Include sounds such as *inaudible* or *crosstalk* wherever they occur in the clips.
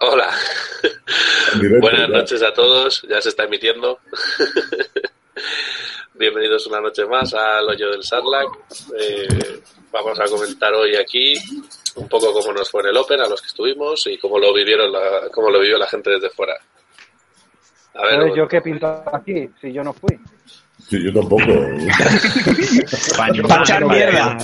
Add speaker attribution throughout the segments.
Speaker 1: Hola. Directo, Buenas ya. noches a todos. Ya se está emitiendo. *laughs* Bienvenidos una noche más al hoyo del Sarlac. Eh, vamos a comentar hoy aquí un poco cómo nos fue en el Open, a los que estuvimos y cómo lo vivieron, la, cómo lo vivió la gente desde fuera.
Speaker 2: A ver, bueno. yo qué pinto aquí si yo no fui.
Speaker 3: Sí, yo tampoco. ¿eh?
Speaker 4: Para echar mierda.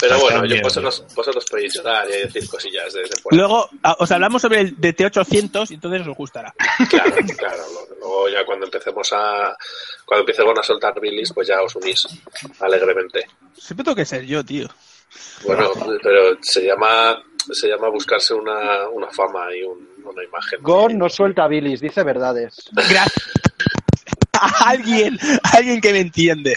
Speaker 1: Pero bueno, yo vosotros, vosotros podéis llorar y decir cosillas de ese
Speaker 4: pueblo. Luego os hablamos sobre el DT800 y entonces os gustará.
Speaker 1: Claro, claro. Luego ya cuando empecemos a cuando empecemos a soltar bilis, pues ya os unís alegremente.
Speaker 4: Siempre tengo que ser yo, tío.
Speaker 1: Bueno, pero se llama se llama buscarse una, una fama y un, una imagen.
Speaker 2: Gon no suelta bilis, dice verdades.
Speaker 4: Gracias. A *laughs* alguien, a alguien que me entiende.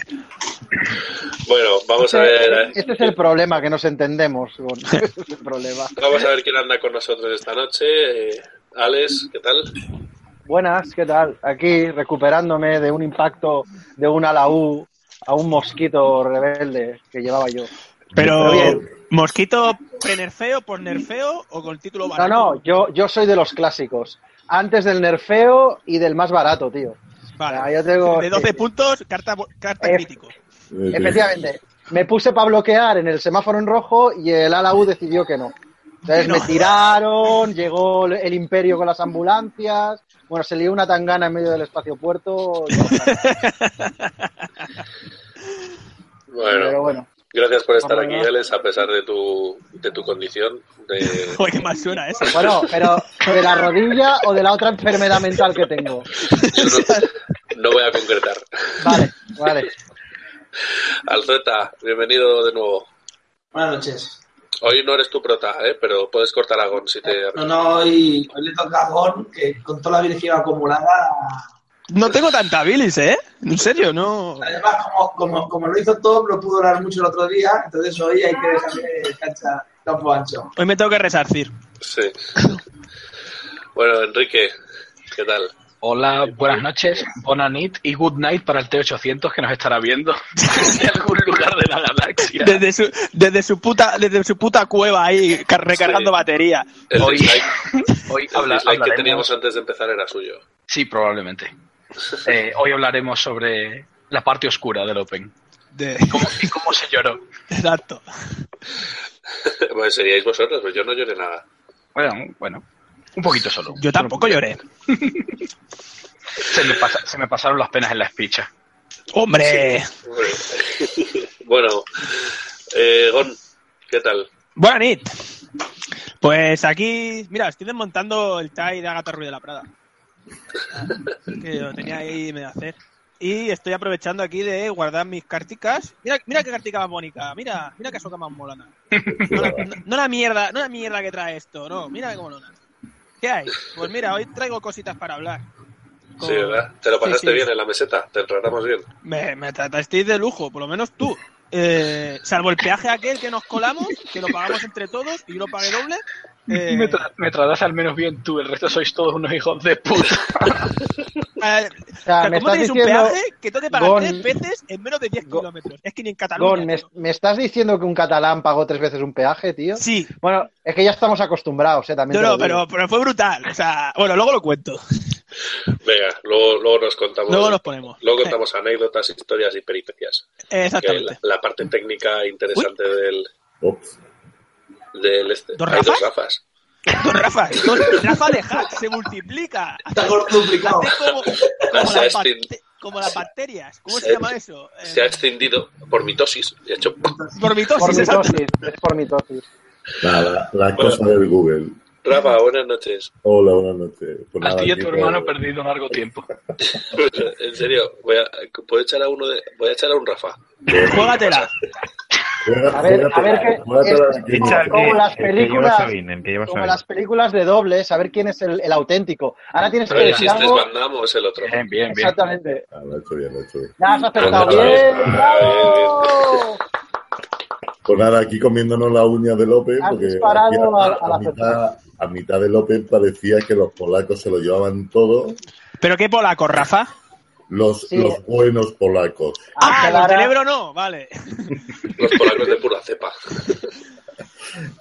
Speaker 1: Bueno, vamos
Speaker 2: este,
Speaker 1: Pues a ver. eh.
Speaker 2: Este es el problema, que nos entendemos. Gon. *laughs* Este es el problema.
Speaker 1: Vamos a ver quién anda con nosotros esta noche. Eh, Alex, ¿qué tal?
Speaker 2: Buenas, ¿qué tal? Aquí recuperándome de un impacto de un alaú a un mosquito rebelde que llevaba yo.
Speaker 4: Pero, Pero ¿mosquito pre-nerfeo, post-nerfeo o con el título barato?
Speaker 2: No, no, yo, yo soy de los clásicos. Antes del nerfeo y del más barato, tío.
Speaker 4: Vale. Ah, yo tengo... De 12 sí. puntos, carta, carta eh, crítico. *laughs*
Speaker 2: Efectivamente. Me puse para bloquear en el semáforo en rojo y el ALAU decidió que no. Entonces no. me tiraron, llegó el imperio con las ambulancias. Bueno, se lió una tangana en medio del espacio puerto. Y...
Speaker 1: bueno. Pero bueno. Gracias por estar aquí, Alex, a pesar de tu, de tu condición. *laughs* De...
Speaker 4: Joder, qué más suena eso.
Speaker 2: Bueno, pero de la rodilla o de la otra enfermedad mental que tengo.
Speaker 1: Yo no, no voy a concretar.
Speaker 2: Vale, vale.
Speaker 1: Alzeta, bienvenido de nuevo.
Speaker 5: Buenas noches.
Speaker 1: Hoy no eres tu prota, ¿eh? pero puedes cortar a Gon si te...
Speaker 5: No, no, hoy, hoy le toca a Gon, que con toda la virgen acumulada
Speaker 4: no tengo tanta bilis, ¿eh? En serio, no.
Speaker 5: Además, como, como, como lo hizo Tom, no pudo orar mucho el otro día, entonces hoy hay que dejarle cancha campo ancho.
Speaker 4: Hoy me tengo que resarcir.
Speaker 1: Sí. bueno, Enrique, ¿qué tal?
Speaker 6: Hola, buenas noches, bonanit y good night para el T800 que nos estará viendo *laughs* desde algún lugar de la galaxia.
Speaker 4: Desde su, desde su, puta, desde su puta cueva ahí recargando sí. batería.
Speaker 1: El hoy, dislike, hoy habla, el dislike que teníamos antes de empezar era suyo. *laughs*
Speaker 6: Sí, probablemente. Eh, hoy hablaremos sobre la parte oscura del Open. De... ¿Cómo, y cómo se lloró.
Speaker 4: *laughs* Exacto.
Speaker 1: Pues seríais vosotros, pero yo no lloré nada.
Speaker 6: Bueno, bueno. Un poquito solo.
Speaker 4: Yo tampoco lloré.
Speaker 6: se, me pasa, se, me pasaron las penas en la espicha.
Speaker 4: ¡Hombre!
Speaker 1: Sí. bueno, eh, Gon, ¿qué tal?
Speaker 4: Buenas Nit. Pues aquí, mira, estoy desmontando el tie de Agatha Ruiz de la Prada Ah, que yo tenía ahí me hacer. Y estoy aprovechando aquí de guardar mis carticas. Mira, mira qué cartica más bonita. Mira, mira qué soca más molana. No la, no, no la, mierda, no la mierda que trae esto, no. Mira cómo molona. ¿Qué hay? Pues mira, hoy traigo cositas para hablar.
Speaker 1: Con... Sí, ¿verdad? Te lo pasaste sí, sí. bien en la meseta, te tratamos bien.
Speaker 4: Me, me tratasteis de lujo, por lo menos tú. Eh, salvo el peaje aquel que nos colamos, que lo pagamos entre todos y yo lo pagué doble. Eh...
Speaker 6: Me, tra me, tratas al menos bien tú, el resto sois todos unos hijos de puta.
Speaker 4: eh, o sea, ¿Cómo me estás tenéis un peaje que tengo que pagar Gon... tres veces en menos de 10 Gon... kilómetros? Es que ni en Cataluña.
Speaker 2: Gon, me, me, estás diciendo que un catalán pagó tres veces un peaje, tío?
Speaker 4: Sí.
Speaker 2: Bueno, es que ya estamos acostumbrados, ¿eh? También
Speaker 4: no, no pero, pero, fue brutal. O sea, bueno, luego lo cuento.
Speaker 1: Venga, luego, luego nos contamos.
Speaker 4: Luego nos ponemos.
Speaker 1: *laughs*
Speaker 4: Eh,
Speaker 1: Luego contamos anécdotas, historias y peripecias.
Speaker 4: Exactamente.
Speaker 1: La, la, parte técnica interesante Uy. del. Ups del este. ¿Dos Hay dos Rafas.
Speaker 4: Dos Rafas. Dos Rafa de hack se multiplica.
Speaker 5: Está duplicado.
Speaker 4: Como, como, las como, las bacterias. ¿Cómo se, se llama eso? Eh,
Speaker 1: Se ha extendido por mitosis. Y ha hecho... *laughs*
Speaker 4: Por mitosis. *laughs* Por
Speaker 2: mitosis. Es por mitosis.
Speaker 3: La, la, cosa bueno, del Google.
Speaker 1: Rafa, buenas noches. *laughs*
Speaker 3: Hola, buenas noches. Pues
Speaker 6: Por a ti y a tu hermano he perdido largo tiempo.
Speaker 1: en serio, voy a, ¿puedo echar a uno de, voy a echar a un Rafa.
Speaker 4: Juégatela.
Speaker 2: A ver, a ver qué. Como las películas. Como las películas de dobles, a ver quién es el, el auténtico. Ahora tienes
Speaker 1: Pero
Speaker 2: que.
Speaker 1: Si este es el otro.
Speaker 6: Bien, bien, bien.
Speaker 2: Exactamente.
Speaker 3: Ah, lo he hecho bien, lo he hecho bien.
Speaker 2: Ya has acertado bien. bien. ¡Bravo!
Speaker 3: Pues nada, aquí comiéndonos la uña de López, porque aquí a, a, a, la mitad, a, mitad, de López parecía que los polacos se lo llevaban todo.
Speaker 4: ¿Pero qué polacos, Rafa?
Speaker 3: Los, sí. los, buenos polacos.
Speaker 2: Ah,
Speaker 4: Ah, Lara... los del Ebro no, vale.
Speaker 1: los polacos de pura cepa.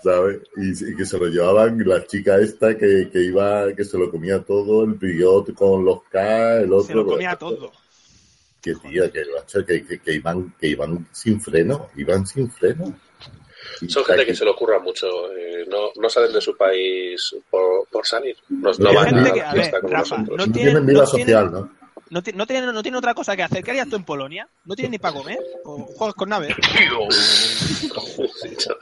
Speaker 3: ¿sabes? Y, y, que se lo llevaban la chica esta que, que iba, que se lo comía todo, el pillote con los K, el otro.
Speaker 4: Se lo comía todo.
Speaker 3: Que tía, que, que, que, que, iban, que iban sin freno, iban sin freno.
Speaker 1: Son gente que se le ocurra mucho, eh, no, no salen de su país por, por salir. No, no van a,
Speaker 4: que, a ver,
Speaker 1: como
Speaker 4: Rafa,
Speaker 1: nosotros. *laughs*
Speaker 4: no
Speaker 3: No
Speaker 4: tienen-
Speaker 3: tienen vida
Speaker 4: no tienen-
Speaker 3: social, ¿no?
Speaker 4: No, ti- no, tiene, no tiene otra cosa que hacer. ¿Qué harías tú en Polonia? ¿No tienes ni para comer? ¿O juegas con naves?
Speaker 1: Sí, chaval.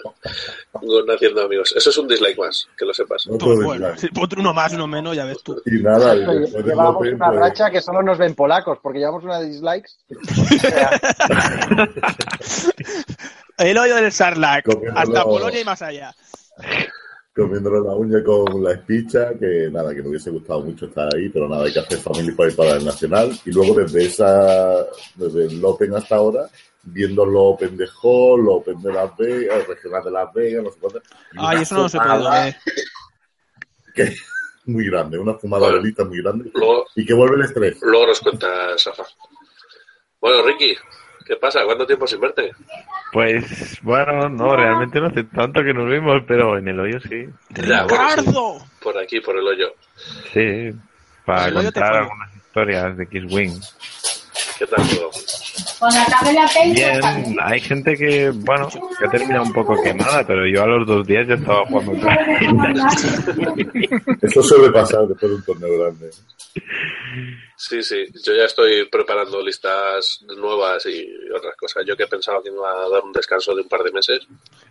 Speaker 1: Gordon haciendo amigos. Eso es un dislike más, que lo sepas.
Speaker 3: No
Speaker 4: Pues
Speaker 3: puedo
Speaker 4: bueno,
Speaker 3: decir
Speaker 4: sí, otro uno más, uno menos, ya ves tú.
Speaker 3: nada. Y nada, y
Speaker 2: Lle-
Speaker 3: después de
Speaker 2: Llevamos
Speaker 3: López,
Speaker 2: una
Speaker 3: pues,
Speaker 2: racha que solo nos ven polacos, porque llevamos una de dislikes. O sea,
Speaker 4: El hoyo del Sarlacc,
Speaker 3: Comiéndolo.
Speaker 4: hasta Polonia y más allá.
Speaker 3: comiéndole la uña con la espicha, que nada, que me hubiese gustado mucho estar ahí, pero nada, hay que hacer familia para ir para el Nacional. Y luego desde esa, desde el Open hasta ahora, viendo los Open de Hall, los Open de Las Vegas, el regional de Las Vegas, no sé cuántas. y
Speaker 4: Ay,
Speaker 3: una
Speaker 4: eso no lo eh, se puede
Speaker 3: fumada
Speaker 4: ver.
Speaker 3: Muy grande, una fumada
Speaker 1: Bueno.
Speaker 3: de lista muy grande.
Speaker 1: Luego-
Speaker 3: Y que vuelve el estrés.
Speaker 1: Luego nos cuentas, Rafa. Bueno, Ricky, ¿qué pasa? ¿Cuánto tiempo sin verte?
Speaker 7: Pues bueno, no, realmente no hace tanto que nos vimos, pero en el hoyo sí.
Speaker 1: Ya, bueno, sí.
Speaker 4: ¡Ricardo!
Speaker 1: por aquí, por el hoyo.
Speaker 7: Sí, para
Speaker 4: En el hoyo te
Speaker 7: contar
Speaker 4: fue.
Speaker 7: algunas historias de X-Wing.
Speaker 1: ¿Qué tal todo?
Speaker 8: Cuando acabe la peli,
Speaker 7: Bien, hay gente que, bueno, que ha terminado un poco quemada, pero yo a los dos días ya estaba jugando otra vez.
Speaker 4: *laughs*
Speaker 3: Eso suele pasar después de un torneo grande.
Speaker 1: Sí, sí, yo ya estoy preparando listas nuevas y otras cosas. Yo que pensaba que me iba a dar un descanso de un par de meses.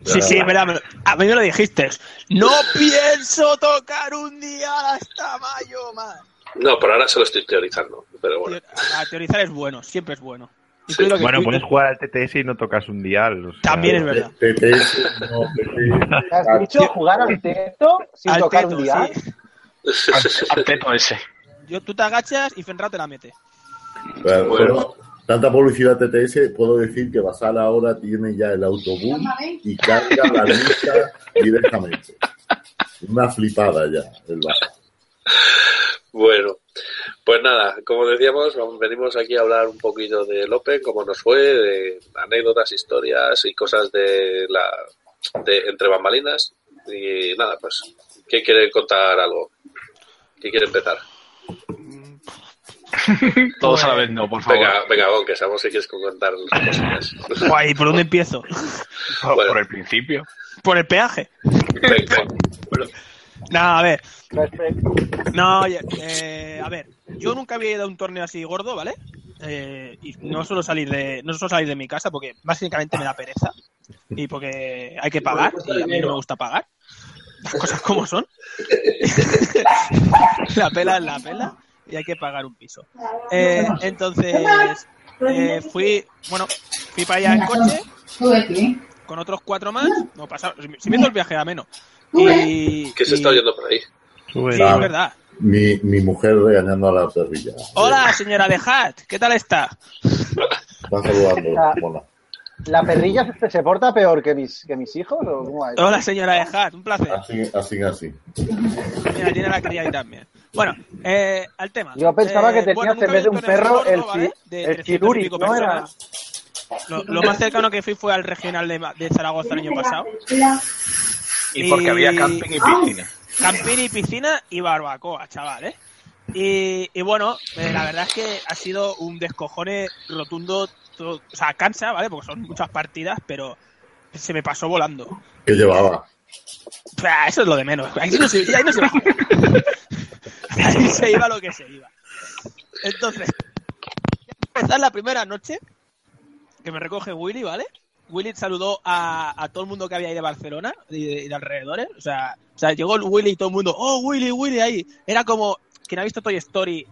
Speaker 4: Sí, sí, es verdad. me lo- A mí me lo dijiste. No pienso tocar un día hasta mayo más.
Speaker 1: No, por ahora se lo estoy teorizando, pero bueno.
Speaker 4: A teorizar es bueno, siempre es bueno.
Speaker 1: Sí.
Speaker 4: Incluido que
Speaker 7: Bueno, pues,
Speaker 4: Twitter-
Speaker 7: puedes jugar al TTS y no tocas un dial. o sea,
Speaker 4: También es verdad.
Speaker 3: TTS, no, TTS.
Speaker 2: ¿te ¿Has dicho jugar al teto sin
Speaker 4: Al
Speaker 2: tocar
Speaker 4: teto,
Speaker 2: un día?
Speaker 4: sí.
Speaker 6: Al teto ese.
Speaker 4: Yo, tú te agachas y Fenrao te la mete.
Speaker 3: Claro,
Speaker 1: Bueno.
Speaker 3: pero tanta publicidad TTS, puedo decir que Basal ahora tiene ya el autobús y carga la lista directamente. Una flipada ya, el Basal.
Speaker 1: Bueno, pues nada, como decíamos, vamos- venimos aquí a hablar un poquito del Open, cómo nos fue, de anécdotas, historias y cosas de la de entre bambalinas. Y nada, pues, ¿quién quiere contar algo? ¿Quién quiere empezar?
Speaker 6: Todos a la vez no, por favor.
Speaker 1: Venga, venga, Gon, que sabemos que quieres contar cosas.
Speaker 4: Guay, ¿por dónde empiezo? *laughs*
Speaker 6: Por-
Speaker 1: bueno.
Speaker 6: Por el principio.
Speaker 4: Por el peaje.
Speaker 1: Venga,
Speaker 4: Nada, a ver.
Speaker 2: Respecto-
Speaker 4: No, oye, eh, a ver, yo nunca había ido a un torneo así gordo, ¿vale? Eh, y no suelo salir de, no suelo salir de mi casa porque básicamente me da pereza y porque hay que pagar y a mí no me gusta pagar. Las cosas como son. *laughs* la pela es la pela y hay que pagar un piso. Eh, entonces, eh, fui, bueno, fui para allá en coche con otros cuatro más. No pasaba, si me hizo el viaje era menos. Y,
Speaker 1: ¿qué se está oyendo por ahí?
Speaker 7: sube.
Speaker 4: Sí, es verdad.
Speaker 3: Mi, mi mujer regañando a la perrilla.
Speaker 4: Hola, señora Lejat, ¿qué tal está?
Speaker 3: Está saludando. mola.
Speaker 2: ¿La perrilla se, se porta peor que mis, que mis hijos? ¿o cómo va eso?
Speaker 4: Hola, señora Lejat, un placer.
Speaker 1: Ah.
Speaker 3: Así, así, así.
Speaker 4: Mira, tiene la cría ahí también. Bueno, eh, al tema.
Speaker 2: Yo pensaba
Speaker 4: Eh,
Speaker 2: que tenías
Speaker 4: bueno, nunca
Speaker 2: en vez de un
Speaker 4: había visto
Speaker 2: perro
Speaker 4: en
Speaker 2: el,
Speaker 4: Gordo, ¿vale?
Speaker 2: chi-
Speaker 4: De
Speaker 2: el
Speaker 4: 300 y
Speaker 2: chiluri,
Speaker 4: pico
Speaker 2: ¿no era?
Speaker 4: personas. Lo, lo más cercano que fui fue al regional de, Ma- de Zaragoza el año pasado.
Speaker 6: Y porque había camping y piscina.
Speaker 4: Camping y piscina y barbacoa, chaval, ¿eh? Y, y bueno, eh, la verdad es que ha sido un descojone rotundo. todo- o sea, cansa, ¿vale? Porque son muchas partidas, pero se me pasó volando.
Speaker 3: ¿Qué llevaba?
Speaker 4: Ah, eso es lo de menos. Ahí no se, ahí no se iba. Ahí se iba lo que se iba. Entonces, empezar la primera noche que me recoge Willy, ¿vale? Willy saludó a, a todo el mundo que había ido a Barcelona y de, y de alrededores. O sea, o sea, llegó el Willy y todo el mundo, ¡oh, Willy, Willy! Ahí. Era como quien ha visto Toy Story.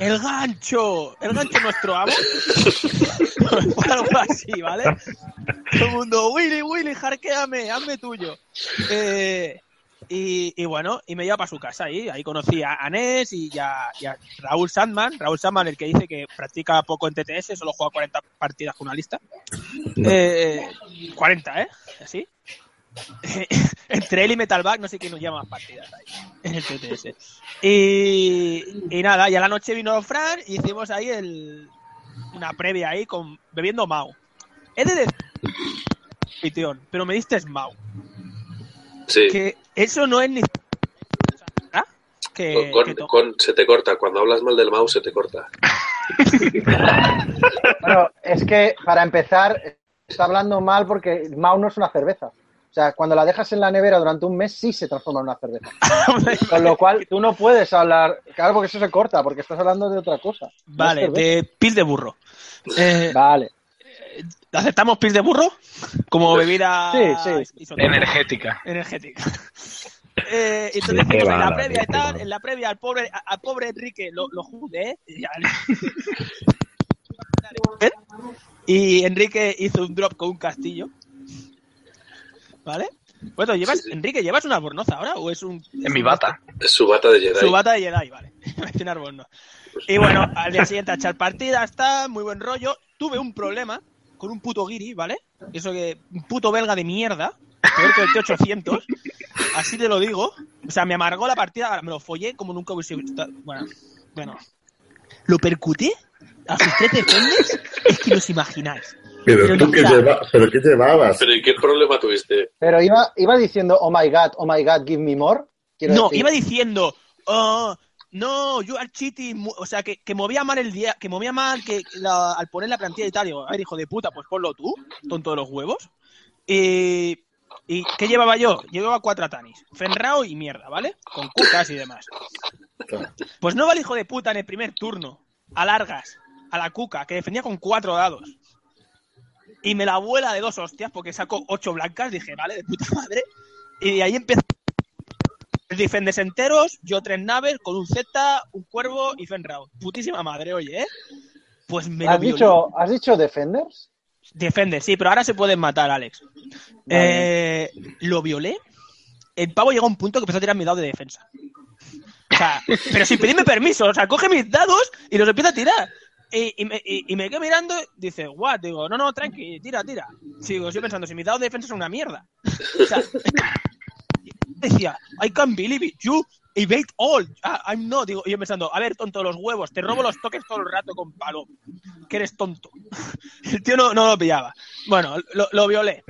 Speaker 4: El gancho, el gancho nuestro amo. *laughs* Fue algo así, ¿vale? Todo el mundo, Willy, Willy, jarquéame, hazme tuyo. Eh, y, y bueno, y me lleva para su casa ahí. Ahí conocí a Anés y a, y a Raúl Sandman. Raúl Sandman, el que dice que practica poco en TTS, solo juega 40 partidas con una lista. Eh, 40, ¿eh? Así. *laughs* Entre él y Metalback, no sé quién nos llama más partidas ahí en el TTS. Y, y nada, y a la noche vino Fran y hicimos ahí el, una previa ahí con bebiendo Mau. He de decir, anfitrión, pero me diste Mau.
Speaker 1: Sí,
Speaker 4: Que eso no es ni. ¿Ah? Que,
Speaker 1: con-
Speaker 4: que to-
Speaker 1: con- se te corta. Cuando hablas mal del mouse se te corta.
Speaker 2: Bueno, es que para empezar, está hablando mal porque Mau no es una cerveza. O sea, cuando la dejas en la nevera durante un mes, sí se transforma en una
Speaker 4: *laughs*
Speaker 2: cerveza. Con lo cual, tú no puedes hablar. Claro, porque eso se corta, porque estás hablando de otra cosa. No es
Speaker 4: Vale,
Speaker 2: cerveza.
Speaker 4: de pil de burro. Eh,
Speaker 2: Vale.
Speaker 4: ¿Aceptamos pil de burro? Como bebida
Speaker 2: Sí, sí.
Speaker 4: isotónica.
Speaker 6: Energética.
Speaker 4: energética. Eh,
Speaker 7: Sí,
Speaker 4: entonces,
Speaker 7: qué
Speaker 4: pues, en la
Speaker 7: bárbaro,
Speaker 4: previa y
Speaker 7: qué
Speaker 4: tal,
Speaker 7: bárbaro.
Speaker 4: en la previa al pobre, a- al pobre Enrique lo, lo jude, ¿eh? Y al- *laughs* Y Enrique hizo un drop con un castillo. ¿Vale? Bueno, llevas, Enrique, ¿llevas una bornoza ahora? ¿O es un.?
Speaker 6: En mi bata.
Speaker 1: Es su bata de Jedi.
Speaker 4: Su bata de Jedi, vale. *laughs* Parece un árbol, no. Y bueno, al día siguiente a echar partida, está muy buen rollo. Tuve un problema con un puto guiri, ¿vale? Eso que un puto belga de mierda, peor que el T800. Así te lo digo. O sea, me amargó la partida, me lo follé como nunca hubiese visto. Bueno, bueno. Lo percuté a sus tres defendes, es que los imagináis.
Speaker 3: Pero tú
Speaker 4: no,
Speaker 3: que
Speaker 4: mira,
Speaker 3: llevabas, pero qué llevabas.
Speaker 1: Pero ¿y qué problema tuviste?
Speaker 2: Pero iba, iba diciendo, oh my god, oh my god, give me more. Quiero
Speaker 4: No,
Speaker 2: decir,
Speaker 4: iba diciendo, "Oh, no, you are cheating, mu- o sea, que, que movía mal el día, que movía mal que la- al poner la plantilla y tal, digo, a ver, hijo de puta, pues ponlo tú, tonto de los huevos. Y, y ¿qué llevaba yo? Llevaba cuatro atanis, Fenrao y mierda, ¿vale? Con cucas y demás. Pues no va el hijo de puta en el primer turno, a largas, a la cuca, que defendía con cuatro dados. Y me la abuela de dos hostias, porque sacó ocho blancas, dije, vale, de puta madre. Y de ahí empezó Defendes enteros, yo tres naves, con un Z, un cuervo y Fenrao. Putísima madre, oye, ¿eh? Pues me lo
Speaker 2: ¿Has
Speaker 4: violó.
Speaker 2: dicho, ¿Has dicho Defenders?
Speaker 4: Defende, sí, pero ahora se pueden matar, Alex. Eh, lo violé. El pavo llegó a un punto que empezó a tirar mi dado de defensa. O sea, pero sin pedirme permiso. O sea, coge mis dados y los empieza a tirar. Y, y me, y- y me quedo mirando, dice, what? Digo, no, no, tranqui, tira, tira. Sigo, yo pensando, si mis dados de defensa son una mierda. O sea, decía, I can't believe it, you evade all. Ah, I'm not. Digo, y yo pensando, a ver, tonto de los huevos, te robo los toques todo el rato con palo. Que eres tonto. *laughs* El tío no, no lo pillaba. Bueno, lo, lo violé.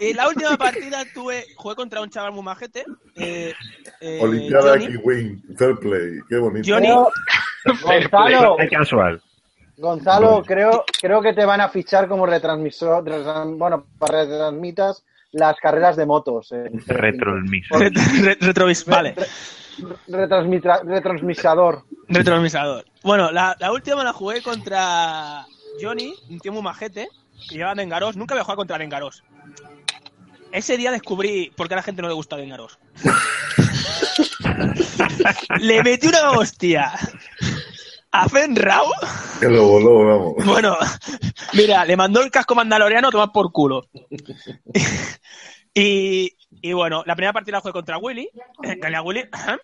Speaker 4: Y la última partida tuve, jugué contra un chaval muy majete. eh, eh,
Speaker 3: Olimpiada
Speaker 4: *laughs* Johnny.
Speaker 3: Kiwin, Fair Play, qué bonito.
Speaker 4: Johnny. *laughs*
Speaker 2: Pero,
Speaker 6: Fair
Speaker 2: Gonzalo,
Speaker 7: Es casual.
Speaker 2: Gonzalo,
Speaker 7: Bueno.
Speaker 2: creo, creo que te van a fichar como retransmisor, retran- bueno, para retransmitas las carreras de motos. eh. en-
Speaker 7: Retro el mismo.
Speaker 4: Ret- re- retrovis- vale,
Speaker 2: retransmitra- retransmisador.
Speaker 4: retrovisor. Bueno, la, la última la jugué contra Johnny, un tío muy majete, que llevaba Dengaros. Nunca había jugado contra Dengaros. Ese día descubrí por qué a la gente no le gusta Dengaros. le metí una hostia a Fenrao.
Speaker 3: Que lo voló, vamos.
Speaker 4: Bueno, mira, le mandó el casco mandaloriano a tomar por culo. Y, y bueno, la primera partida la jugué contra Willy. eh, Gané a Willy. ajá.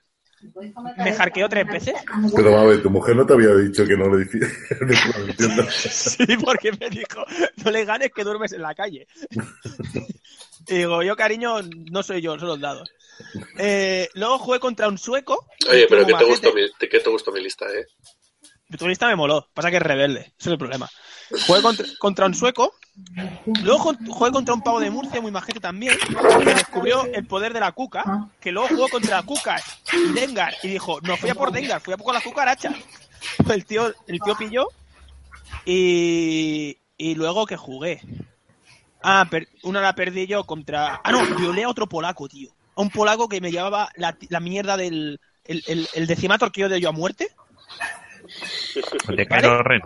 Speaker 4: Me jarqueó tres veces.
Speaker 3: Pero vamos a ver, tu mujer no te había dicho que *laughs* no le hicieras.
Speaker 4: Sí, porque me dijo, no le ganes que duermes en la calle. Y digo, yo cariño, no soy yo, son los dados. Eh, luego jugué contra un sueco.
Speaker 1: Oye,
Speaker 4: un
Speaker 1: pero que
Speaker 4: tipo
Speaker 1: te,
Speaker 4: majete.
Speaker 1: gustó mi, te- que te gustó mi lista, ¿eh?
Speaker 4: Tu lista me moló, pasa que es rebelde, ese es el problema. Jugué contra, contra un sueco, luego ju- jugué contra un pavo de Murcia muy majete también, que descubrió el poder de la cuca, que luego jugó contra Cucas y Dengar, y dijo, no fui a por Dengar, fui a por la cucaracha. Pues El tío, el tío pilló, y, y luego que jugué. Ah, per- una la perdí yo contra... Ah, no, violé a otro polaco, tío. A un polaco que me llevaba la, la mierda del... El, el, el decimator que yo de yo a muerte.
Speaker 7: Pues De Kylo Ren.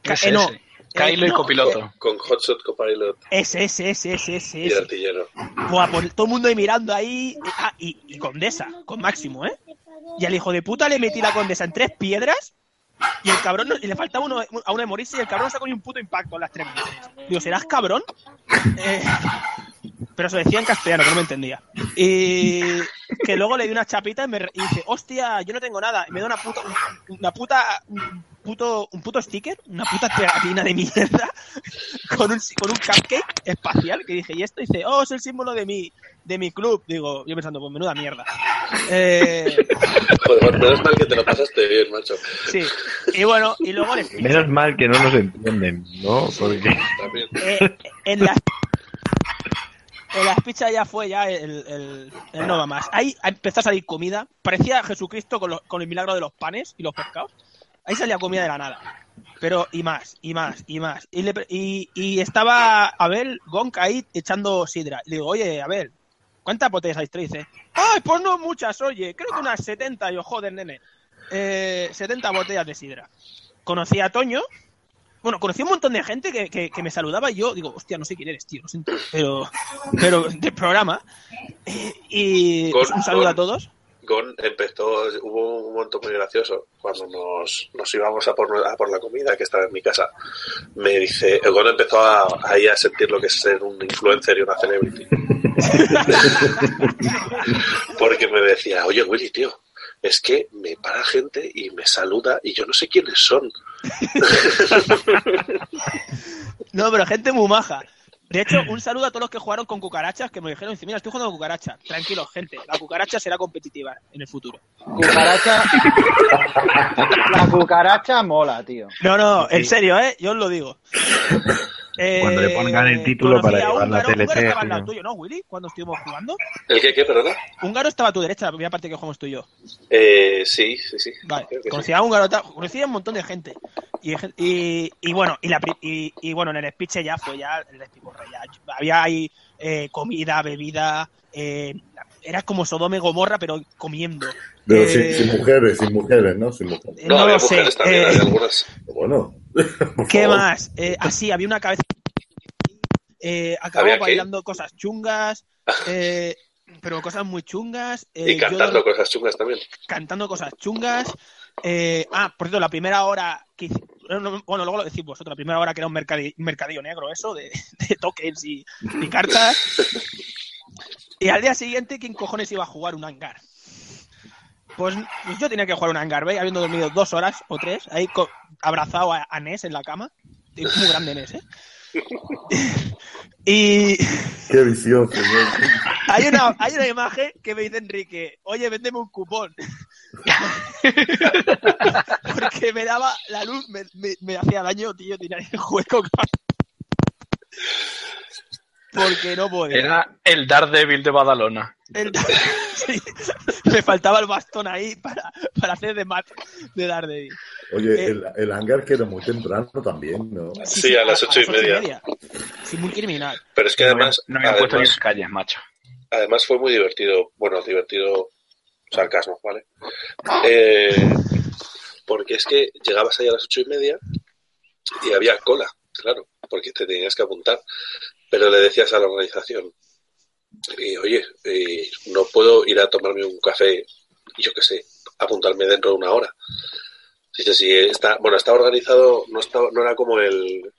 Speaker 6: ¿Qué es
Speaker 4: Eh, no.
Speaker 6: ese? Kylo y
Speaker 4: no.
Speaker 6: copiloto.
Speaker 1: Con Hotshot Copilot
Speaker 4: Ese, ese, ese, ese, ese.
Speaker 1: y
Speaker 4: ese.
Speaker 1: Artillero. *laughs*
Speaker 4: Buah, por- todo el mundo ahí mirando ahí. Ah, y, y Condesa, con Máximo, ¿eh? Y al hijo de puta le metí la Condesa en tres piedras. Y el cabrón, no- y le faltaba uno, a uno de morirse. Y el cabrón sacó ni un puto impacto en las tres piedras. Digo, ¿serás cabrón? Eh, pero se decía en castellano, que no me entendía. Y que luego le di una chapita y me re- y dice, hostia, yo no tengo nada. Y me da una puta, una puta, un puto, un puto sticker, una puta pegatina de mierda con un, con un cupcake espacial que dije, y esto dice, oh, es el símbolo de mi, de mi club. Digo, yo pensando, pues menuda mierda. Eh,
Speaker 1: Joder, menos mal que te lo pasaste bien, macho.
Speaker 4: sí. Y bueno, y luego le
Speaker 7: Menos mal que no nos entienden, ¿no? Porque
Speaker 1: También.
Speaker 4: eh, en la eh, En las pizzas ya fue, ya el, el- el no va más. Ahí empezó a salir comida. Parecía Jesucristo con, los- con el milagro de los panes y los pescados. Ahí salía comida de la nada. Pero, y más, y más, y más. Y, le pre- y- y estaba Abel Gonca ahí echando sidra. Le digo, oye, Abel, ¿cuántas botellas hay? Tres, dice, ay, pues no muchas, oye. Creo que unas 70. Yo, joder, nene. Eh, 70 botellas de sidra. Conocí a Toño, bueno, conocí un montón de gente que, que- que me saludaba y yo digo, hostia, no sé quién eres, tío, lo siento, pero, pero del programa. Eh, Y
Speaker 1: Con-
Speaker 4: pues, un saludo
Speaker 1: con-
Speaker 4: a todos.
Speaker 1: Gon empezó, hubo un momento muy gracioso cuando nos, nos íbamos a por, nue- a por la comida que estaba en mi casa. Me dice, Gon empezó a, ahí a sentir lo que es ser un influencer y una celebrity. Porque me decía, oye Willy, tío, es que me para gente y me saluda y yo no sé quiénes son.
Speaker 4: No, pero gente muy maja. De hecho, un saludo a todos los que jugaron con cucarachas que me dijeron, dice, mira, estoy jugando con cucarachas. Tranquilo, gente, la cucaracha será competitiva en el futuro.
Speaker 2: Cucaracha. La cucaracha mola, tío.
Speaker 4: No, no, en serio, ¿eh? Yo os lo digo. Eh,
Speaker 7: Cuando le pongan el título
Speaker 4: conocí
Speaker 7: para
Speaker 4: a
Speaker 7: llevar la
Speaker 4: Húngaro, Húngaro
Speaker 7: TLC,
Speaker 4: estaba al lado
Speaker 7: tío.
Speaker 4: tuyo, ¿no, Willy? Cuando estuvimos jugando.
Speaker 1: ¿El qué, qué, perdona?
Speaker 4: Húngaro estaba a tu derecha, la primera parte que jugamos tú y yo.
Speaker 1: Eh, sí, sí, sí.
Speaker 4: Vale,
Speaker 1: Creo que sí.
Speaker 4: conocía a un garota, conocía a un montón de gente. Y, y, y bueno, y, la, pri- y, y bueno, en el speech ya fue ya el despiporre, ya. Había ahí eh, comida, bebida, eh, era como Sodome y Gomorra, pero comiendo.
Speaker 3: Pero
Speaker 4: Eh,
Speaker 3: sin, sin mujeres, sin mujeres, ¿no? Sin mujeres.
Speaker 4: eh,
Speaker 1: No,
Speaker 4: no
Speaker 1: había
Speaker 4: lo sé.
Speaker 1: mujeres también,
Speaker 4: eh,
Speaker 1: había algunas.
Speaker 3: Bueno. *laughs* por
Speaker 4: ¿Qué
Speaker 3: favor.
Speaker 4: más? Eh, así, había una cabeza. Eh, acabó
Speaker 1: ¿Había qué?
Speaker 4: bailando cosas chungas, eh, pero cosas muy chungas. eh,
Speaker 1: y
Speaker 4: yo
Speaker 1: cantando cosas chungas también.
Speaker 4: cantando cosas chungas. Eh, ah, por cierto, la primera hora que hice- bueno, bueno, luego lo decís vosotros, la primera hora que era un mercadi- un mercadillo negro eso, de, *laughs* de tokens y, y cartas. Y al día siguiente, ¿quién cojones iba a jugar un hangar? Pues pues yo tenía que jugar un hangar, ¿veis? Habiendo dormido dos horas o tres, ahí co- abrazado a, a Ness en la cama. Es muy grande Ness, ¿eh? *laughs* y,
Speaker 3: Qué visión, señor.
Speaker 4: hay una, hay una imagen que me dice Enrique, oye, véndeme un
Speaker 1: *laughs*
Speaker 4: cupón. Porque me daba la luz, me, me- me hacía daño, tío, tirar el juego. Porque no podía.
Speaker 6: Era el Daredevil de Badalona.
Speaker 4: El- *laughs* Sí, me faltaba el bastón ahí para, para hacer de mat de Daredevil.
Speaker 3: Oye,
Speaker 4: Eh.
Speaker 3: el, el hangar que era muy temprano también, ¿no?
Speaker 1: Sí, a las ocho y media.
Speaker 4: Sí, muy criminal.
Speaker 1: Pero es que además,
Speaker 6: no me han puesto ni en
Speaker 1: además,
Speaker 6: calles, macho.
Speaker 1: además fue muy divertido. Bueno, divertido sarcasmo, ¿vale? Eh, porque es que llegabas ahí a las ocho y media y había cola, claro, porque te tenías que apuntar. Pero le decías a la organización, y, oye, eh, no puedo ir a tomarme un café, yo qué sé, apuntarme dentro de una hora. Sí, sí, sí, está, bueno, está organizado, no, está, no era como el,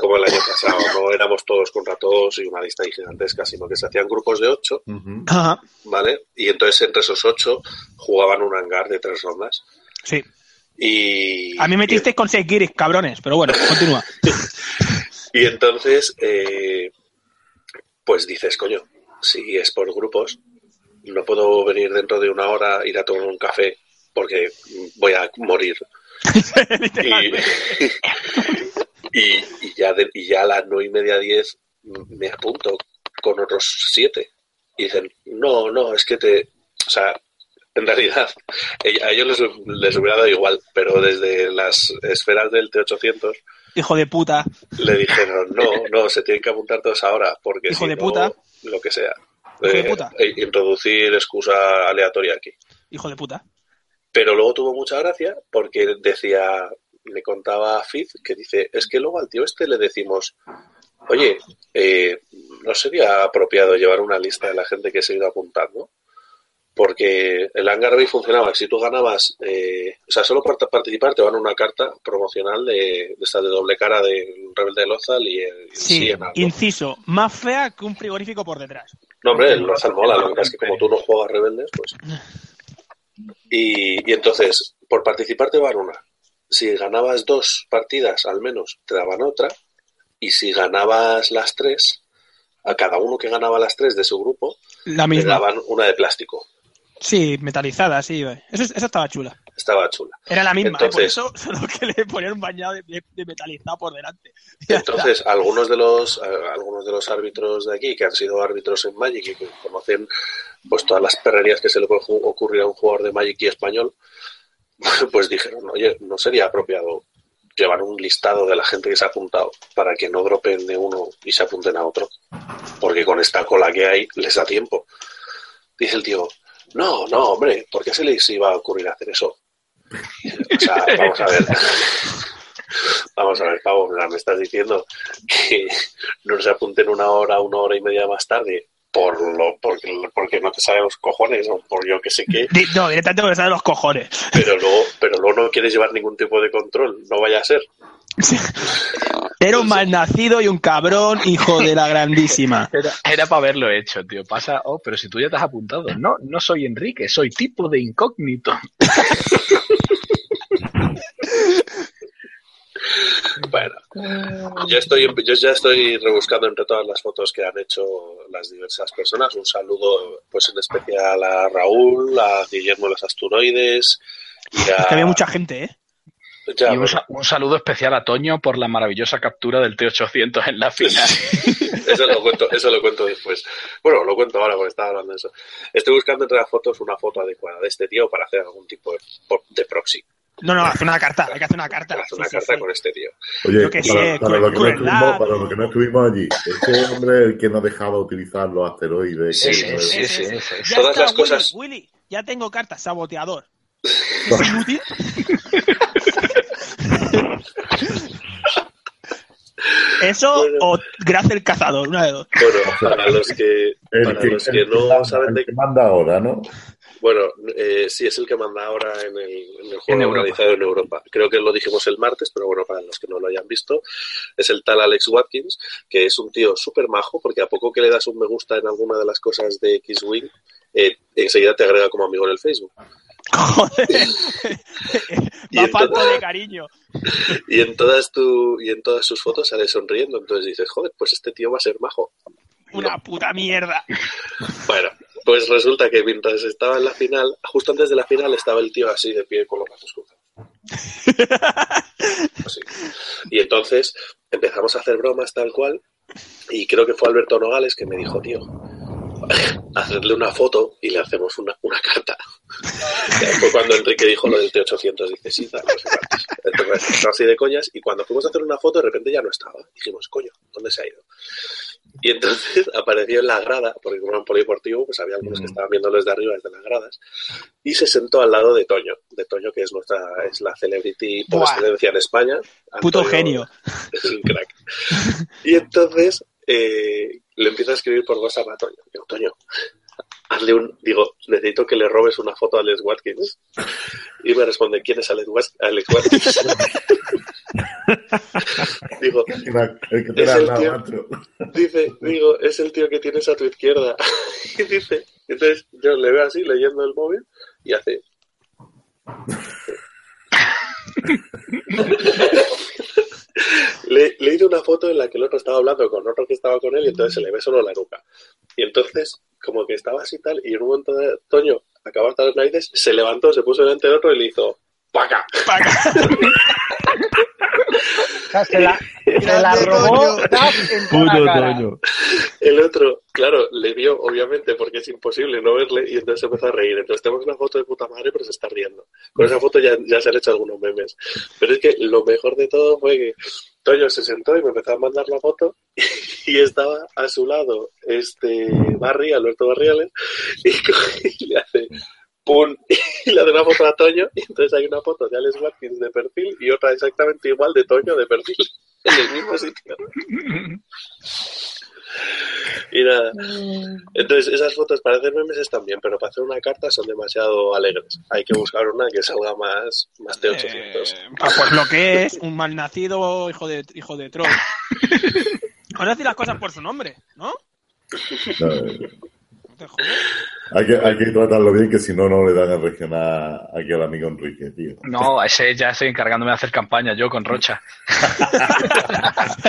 Speaker 1: como el año pasado, no éramos todos contra todos y una lista ahí gigantesca, sino que se hacían grupos de ocho
Speaker 3: Ujú.
Speaker 4: Ajá,
Speaker 1: ¿vale? Y entonces entre esos ocho jugaban un hangar de tres rondas.
Speaker 4: sí.
Speaker 1: Y,
Speaker 4: A mí me metisteis con seis guiris, cabrones, pero bueno, continúa.
Speaker 1: y, y entonces, eh, pues dices, coño, si es por grupos, no puedo venir dentro de una hora, ir a tomar un café, porque voy a morir. y, y- y ya de- y ya a las nueve y media diez me apunto con otros siete y dicen no no es que te o sea en realidad ella- a ellos les, les hubiera dado igual pero desde las esferas del T800
Speaker 4: Hijo de puta.
Speaker 1: le dijeron no no se tienen que apuntar todos ahora porque
Speaker 4: Hijo
Speaker 1: si
Speaker 4: de
Speaker 1: no,
Speaker 4: puta.
Speaker 1: lo que sea
Speaker 4: Hijo de
Speaker 1: Eh,
Speaker 4: puta.
Speaker 1: e- introducir excusa aleatoria aquí
Speaker 4: Hijo de puta.
Speaker 1: pero luego tuvo mucha gracia porque decía, me contaba a Fizz que dice, es que luego al tío este le decimos, oye, eh, ¿no sería apropiado llevar una lista de la gente que se ha ido apuntando? Porque el hangar Bay funcionaba, si tú ganabas, eh, o sea, solo por ta- participar te van una carta promocional de, de esta de doble cara de Rebelde de Lozal y el y
Speaker 4: Sí,
Speaker 1: en algo.
Speaker 4: inciso, más fea que un frigorífico por detrás.
Speaker 1: No, hombre, el Lozal mola, lo que pasa es que como tú no juegas rebeldes, pues. Y, y entonces, por participar te daban una. Si ganabas dos partidas al menos, te daban otra. Y si ganabas las tres, a cada uno que ganaba las tres de su grupo,
Speaker 4: La
Speaker 1: le
Speaker 4: misma.
Speaker 1: daban una de plástico.
Speaker 4: Sí, metalizada, sí. eh. Eso, eso estaba chula.
Speaker 1: Estaba chula.
Speaker 4: Era la misma, ¿eh? por
Speaker 1: Entonces-
Speaker 4: eso, solo que le ponían un bañado de, de- de metalizado por delante. Ya está.
Speaker 1: Entonces, algunos de los a- algunos de los árbitros de aquí que han sido árbitros en Magic y que conocen pues todas las perrerías que se le puede ju- ocurrir a un jugador de Magic y español, *laughs* pues dijeron, oye, no sería apropiado llevar un listado de la gente que se ha apuntado para que no dropen de uno y se apunten a otro, porque con esta cola que hay les da tiempo. Dice el tío, no, no, hombre, ¿por qué se les iba a ocurrir hacer eso? O sea, vamos a ver. Vamos a ver, Pavo, o sea, me estás diciendo que no se apunten una hora, una hora y media más tarde por lo, porque, porque no te salen los cojones o por yo que sé qué,
Speaker 4: Di- No, directamente porque sale de los cojones.
Speaker 1: pero luego, pero luego no quieres llevar ningún tipo de control, no vaya a ser.
Speaker 4: Era un malnacido y un cabrón, hijo de
Speaker 1: *laughs*
Speaker 4: la grandísima.
Speaker 6: Era, era para haberlo hecho, tío. Pasa, oh, pero si tú ya te has apuntado. No, no soy Enrique, soy tipo de incógnito.
Speaker 1: Bueno, yo, estoy, yo ya estoy rebuscando entre todas las fotos que han hecho las diversas personas. Un saludo, pues en especial a Raúl, a Guillermo de los Asturoides. Y a,
Speaker 4: Es que había mucha gente, ¿eh?
Speaker 1: ya,
Speaker 6: y un,
Speaker 1: bueno,
Speaker 6: sa- un saludo especial a Toño por la maravillosa captura del T800 en la final.
Speaker 1: Eso lo cuento, eso lo cuento después. Bueno, lo cuento ahora porque estaba hablando de eso. Estoy buscando entre las fotos una foto adecuada de este tío para hacer algún tipo de, de proxy.
Speaker 4: No, no, hace una carta, hay que hacer una carta.
Speaker 1: Hacer una
Speaker 4: Ah, Sí, sí,
Speaker 1: carta
Speaker 4: sí.
Speaker 1: con este tío.
Speaker 3: Oye,
Speaker 4: Yo qué
Speaker 3: para,
Speaker 4: sé,
Speaker 3: para lo que no
Speaker 4: crueldad,
Speaker 3: estuvimos, para
Speaker 4: o-
Speaker 3: lo que no estuvimos allí, ese hombre es el que no dejaba utilizar los asteroides.
Speaker 1: Sí,
Speaker 3: que-
Speaker 1: sí,
Speaker 6: sí, sí, sí.
Speaker 4: Ya
Speaker 1: Todas
Speaker 4: está,
Speaker 1: las cosas-
Speaker 4: Willy, Willy, ya tengo carta, saboteador. ¿Es inútil? Eso
Speaker 1: Bueno.
Speaker 4: o Graz el cazador, una de dos.
Speaker 1: Bueno, para los que,
Speaker 3: El
Speaker 1: para
Speaker 3: que,
Speaker 1: los
Speaker 3: el
Speaker 1: que
Speaker 3: que
Speaker 1: no
Speaker 3: manda-
Speaker 1: saben de
Speaker 3: el que manda ahora, ¿no?
Speaker 1: Bueno, eh, sí, es el que manda ahora en el, en el juego
Speaker 6: En Europa.
Speaker 1: organizado en Europa. Creo que lo dijimos el martes, pero bueno, para los que no lo hayan visto, es el tal Alex Watkins, que es un tío súper majo, porque a poco que le das un me gusta en alguna de las cosas de X-Wing, eh, enseguida te agrega como amigo en el Facebook. *laughs*
Speaker 4: Joder.
Speaker 1: Y
Speaker 4: Va
Speaker 1: entonces-
Speaker 4: falta de cariño.
Speaker 1: Y en todas tu, y en todas sus fotos sale sonriendo, entonces dices, joder, pues este tío va a ser majo.
Speaker 4: Una puta mierda.
Speaker 1: Bueno, pues resulta que mientras estaba en la final, justo antes de la final estaba el tío así de pie con los brazos cruzados. Así. Y entonces empezamos a hacer bromas tal cual y creo que fue Alberto Nogales que me dijo, tío, hacerle una foto y le hacemos una, una carta. *laughs* Y ahí fue cuando Enrique dijo lo del T800, dice, sí, tal, no sé cuántos". Entonces, estaba así de coñas y cuando fuimos a hacer una foto de repente ya no estaba. Dijimos, coño, ¿dónde se ha ido? Y entonces *laughs* apareció en la grada, porque como era un polideportivo, pues había algunos que estaban viéndolo desde arriba, desde las gradas, y se sentó al lado de Toño, de Toño que es nuestra, es la celebrity por
Speaker 4: Buah.
Speaker 1: excelencia en España.
Speaker 4: Puto
Speaker 1: Antonio- *laughs*
Speaker 4: genio.
Speaker 1: es un crack.
Speaker 4: *laughs*
Speaker 1: Y entonces eh, le empiezo a escribir por WhatsApp a Toño. Digo, Toño, hazle un. Digo, necesito que le robes una foto a Alex Watkins. Y me responde, ¿quién es Alex, Was- Alex Watkins? *laughs* digo,
Speaker 3: El que te
Speaker 1: Es
Speaker 3: da
Speaker 1: el
Speaker 3: la
Speaker 1: tío.
Speaker 3: macho.
Speaker 1: dice, digo, es el tío que tienes a tu izquierda. *laughs* y dice, entonces yo le veo así leyendo el móvil y hace. le, le hice una foto en la que el otro estaba hablando con otro que estaba con él y entonces se le ve solo la nuca. Y entonces, como que estaba así tal, y en un momento de Toño acabó hasta las narices, se levantó, se puso delante del otro y le hizo. ¡Paca!
Speaker 2: O sea, se la, se la
Speaker 5: Grande,
Speaker 2: robó
Speaker 5: Toño.
Speaker 2: Duff en
Speaker 7: *laughs*
Speaker 2: toda
Speaker 7: Puto
Speaker 2: la cara.
Speaker 7: Toño.
Speaker 1: El otro, claro, le vio, obviamente, porque es imposible no verle, y entonces se empezó a reír. Entonces tenemos una foto de puta madre, pero se está riendo. Con esa foto ya, ya se han hecho algunos memes. Pero es que lo mejor de todo fue que Toño se sentó y me empezó a mandar la foto, y estaba a su lado este Barry, Alberto Barriales, y, *laughs* coge y le hace ¡pum! y le hace una foto a Toño, y entonces hay una foto de Alex Watkins de perfil y otra exactamente igual de Toño de perfil, *laughs* en el mismo sitio. Y nada. Entonces, esas fotos para hacer memes están bien, pero para hacer una carta son demasiado alegres. Hay que buscar una que salga más, más de 800.
Speaker 4: Eh, pues lo que es, un malnacido hijo de, hijo de
Speaker 1: *laughs*
Speaker 4: troll. Ahora decir las cosas por su nombre, ¿no?
Speaker 3: *laughs* No, eh,
Speaker 1: *laughs*
Speaker 4: No te jodas. *laughs*
Speaker 3: Hay que, hay que tratarlo bien, que si no, no le dan a regional aquí al amigo Enrique, tío.
Speaker 6: No, a ese ya estoy encargándome de hacer campaña yo con Rocha.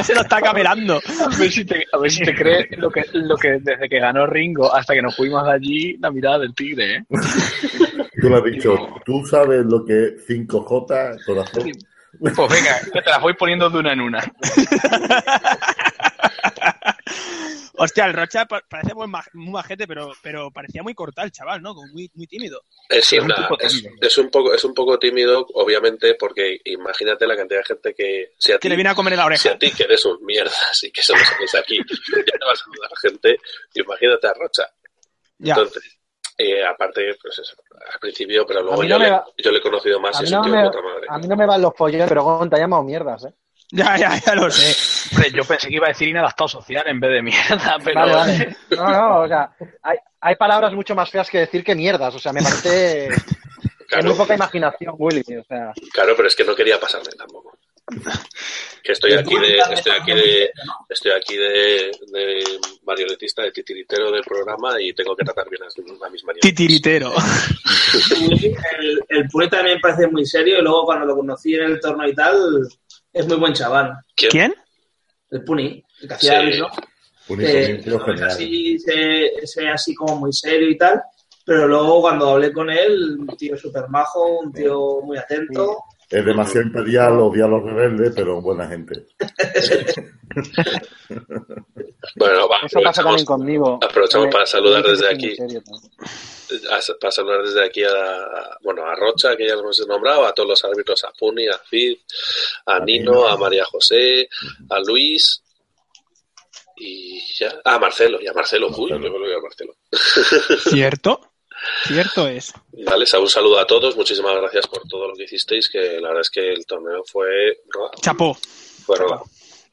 Speaker 4: Se lo está camerando.
Speaker 6: A ver si te, a ver si te crees lo que, lo que desde que ganó Ringo hasta que nos fuimos de allí, la mirada del tigre, ¿eh?
Speaker 3: Tú lo has dicho, tú sabes lo que es 5J, corazón.
Speaker 6: Pues venga, te las voy poniendo de una en una.
Speaker 4: Hostia, el Rocha pa- parece muy, ma- muy majete, pero, pero parecía muy cortal, chaval, ¿no? Como muy, muy tímido.
Speaker 1: Es,
Speaker 6: Sí, es un
Speaker 1: una-
Speaker 6: tipo
Speaker 1: es-
Speaker 6: tímido.
Speaker 1: es un poco, es un poco tímido, obviamente, porque imagínate la cantidad de gente que si a
Speaker 4: Que
Speaker 1: ti,
Speaker 4: le viene a comer en la
Speaker 1: si
Speaker 4: oreja.
Speaker 1: a ti que eres un mierda, *laughs* así que eso lo sabes aquí, ya te vas a saludar gente, imagínate a Rocha.
Speaker 4: Ya.
Speaker 1: Entonces, eh, aparte, pues eso, al principio, pero luego
Speaker 2: mí
Speaker 1: yo,
Speaker 2: no
Speaker 1: le,
Speaker 2: me va-
Speaker 1: yo le he conocido más
Speaker 2: A
Speaker 1: y
Speaker 2: mí,
Speaker 1: es
Speaker 2: no
Speaker 1: un tío
Speaker 2: me,
Speaker 1: de puta madre.
Speaker 2: a mí no me van los pollos, pero con te ha llamado mierdas, ¿eh?
Speaker 4: Ya, ya, ya lo sé.
Speaker 6: Hombre, yo pensé que iba a decir inadaptado social en vez de mierda, pero
Speaker 2: Vale, vale. No, no, o sea, hay, hay palabras mucho más feas que decir que mierdas, o sea, me parece que
Speaker 1: Claro,
Speaker 2: muy poca imaginación, Willy, o sea.
Speaker 1: claro, pero es que no quería pasarme tampoco. Que estoy aquí de, estoy aquí de, estoy aquí de, de marioletista, de titiritero del programa y tengo que tratar bien a, a mis marionetas.
Speaker 4: Titiritero.
Speaker 5: El, el poeta también parece muy serio y luego cuando lo conocí en el torneo y tal, es muy buen chaval.
Speaker 4: ¿Quién?
Speaker 5: El Puni, el que hacía
Speaker 1: Sí.
Speaker 5: el, ¿no?
Speaker 3: Único
Speaker 5: Eh,
Speaker 3: limpio
Speaker 5: no, es
Speaker 3: general.
Speaker 5: así, se- se- así como muy serio y tal, pero luego cuando hablé con él, un tío súper majo, un tío muy atento.
Speaker 3: Es demasiado imperial, odia a los rebeldes, pero buena gente.
Speaker 1: Bueno, va,
Speaker 2: Eso pasa
Speaker 1: aprovechamos-
Speaker 2: también conmigo.
Speaker 1: aprovechamos
Speaker 2: Eh,
Speaker 1: para saludar
Speaker 2: Willy,
Speaker 1: desde
Speaker 2: es muy
Speaker 1: aquí.
Speaker 2: serio, tío.
Speaker 1: a- para saludar desde aquí a, bueno, a Rocha, que ya lo hemos nombrado, a todos los árbitros, a Puni, a Cid, a Nino, a María José, a Luis y ya, Ah, a Marcelo, y a Marcelo, uy,
Speaker 3: Marcelo.
Speaker 1: me olvidé a Marcelo.
Speaker 4: ¿Cierto? Cierto es.
Speaker 1: Vale, Saúl, saludo a todos, muchísimas gracias por todo lo que hicisteis, que la verdad es que el torneo fue roba,
Speaker 4: Chapó.
Speaker 1: fue roba.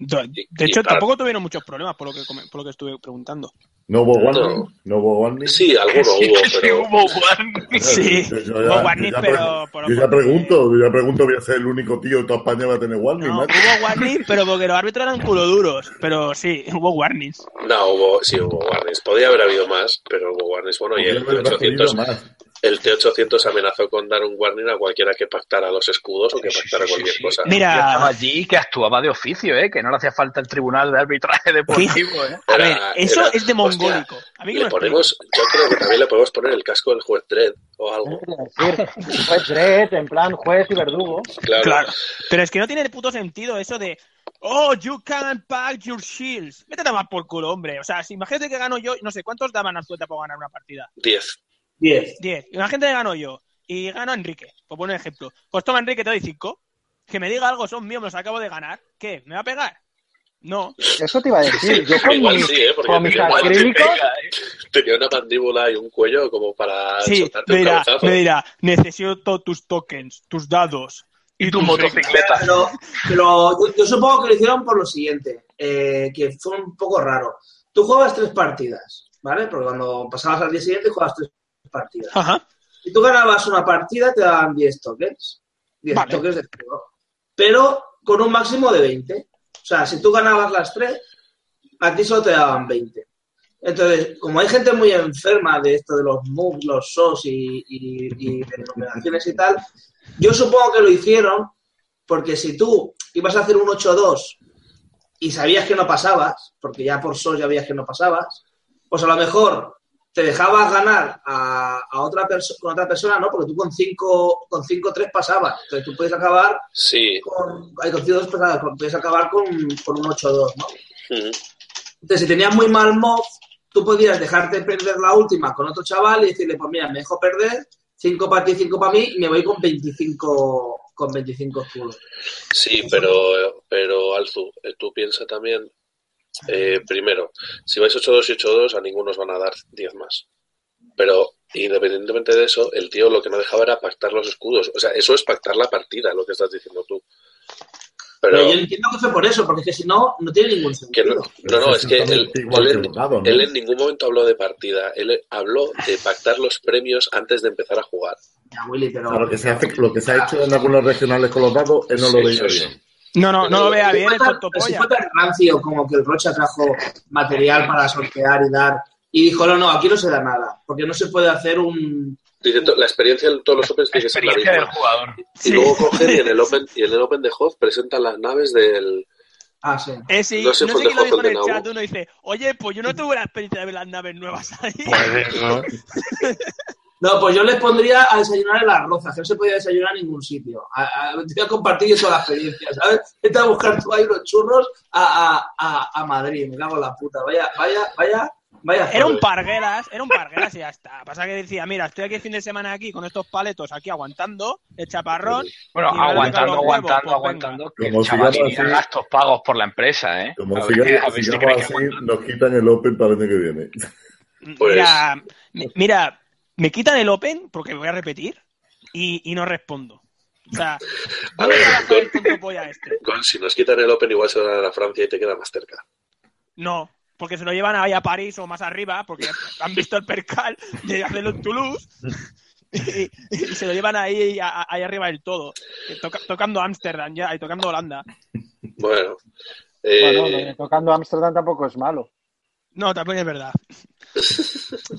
Speaker 4: De de
Speaker 1: Y- y
Speaker 4: hecho,
Speaker 1: para-
Speaker 4: tampoco tuvieron muchos problemas por lo que, come- por lo que estuve preguntando.
Speaker 3: ¿No hubo
Speaker 1: No.
Speaker 3: warning? ¿No hubo warning?
Speaker 1: Sí, alguno hubo,
Speaker 6: Sí, *laughs* que sí
Speaker 1: pero
Speaker 6: hubo one.
Speaker 4: Sí,
Speaker 3: Yo- yo ya-
Speaker 4: hubo warning,
Speaker 3: yo ya
Speaker 4: pero...
Speaker 3: pre-
Speaker 4: por-
Speaker 3: Yo ya pregunto, yo ya pregunto, voy a ser el único tío de toda España que va a tener warning,
Speaker 4: No,
Speaker 3: macho.
Speaker 4: hubo warnings, pero porque los árbitros eran culo duros. Pero sí, hubo warnings.
Speaker 1: no hubo, sí hubo warnings, podía haber habido más, pero hubo warnings, bueno, y
Speaker 3: Podría
Speaker 1: el
Speaker 3: haber recibido
Speaker 1: 800
Speaker 3: más.
Speaker 1: El T-800 amenazó con dar un warning a cualquiera que pactara los escudos o que
Speaker 6: Sí,
Speaker 1: pactara
Speaker 6: sí, sí,
Speaker 1: cualquier
Speaker 6: sí.
Speaker 1: cosa.
Speaker 4: Mira.
Speaker 6: Yo estaba allí que actuaba de oficio, ¿eh? Que no le hacía falta el tribunal de arbitraje deportivo, ¿eh?
Speaker 4: A
Speaker 1: Era-
Speaker 4: ver, eso
Speaker 1: era-
Speaker 4: es de mongólico. A mí que
Speaker 1: Le
Speaker 4: me
Speaker 1: ponemos, yo creo que también le podemos poner el casco del juez Dredd o
Speaker 2: Yo
Speaker 1: algo.
Speaker 2: quería decir, Juez Dredd, en plan juez y verdugo.
Speaker 1: Claro.
Speaker 4: Claro. Pero es que no tiene puto sentido eso de. Oh, you can pack your shields. Vete a tomar por culo, hombre. O sea, si imagínate que gano yo, no sé, ¿cuántos daban al suelta por ganar una partida?
Speaker 1: 10.
Speaker 5: Diez.
Speaker 4: Diez. Imagínate que gano yo y gano a Enrique, por poner un ejemplo. Pues toma Enrique, te doy cinco. Que me diga algo, son míos, me los acabo de ganar. ¿Qué? ¿Me va a pegar? No.
Speaker 2: Eso te iba a decir. Yo con
Speaker 1: Igual
Speaker 2: mis,
Speaker 1: sí, ¿eh? Porque
Speaker 2: con mis
Speaker 1: tenía,
Speaker 6: Igual te
Speaker 2: acrílicos,
Speaker 6: pega, ¿eh?
Speaker 1: *laughs* tenía una mandíbula y un cuello como para
Speaker 4: Sí,
Speaker 1: soltarte
Speaker 4: me
Speaker 1: un
Speaker 4: dirá,
Speaker 1: cabezazo.
Speaker 4: me dirá, necesito tus tokens, tus dados.
Speaker 6: Y tu
Speaker 4: tus
Speaker 6: motocicleta.
Speaker 5: Pero, pero yo, yo supongo que lo hicieron por lo siguiente, eh, que fue un poco raro. Tú jugabas tres partidas, ¿vale? Porque cuando pasabas al día siguiente jugabas tres partidas.
Speaker 4: Ajá.
Speaker 5: Si tú ganabas una partida, te daban 10 tokens. 10
Speaker 4: Vale.
Speaker 5: tokens de juego. Pero con un máximo de 20. O sea, si tú ganabas las 3, a ti solo te daban 20. Entonces, como hay gente muy enferma de esto de los MOOCs, los SOS y, y, y de numeraciones y tal, yo supongo que lo hicieron porque si tú ibas a hacer un 8-2 y sabías que no pasabas, porque ya por SOS ya sabías que no pasabas, pues a lo mejor te dejabas ganar a, a otra perso- con otra persona, ¿no? Porque tú con 5 con cinco, tres pasabas. Entonces tú puedes acabar
Speaker 1: Sí.
Speaker 5: con, ay, con 5-2 pasabas, con- puedes acabar con, con un 8-2, ¿no?
Speaker 1: Mm.
Speaker 5: Entonces, si tenías muy mal mod, tú podías dejarte perder la última con otro chaval y decirle, pues mira, me dejo perder, 5 para ti, 5 para mí, y me voy con 25, con 25 escudos.
Speaker 1: Sí, pero, pero Alzu, eh, tú piensa también, eh, primero, si vais 8-2 y 8-2, a ninguno os van a dar 10 más. Pero independientemente de eso, el tío lo que no dejaba era pactar los escudos. O sea, eso es pactar la partida, lo que estás diciendo tú.
Speaker 5: Pero,
Speaker 1: Pero
Speaker 5: yo entiendo que fue por eso, porque es que si no, no tiene ningún
Speaker 1: que no,
Speaker 5: sentido.
Speaker 1: no, no, es que él,
Speaker 3: Igual
Speaker 1: él en-
Speaker 3: que Hurtado, ¿no?
Speaker 1: él en ningún momento habló de partida, él habló de pactar los premios antes de empezar a jugar.
Speaker 5: Ya, Willy, pero... Ah.
Speaker 3: Claro, que se hace- lo que se ha hecho en algunos regionales con los dados, él no
Speaker 1: Sí,
Speaker 3: lo veía
Speaker 1: sí,
Speaker 3: bien.
Speaker 4: No, no, no lo vea
Speaker 5: Si
Speaker 4: bien,
Speaker 5: fue
Speaker 4: es
Speaker 5: tan-
Speaker 4: tonto
Speaker 5: Si
Speaker 4: polla.
Speaker 5: fue tan rancio como que el Rocha trajo material para sortear y dar Y dijo, no, no, aquí no se da nada, porque no se puede hacer un...
Speaker 1: Dice, to- la experiencia de todos los Opens tiene que ser la
Speaker 6: Experiencia del
Speaker 1: misma.
Speaker 6: jugador.
Speaker 1: Y luego cogen y en el Open, y en el open de Hoth presentan las naves del...
Speaker 5: Ah, sí.
Speaker 4: Eh, sí,
Speaker 1: No
Speaker 4: no
Speaker 1: sé
Speaker 4: sé,
Speaker 1: por
Speaker 4: quién
Speaker 1: qué
Speaker 4: lo dijo en el
Speaker 1: Jorge
Speaker 4: chat,
Speaker 1: Nau.
Speaker 4: uno dice, oye, pues yo no tuve la experiencia de ver las naves nuevas
Speaker 1: *laughs*
Speaker 4: ahí.
Speaker 7: Pues eso.
Speaker 5: No, pues yo les pondría a desayunar en las rozas, que no se podía desayunar en ningún sitio. A, a- te voy a compartir yo toda la experiencia, ¿sabes? Vete a buscar tú ahí los churros a, a, a, a Madrid, me cago en la puta. Vaya, vaya, vaya, vaya.
Speaker 4: Era un
Speaker 5: par.
Speaker 4: parguelas, era un parguelas y ya está. Pasa que decía, mira, estoy aquí el fin de semana aquí con estos paletos aquí aguantando, el chaparrón.
Speaker 6: Bueno,
Speaker 4: Y ahora le toca
Speaker 6: aguantando,
Speaker 4: los huevos,
Speaker 6: aguantando,
Speaker 4: pues venga.
Speaker 6: aguantando. Que
Speaker 3: Como
Speaker 6: el chaval
Speaker 3: sigamos
Speaker 6: tenía
Speaker 3: así-
Speaker 6: gastos pagos por la empresa, ¿eh?
Speaker 3: Como
Speaker 6: A ver,
Speaker 3: sigamos,
Speaker 6: a ver si
Speaker 3: sigamos
Speaker 6: crees que
Speaker 3: así,
Speaker 6: aguantan.
Speaker 3: nos quitan el Open para el año que viene. *laughs*
Speaker 1: Pues-
Speaker 4: Mira, mi- mira, me quitan el Open porque voy a repetir y, y no respondo. O sea,
Speaker 1: *laughs* A
Speaker 4: voy
Speaker 1: ver,
Speaker 4: a hacer el
Speaker 1: Gon-
Speaker 4: tonto polla este.
Speaker 1: Gon, si nos quitan el Open igual se van a la Francia y te queda más cerca.
Speaker 4: No, porque se lo llevan ahí a París o más arriba, porque han visto el percal de hacerlo en Toulouse. Y, y se lo llevan ahí, a- a- ahí arriba del todo, que toca- tocando Ámsterdam ya y tocando Holanda.
Speaker 1: Bueno. eh,
Speaker 2: Bueno, lo de tocando Ámsterdam tampoco es malo.
Speaker 4: No, también es verdad.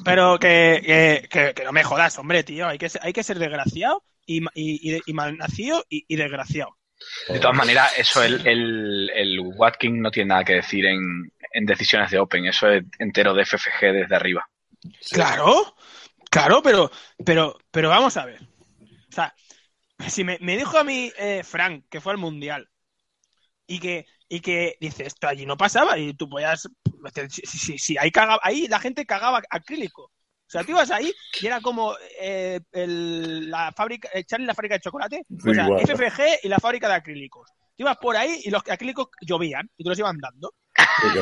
Speaker 4: Pero que, que- que- que no me jodas, hombre, tío. Hay que ser, hay que ser desgraciado y, ma- y, y- y malnacido y, y desgraciado.
Speaker 6: De todas maneras, eso el, el, el Watkins no tiene nada que decir en, en decisiones de Open. Eso es entero de FFG desde arriba.
Speaker 4: Claro, claro, pero, pero, pero vamos a ver. O sea, si me, me dijo a mí eh, Frank que fue al mundial y que, y que dice esto allí no pasaba y tú podías. Si, si- si ahí, cagaba, ahí la gente cagaba acrílico. O sea, tú ibas ahí y era como eh, el- la fábrica, eh, Charlie la fábrica de chocolate, o sea,
Speaker 3: igual.
Speaker 4: FFG y la fábrica de acrílicos. Tú ibas por ahí y los acrílicos llovían y tú los ibas dando.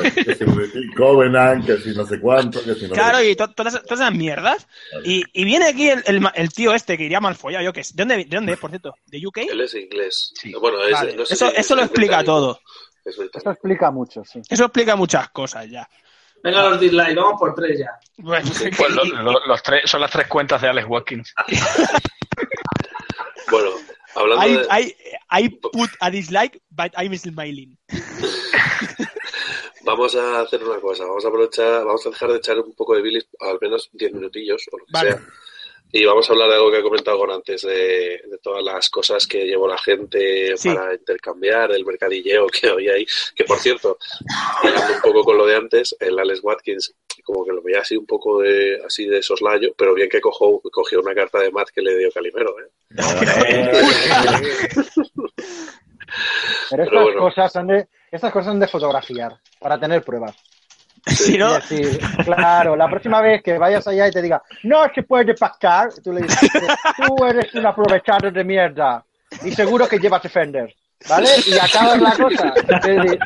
Speaker 3: Que, que si el Covenant, que si no sé cuánto, que si no
Speaker 4: Claro,
Speaker 3: sé
Speaker 4: y to- todas, todas esas mierdas. Y, y viene aquí el, el ma- el tío este que iría mal follado, yo que sé. ¿De dónde, de dónde es, por cierto? ¿De UK?
Speaker 1: él es inglés.
Speaker 6: Sí.
Speaker 1: Bueno, es-
Speaker 4: Vale.
Speaker 1: no sé
Speaker 4: eso
Speaker 1: si es
Speaker 4: eso lo explica
Speaker 1: británico.
Speaker 4: todo.
Speaker 1: Es
Speaker 2: Esto
Speaker 1: británico.
Speaker 2: explica mucho, sí.
Speaker 4: Eso explica muchas cosas ya. *laughs*
Speaker 5: Venga, los dislikes, vamos por tres ya.
Speaker 4: Bueno, *laughs*
Speaker 6: Pues lo- lo- los tres, son las tres cuentas de Alex Watkins.
Speaker 1: Bueno, hablando
Speaker 4: I,
Speaker 1: de...
Speaker 4: I- I put a dislike, but I'm smiling. *laughs*
Speaker 1: Vamos a hacer una cosa, vamos a aprovechar, vamos a dejar de echar un poco de bilis, al menos 10 minutillos o lo que
Speaker 4: Vale.
Speaker 1: sea. Y vamos a hablar de algo que ha comentado con antes, de, de todas las cosas que llevó la gente
Speaker 4: Sí.
Speaker 1: para intercambiar, el mercadilleo que había ahí. Que por cierto, hablando un poco con lo de antes, el Alex Watkins como que lo veía así un poco de así de soslayo, pero bien que cojo, cogió una carta de Matt que le dio Calimero. ¿eh?
Speaker 2: Pero
Speaker 1: Pero
Speaker 2: estas,
Speaker 1: bueno.
Speaker 2: cosas han de, estas cosas han de fotografiar para tener pruebas.
Speaker 4: Si no,
Speaker 2: Y así, claro, la próxima vez que vayas allá y te diga, no se puede pactar, tú le dices, tú eres un aprovechado de mierda y seguro que llevas Defender, ¿vale? Y acabas la cosa. Es decir,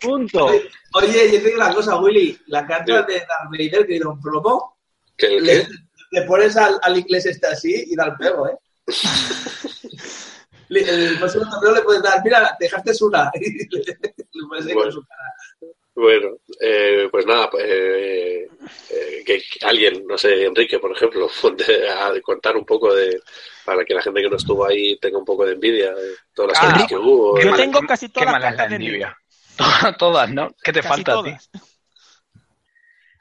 Speaker 2: Punto.
Speaker 5: Oye, yo te digo una cosa, Willy. La carta de Darth Vader que dieron un promo,
Speaker 1: ¿Que el
Speaker 5: le,
Speaker 1: qué?
Speaker 5: le pones al, al inglés este así y da el pego, ¿eh? Le- el próximo torneo le puedes dar, mira, dejaste una. Y *laughs* le, le puedes ir con su cara.
Speaker 1: Bueno, eh, pues nada, eh, eh, que alguien, no sé, Enrique, por ejemplo, *laughs* ponte a contar un poco de, para que la gente que no estuvo ahí tenga un poco de envidia de todas las
Speaker 6: Ah,
Speaker 1: cosas que hubo.
Speaker 4: yo
Speaker 6: mala-
Speaker 4: tengo casi
Speaker 6: Qué
Speaker 4: todas las
Speaker 6: mala es la
Speaker 4: cartas de Nibia.
Speaker 6: endivia. *laughs* todas, ¿no? ¿Qué te
Speaker 4: Casi
Speaker 6: falta a ti?
Speaker 4: todas.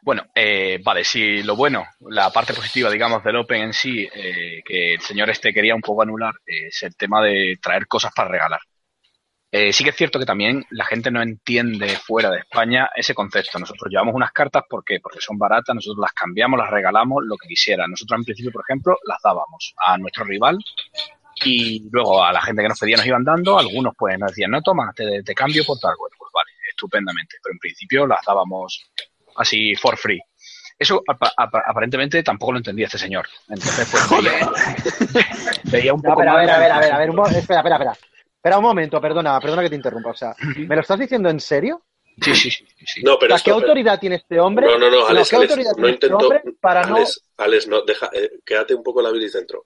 Speaker 6: Bueno, eh, vale, si lo bueno, la parte positiva, digamos, del Open en sí, eh, que el señor este quería un poco anular, eh, es el tema de traer cosas para regalar. Eh, sí que es cierto que también la gente no entiende fuera de España ese concepto. Nosotros llevamos unas cartas, ¿por qué? Porque son baratas, nosotros las cambiamos, las regalamos, lo que quisiera. Nosotros en principio, por ejemplo, las dábamos a nuestro rival y luego a la gente que nos pedía nos iban dando, algunos pues nos decían, no, toma, te, te cambio por tal. Bueno, pues vale, estupendamente. Pero en principio las dábamos así for free. Eso apa- apa- aparentemente tampoco lo entendía este señor. Entonces,
Speaker 2: *laughs*
Speaker 6: pues veía, veía un
Speaker 2: No,
Speaker 6: poco
Speaker 2: pero a
Speaker 6: mal
Speaker 2: ver, a ver, a ver, a ver, un
Speaker 6: el
Speaker 2: mo- espera, espera, espera. Espera un momento, perdona, perdona que te interrumpa. O sea, ¿me lo estás diciendo en serio?
Speaker 6: Sí, sí, sí. sí.
Speaker 1: No, pero
Speaker 2: O sea, ¿qué
Speaker 1: esto-
Speaker 2: autoridad tiene este hombre?
Speaker 1: No, no, no, Alex,
Speaker 2: ¿qué
Speaker 1: Alex,
Speaker 2: autoridad
Speaker 1: no
Speaker 2: tiene este
Speaker 1: intentó.
Speaker 2: hombre para no...
Speaker 1: Alex, Alex, no, deja, eh, quédate un poco la bilis dentro.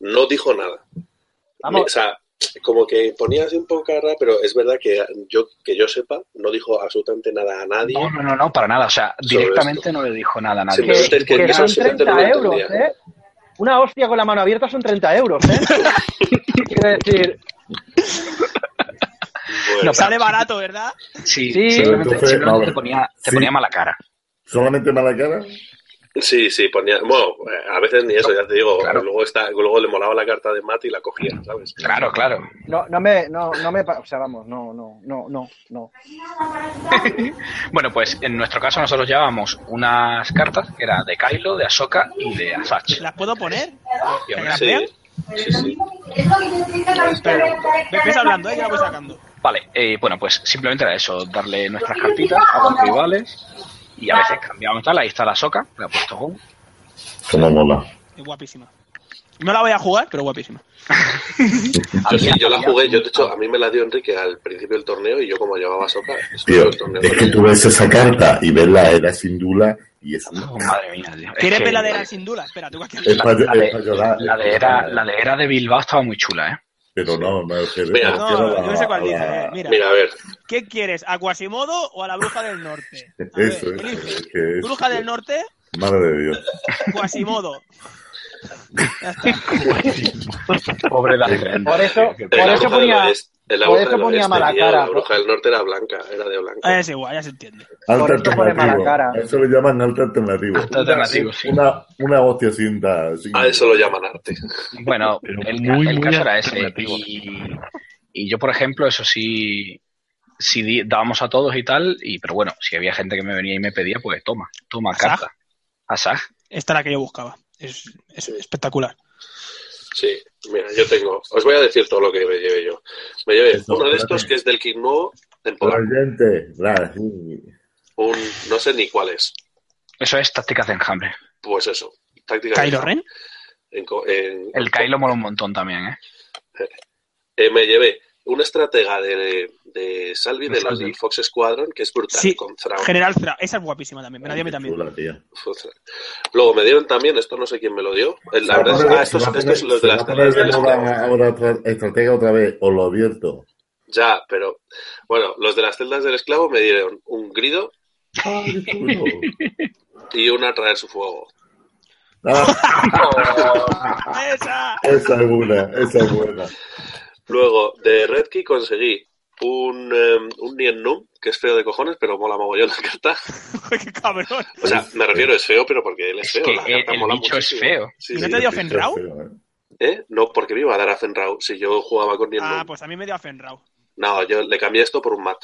Speaker 1: No dijo nada.
Speaker 2: Vamos.
Speaker 1: O sea, como que ponía así un poco cara, pero es verdad que yo, que yo sepa, no dijo absolutamente nada a nadie.
Speaker 6: No, no, no, no, para nada. O sea,
Speaker 1: Sobre
Speaker 6: directamente no le dijo nada a nadie.
Speaker 1: Simplemente es que
Speaker 2: que
Speaker 1: eso
Speaker 2: son
Speaker 1: sí que te lo
Speaker 2: 30 euros,
Speaker 1: entendía.
Speaker 2: ¿eh? Una hostia con la mano abierta son 30 euros,
Speaker 1: *laughs*
Speaker 2: ¿eh? Quiero decir,
Speaker 1: Bueno,
Speaker 6: No,
Speaker 4: Sale barato, ¿verdad?
Speaker 6: Sí,
Speaker 2: Sí.
Speaker 6: simplemente,
Speaker 3: Entonces,
Speaker 6: simplemente
Speaker 3: vale.
Speaker 6: te, ponía, te
Speaker 3: Sí.
Speaker 6: ponía mala cara.
Speaker 3: ¿Solamente mala cara?
Speaker 1: Sí, sí, ponía. Bueno, eh, a veces ni eso, ya te digo.
Speaker 6: Claro.
Speaker 1: Luego, está, luego le molaba la carta de Matt y la cogía, ¿sabes?
Speaker 6: Claro, claro.
Speaker 2: No, no me, no, no me, pa- o sea, vamos, no, no, no, no, no.
Speaker 6: Bueno, pues en nuestro caso nosotros llevábamos unas cartas que eran de Kylo, de Ahsoka y de Azache.
Speaker 4: ¿Las puedo poner?
Speaker 6: Y aún
Speaker 4: ¿La
Speaker 6: así-
Speaker 1: Sí,
Speaker 4: vean?
Speaker 1: sí, sí.
Speaker 4: ¿Me ves hablando? Ahí ya la voy sacando.
Speaker 6: Vale, eh, bueno, pues simplemente era eso, darle nuestras cartitas a los rivales y a veces cambiamos tal, ahí está la soca, la ha puesto Gon.
Speaker 3: Que no mola.
Speaker 4: Es guapísima. No la voy a jugar, pero guapísima.
Speaker 1: Yo, sí,
Speaker 6: Había-
Speaker 1: yo la
Speaker 6: había-
Speaker 1: jugué, yo de hecho, a mí me la dio Enrique al principio del torneo y yo, como llevaba soca, estuve
Speaker 3: Tío,
Speaker 1: el torneo
Speaker 3: es
Speaker 1: con
Speaker 3: que
Speaker 1: ella.
Speaker 3: tú ves esa carta y ves la era sin dula y es una...
Speaker 6: Oh, madre mía, tío. Es
Speaker 4: ¿Quieres
Speaker 6: que-
Speaker 4: ver la de la sin duda? Espera, tengo que
Speaker 3: Es
Speaker 6: La-
Speaker 3: para
Speaker 6: la de-
Speaker 3: llorar.
Speaker 6: la de era, la de era de Bilbao estaba muy chula, ¿eh?
Speaker 3: Pero no, no es que...
Speaker 1: Mira.
Speaker 3: me
Speaker 4: No,
Speaker 3: refiero a
Speaker 4: yo sé cuál
Speaker 3: a
Speaker 4: dice.
Speaker 3: la-
Speaker 4: eh. Mira,
Speaker 1: Mira, a ver,
Speaker 4: ¿qué quieres? ¿A Quasimodo o a la Bruja del Norte? A ver,
Speaker 3: Eso es,
Speaker 4: elige.
Speaker 3: es que es-
Speaker 4: Bruja del Norte,
Speaker 3: Madre de Dios.
Speaker 4: Quasimodo.
Speaker 6: Pobre la
Speaker 2: Por eso,
Speaker 1: en
Speaker 2: Por
Speaker 1: la
Speaker 2: eso
Speaker 1: bruja del
Speaker 2: ponía-
Speaker 1: oeste- en la
Speaker 2: por
Speaker 1: bruja
Speaker 2: eso
Speaker 1: del
Speaker 2: ponía
Speaker 1: oeste,
Speaker 2: mala
Speaker 1: tío,
Speaker 2: cara, Eh,
Speaker 1: La
Speaker 2: por-
Speaker 1: bruja del norte era blanca, era de blanco.
Speaker 4: Es igual, ya se entiende.
Speaker 3: Alta
Speaker 2: Por eso pone mala
Speaker 3: alternativa.
Speaker 2: cara.
Speaker 3: A Eso le llaman alta alternativa.
Speaker 6: Alta alternativa, sí.
Speaker 3: Una, una hostia cinta. sin-
Speaker 4: Ah,
Speaker 1: A eso lo llaman arte. *laughs*
Speaker 6: Bueno,
Speaker 7: *laughs* Pero
Speaker 6: el,
Speaker 7: muy,
Speaker 6: el
Speaker 7: muy
Speaker 6: caso era ese.
Speaker 7: alternativo.
Speaker 6: Y, y yo, por ejemplo, eso sí, sí di- dábamos a todos y tal, y pero bueno, si había gente que me venía y me pedía, pues toma, toma
Speaker 4: ¿Asaj?
Speaker 6: carta. Asaj.
Speaker 4: Esta es la que yo buscaba. Es, es espectacular.
Speaker 1: Sí, mira, yo tengo. Os voy a decir todo lo que me llevé yo. Me llevé
Speaker 3: Eso,
Speaker 1: uno de
Speaker 3: espérate.
Speaker 1: estos que es del King Nuevo, en
Speaker 3: La
Speaker 1: Polar.
Speaker 3: gente. la- sí.
Speaker 1: Un, no sé ni cuál es.
Speaker 6: Eso es tácticas de enjambre.
Speaker 1: Pues eso. Táctica de-
Speaker 4: ¿Kylo Ren?
Speaker 1: en co- en-
Speaker 6: El Kylo mola un montón también,
Speaker 1: *laughs*
Speaker 6: ¿eh?
Speaker 1: eh, me llevé un estratega de, de Salvi,
Speaker 6: De
Speaker 1: de los
Speaker 6: Salvi.
Speaker 1: del Fox Squadron, que es brutal.
Speaker 4: Sí,
Speaker 1: con Thrawn.
Speaker 4: General Zra. Esa es guapísima también. Me la dio a mí
Speaker 3: Qué
Speaker 4: también.
Speaker 3: chula, tía.
Speaker 1: Luego me dieron también, esto no sé quién me lo dio. Eh, La
Speaker 3: Se va
Speaker 1: verdad
Speaker 3: a
Speaker 1: es
Speaker 3: poner-
Speaker 1: ah, estos,
Speaker 3: se va a
Speaker 1: estos
Speaker 3: poner-
Speaker 1: los de
Speaker 3: se
Speaker 1: las
Speaker 3: va a poner de
Speaker 1: tareas
Speaker 3: moda
Speaker 1: de las-
Speaker 3: ahora otra- estratega otra vez, os lo advierto.
Speaker 1: Ya, pero bueno, los de las celdas del esclavo me dieron un grido
Speaker 3: Ay, qué chulo.
Speaker 1: y una traer su fuego.
Speaker 3: Ah,
Speaker 1: Oh,
Speaker 7: *laughs*
Speaker 4: ¡Esa! *laughs*
Speaker 3: esa es buena, esa es buena.
Speaker 1: Luego, de Redkey conseguí un, eh, un Nien Num, que es feo de cojones, pero mola mogollón la carta.
Speaker 4: ¡Qué cabrón!
Speaker 1: O sea, me refiero, es feo, pero porque él es
Speaker 6: Es
Speaker 1: feo.
Speaker 6: que
Speaker 1: la
Speaker 6: el-
Speaker 1: carta
Speaker 6: el
Speaker 1: mola
Speaker 6: bicho es
Speaker 1: muchísimo.
Speaker 6: feo.
Speaker 1: Sí,
Speaker 4: ¿Y no
Speaker 1: sí.
Speaker 4: te dio Fenrau?
Speaker 3: Feo, ¿eh?
Speaker 1: ¿Eh? No, porque me iba a dar a Fenrau si yo jugaba con Nien
Speaker 4: Ah,
Speaker 1: Num.
Speaker 4: pues a mí me dio a Fenrau.
Speaker 1: No, yo le cambié esto por un mat.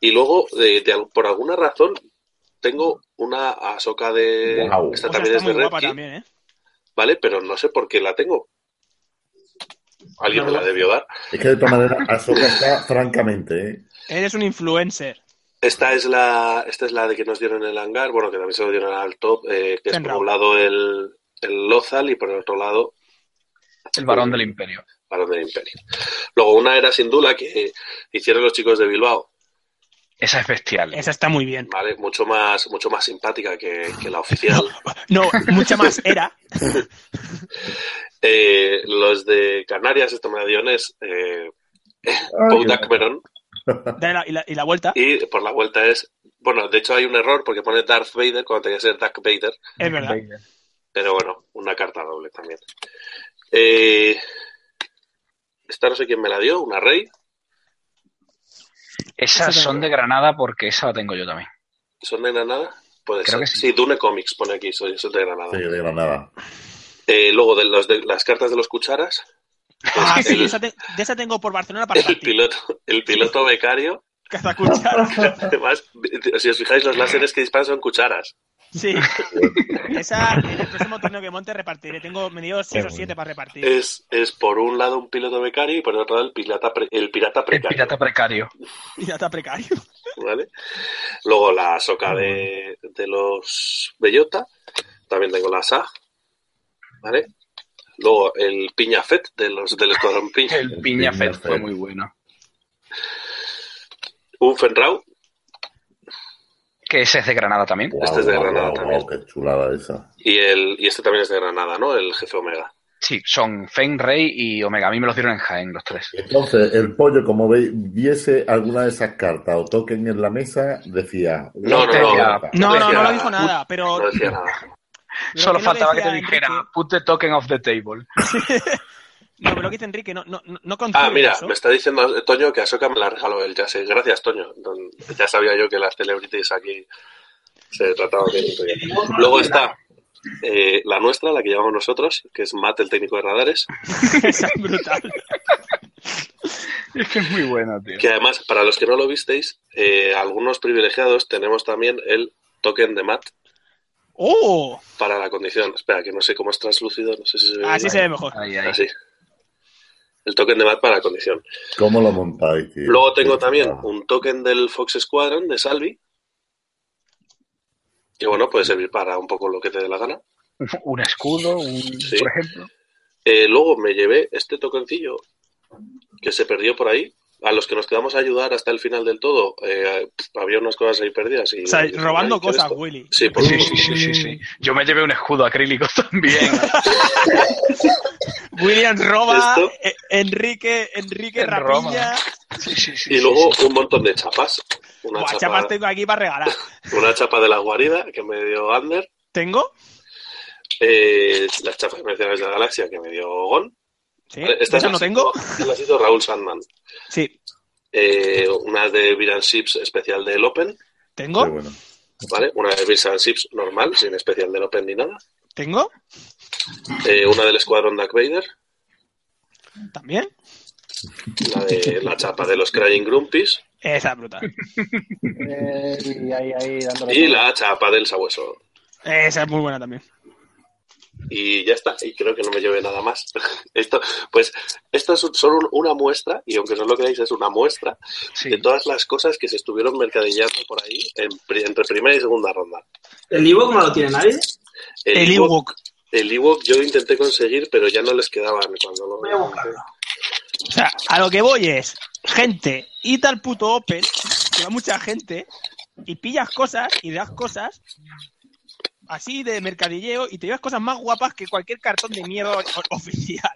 Speaker 1: Y luego, de, de al- por alguna razón, tengo una asoca de...
Speaker 3: Guau.
Speaker 1: Esta
Speaker 4: O sea,
Speaker 1: también
Speaker 4: Pues está
Speaker 1: es de
Speaker 4: muy guapa
Speaker 1: Redkey,
Speaker 4: también, ¿eh?
Speaker 1: ¿vale? Pero no sé por qué la tengo. Alguien me la debió dar.
Speaker 3: Es que de todas maneras, Asoka está francamente, ¿eh?
Speaker 4: Eres un influencer.
Speaker 1: Esta es la, esta es la de que nos dieron en el hangar, bueno, que también se lo dieron al top, eh, que es por
Speaker 4: Fenrau.
Speaker 1: un lado el, el Lozal y por el otro lado
Speaker 6: El varón del imperio.
Speaker 1: Barón del Imperio. Luego una era sin duda que hicieron los chicos de Bilbao,
Speaker 6: Esa es bestial.
Speaker 4: Esa está muy bien.
Speaker 1: ¿vale? Mucho más, mucho más simpática que, que la oficial.
Speaker 4: No, mucha más era.
Speaker 1: Eh, los de Canarias, esto me la dio Nes, eh,
Speaker 3: Ah,
Speaker 1: Pau Dameron,
Speaker 4: Dale la- y, la, y la vuelta.
Speaker 1: y por la vuelta es, bueno, de hecho hay un error porque pone Darth Vader cuando tenía que ser Darth Vader,
Speaker 4: Es verdad.
Speaker 1: Pero bueno, una carta doble también. Eh, esta no sé quién me la dio, una rey.
Speaker 6: Esas
Speaker 4: Esa
Speaker 6: son de Granada porque esa la tengo yo también.
Speaker 1: ¿Son de Granada? Puede
Speaker 6: Creo
Speaker 1: ser.
Speaker 6: que
Speaker 1: sí.
Speaker 6: sí.
Speaker 1: Dune Comics pone aquí, soy, soy de Granada.
Speaker 3: Sí, de Granada.
Speaker 1: Eh, luego, de, los, de las cartas de los cucharas, pues
Speaker 4: Ah, sí,
Speaker 1: el-
Speaker 4: esa te- de esa tengo por Barcelona para
Speaker 1: el
Speaker 4: partir.
Speaker 1: piloto, el piloto becario,
Speaker 4: Cazacuchara.
Speaker 1: además, si os fijáis, los láseres que disparan son cucharas. *laughs*
Speaker 4: Sí. Esa, en el próximo torneo que monte repartiré. Tengo, me dio 6 o 7 para repartir.
Speaker 1: Es, es por un lado un piloto becario y por el otro lado el pirata, pre- el pirata
Speaker 6: El
Speaker 1: precario.
Speaker 6: pirata precario.
Speaker 4: Y *laughs* ya está precario.
Speaker 1: *laughs* ¿vale? Luego la soca de, de los Bellota, también tengo la SA, ¿vale? Luego el Piñafet de los del Escuadrón Piña,
Speaker 6: El
Speaker 3: Piña
Speaker 6: piña Fed fue
Speaker 3: Fed.
Speaker 6: muy bueno.
Speaker 1: un Fenrau,
Speaker 6: Que ese es de Granada también.
Speaker 3: Guau,
Speaker 1: Este es de
Speaker 3: guau,
Speaker 1: Granada
Speaker 3: guau,
Speaker 1: también.
Speaker 3: guau, Qué chulada esa.
Speaker 1: y el y este también es de Granada, ¿no? El jefe Omega.
Speaker 6: Sí, son Fen, Rey y Omega. A mí me los dieron en Jaén, los tres.
Speaker 3: Entonces, el pollo, como veis, viese alguna de esas cartas o toquen en la mesa, decía.
Speaker 1: No, no,
Speaker 6: no.
Speaker 4: No, no, no lo
Speaker 1: Decía-
Speaker 4: dijo nada, pero
Speaker 1: No decía nada.
Speaker 4: Pero
Speaker 6: Solo
Speaker 4: que no
Speaker 6: faltaba que te
Speaker 4: decía
Speaker 6: dijera,
Speaker 4: Enrique.
Speaker 6: put the token off the table. *laughs*
Speaker 4: no, pero lo que dice Enrique, no, no, no- no
Speaker 1: *laughs*
Speaker 4: concibe
Speaker 1: Ah, mira,
Speaker 4: eso. *laughs*
Speaker 1: me está diciendo eh, Toño que Asoka me la regaló él, ya sé. Gracias, Toño. Don- Ya sabía yo que las celebrities aquí se trataba de eso. Luego está eh, la nuestra, la que llevamos nosotros, que es Matt, el técnico de radares,
Speaker 4: Esa es brutal.
Speaker 6: Es que es muy buena, tío.
Speaker 1: que además, para los que no lo visteis, eh, algunos privilegiados tenemos también el token de Matt
Speaker 4: ¡Oh!
Speaker 1: para la condición. Espera, que no sé cómo es translúcido, no sé si se ve.
Speaker 4: Así
Speaker 1: bien.
Speaker 4: se ve mejor.
Speaker 6: Ahí, ahí.
Speaker 1: Así. El token de Matt para la condición.
Speaker 3: ¿Cómo lo montáis, tío?
Speaker 1: Luego tengo también un token del Fox Squadron de Salvi. Que bueno, puede servir para un poco lo que te dé la gana.
Speaker 6: *laughs* Un escudo, un-
Speaker 1: Sí.
Speaker 6: por ejemplo.
Speaker 1: Eh, luego me llevé este tokencillo que se perdió por ahí. A los que nos quedamos a ayudar hasta el final del todo, eh, pff, había unas cosas ahí perdidas. Y,
Speaker 4: O sea,
Speaker 1: y-
Speaker 4: robando
Speaker 1: ay, ¿qué es
Speaker 4: cosas,
Speaker 1: Eh, esto?
Speaker 4: Willy.
Speaker 1: Sí, por
Speaker 6: Sí, sí, sí, sí, sí. Yo me llevé un escudo acrílico *laughs* también.
Speaker 4: William roba,
Speaker 1: Esto.
Speaker 4: eh, Enrique, Enrique
Speaker 6: En Roma.
Speaker 4: Rapilla.
Speaker 6: Sí, sí, sí,
Speaker 1: Y
Speaker 6: sí,
Speaker 1: luego
Speaker 6: sí.
Speaker 1: un montón de chapas. Una,
Speaker 4: Buah, chapas
Speaker 1: chapa,
Speaker 4: tengo aquí para regalar.
Speaker 1: una chapa de la guarida que me dio Ander.
Speaker 4: ¿Tengo?
Speaker 1: eh, las chapas comerciales de la galaxia que me dio Gon.
Speaker 4: Sí.
Speaker 1: Eh, estas
Speaker 4: ¿Esa no
Speaker 1: las
Speaker 4: tengo?
Speaker 1: hizo- estas las hizo Raúl Sandman.
Speaker 4: Sí.
Speaker 1: eh, una de Viral Ships especial del Open,
Speaker 3: Qué
Speaker 4: ¿Tengo?
Speaker 3: bueno.
Speaker 1: ¿vale? Una de Viral Ships normal, sin especial del Open ni nada.
Speaker 4: ¿Tengo?
Speaker 1: Eh, una del Escuadrón Dark Vader,
Speaker 4: ¿También?
Speaker 1: la de la chapa de los Crying Grumpies
Speaker 4: Esa es brutal.
Speaker 2: Eh, y ahí, ahí, dándole
Speaker 1: y
Speaker 2: todo.
Speaker 1: la chapa del Sabueso.
Speaker 4: Esa es muy buena también.
Speaker 1: Y ya está, y creo que no me lleve nada más. *laughs* Esto, pues, esto es un- solo un- una muestra, y aunque no lo creáis, es una muestra
Speaker 6: Sí.
Speaker 1: de todas las cosas que se estuvieron mercadillando por ahí en pri- entre primera y segunda ronda.
Speaker 5: ¿El Ewok no lo tiene nadie?
Speaker 4: El
Speaker 1: Ewok-
Speaker 4: Ewok.
Speaker 1: el Ewok yo lo intenté conseguir, pero ya no les quedaban cuando lo
Speaker 5: Voy a *laughs* buscarlo.
Speaker 4: O sea, a lo que voy es, gente, id al puto Open, que va mucha gente, y pillas cosas y das cosas así de mercadilleo y te llevas cosas más guapas que cualquier cartón de mierda o- oficial.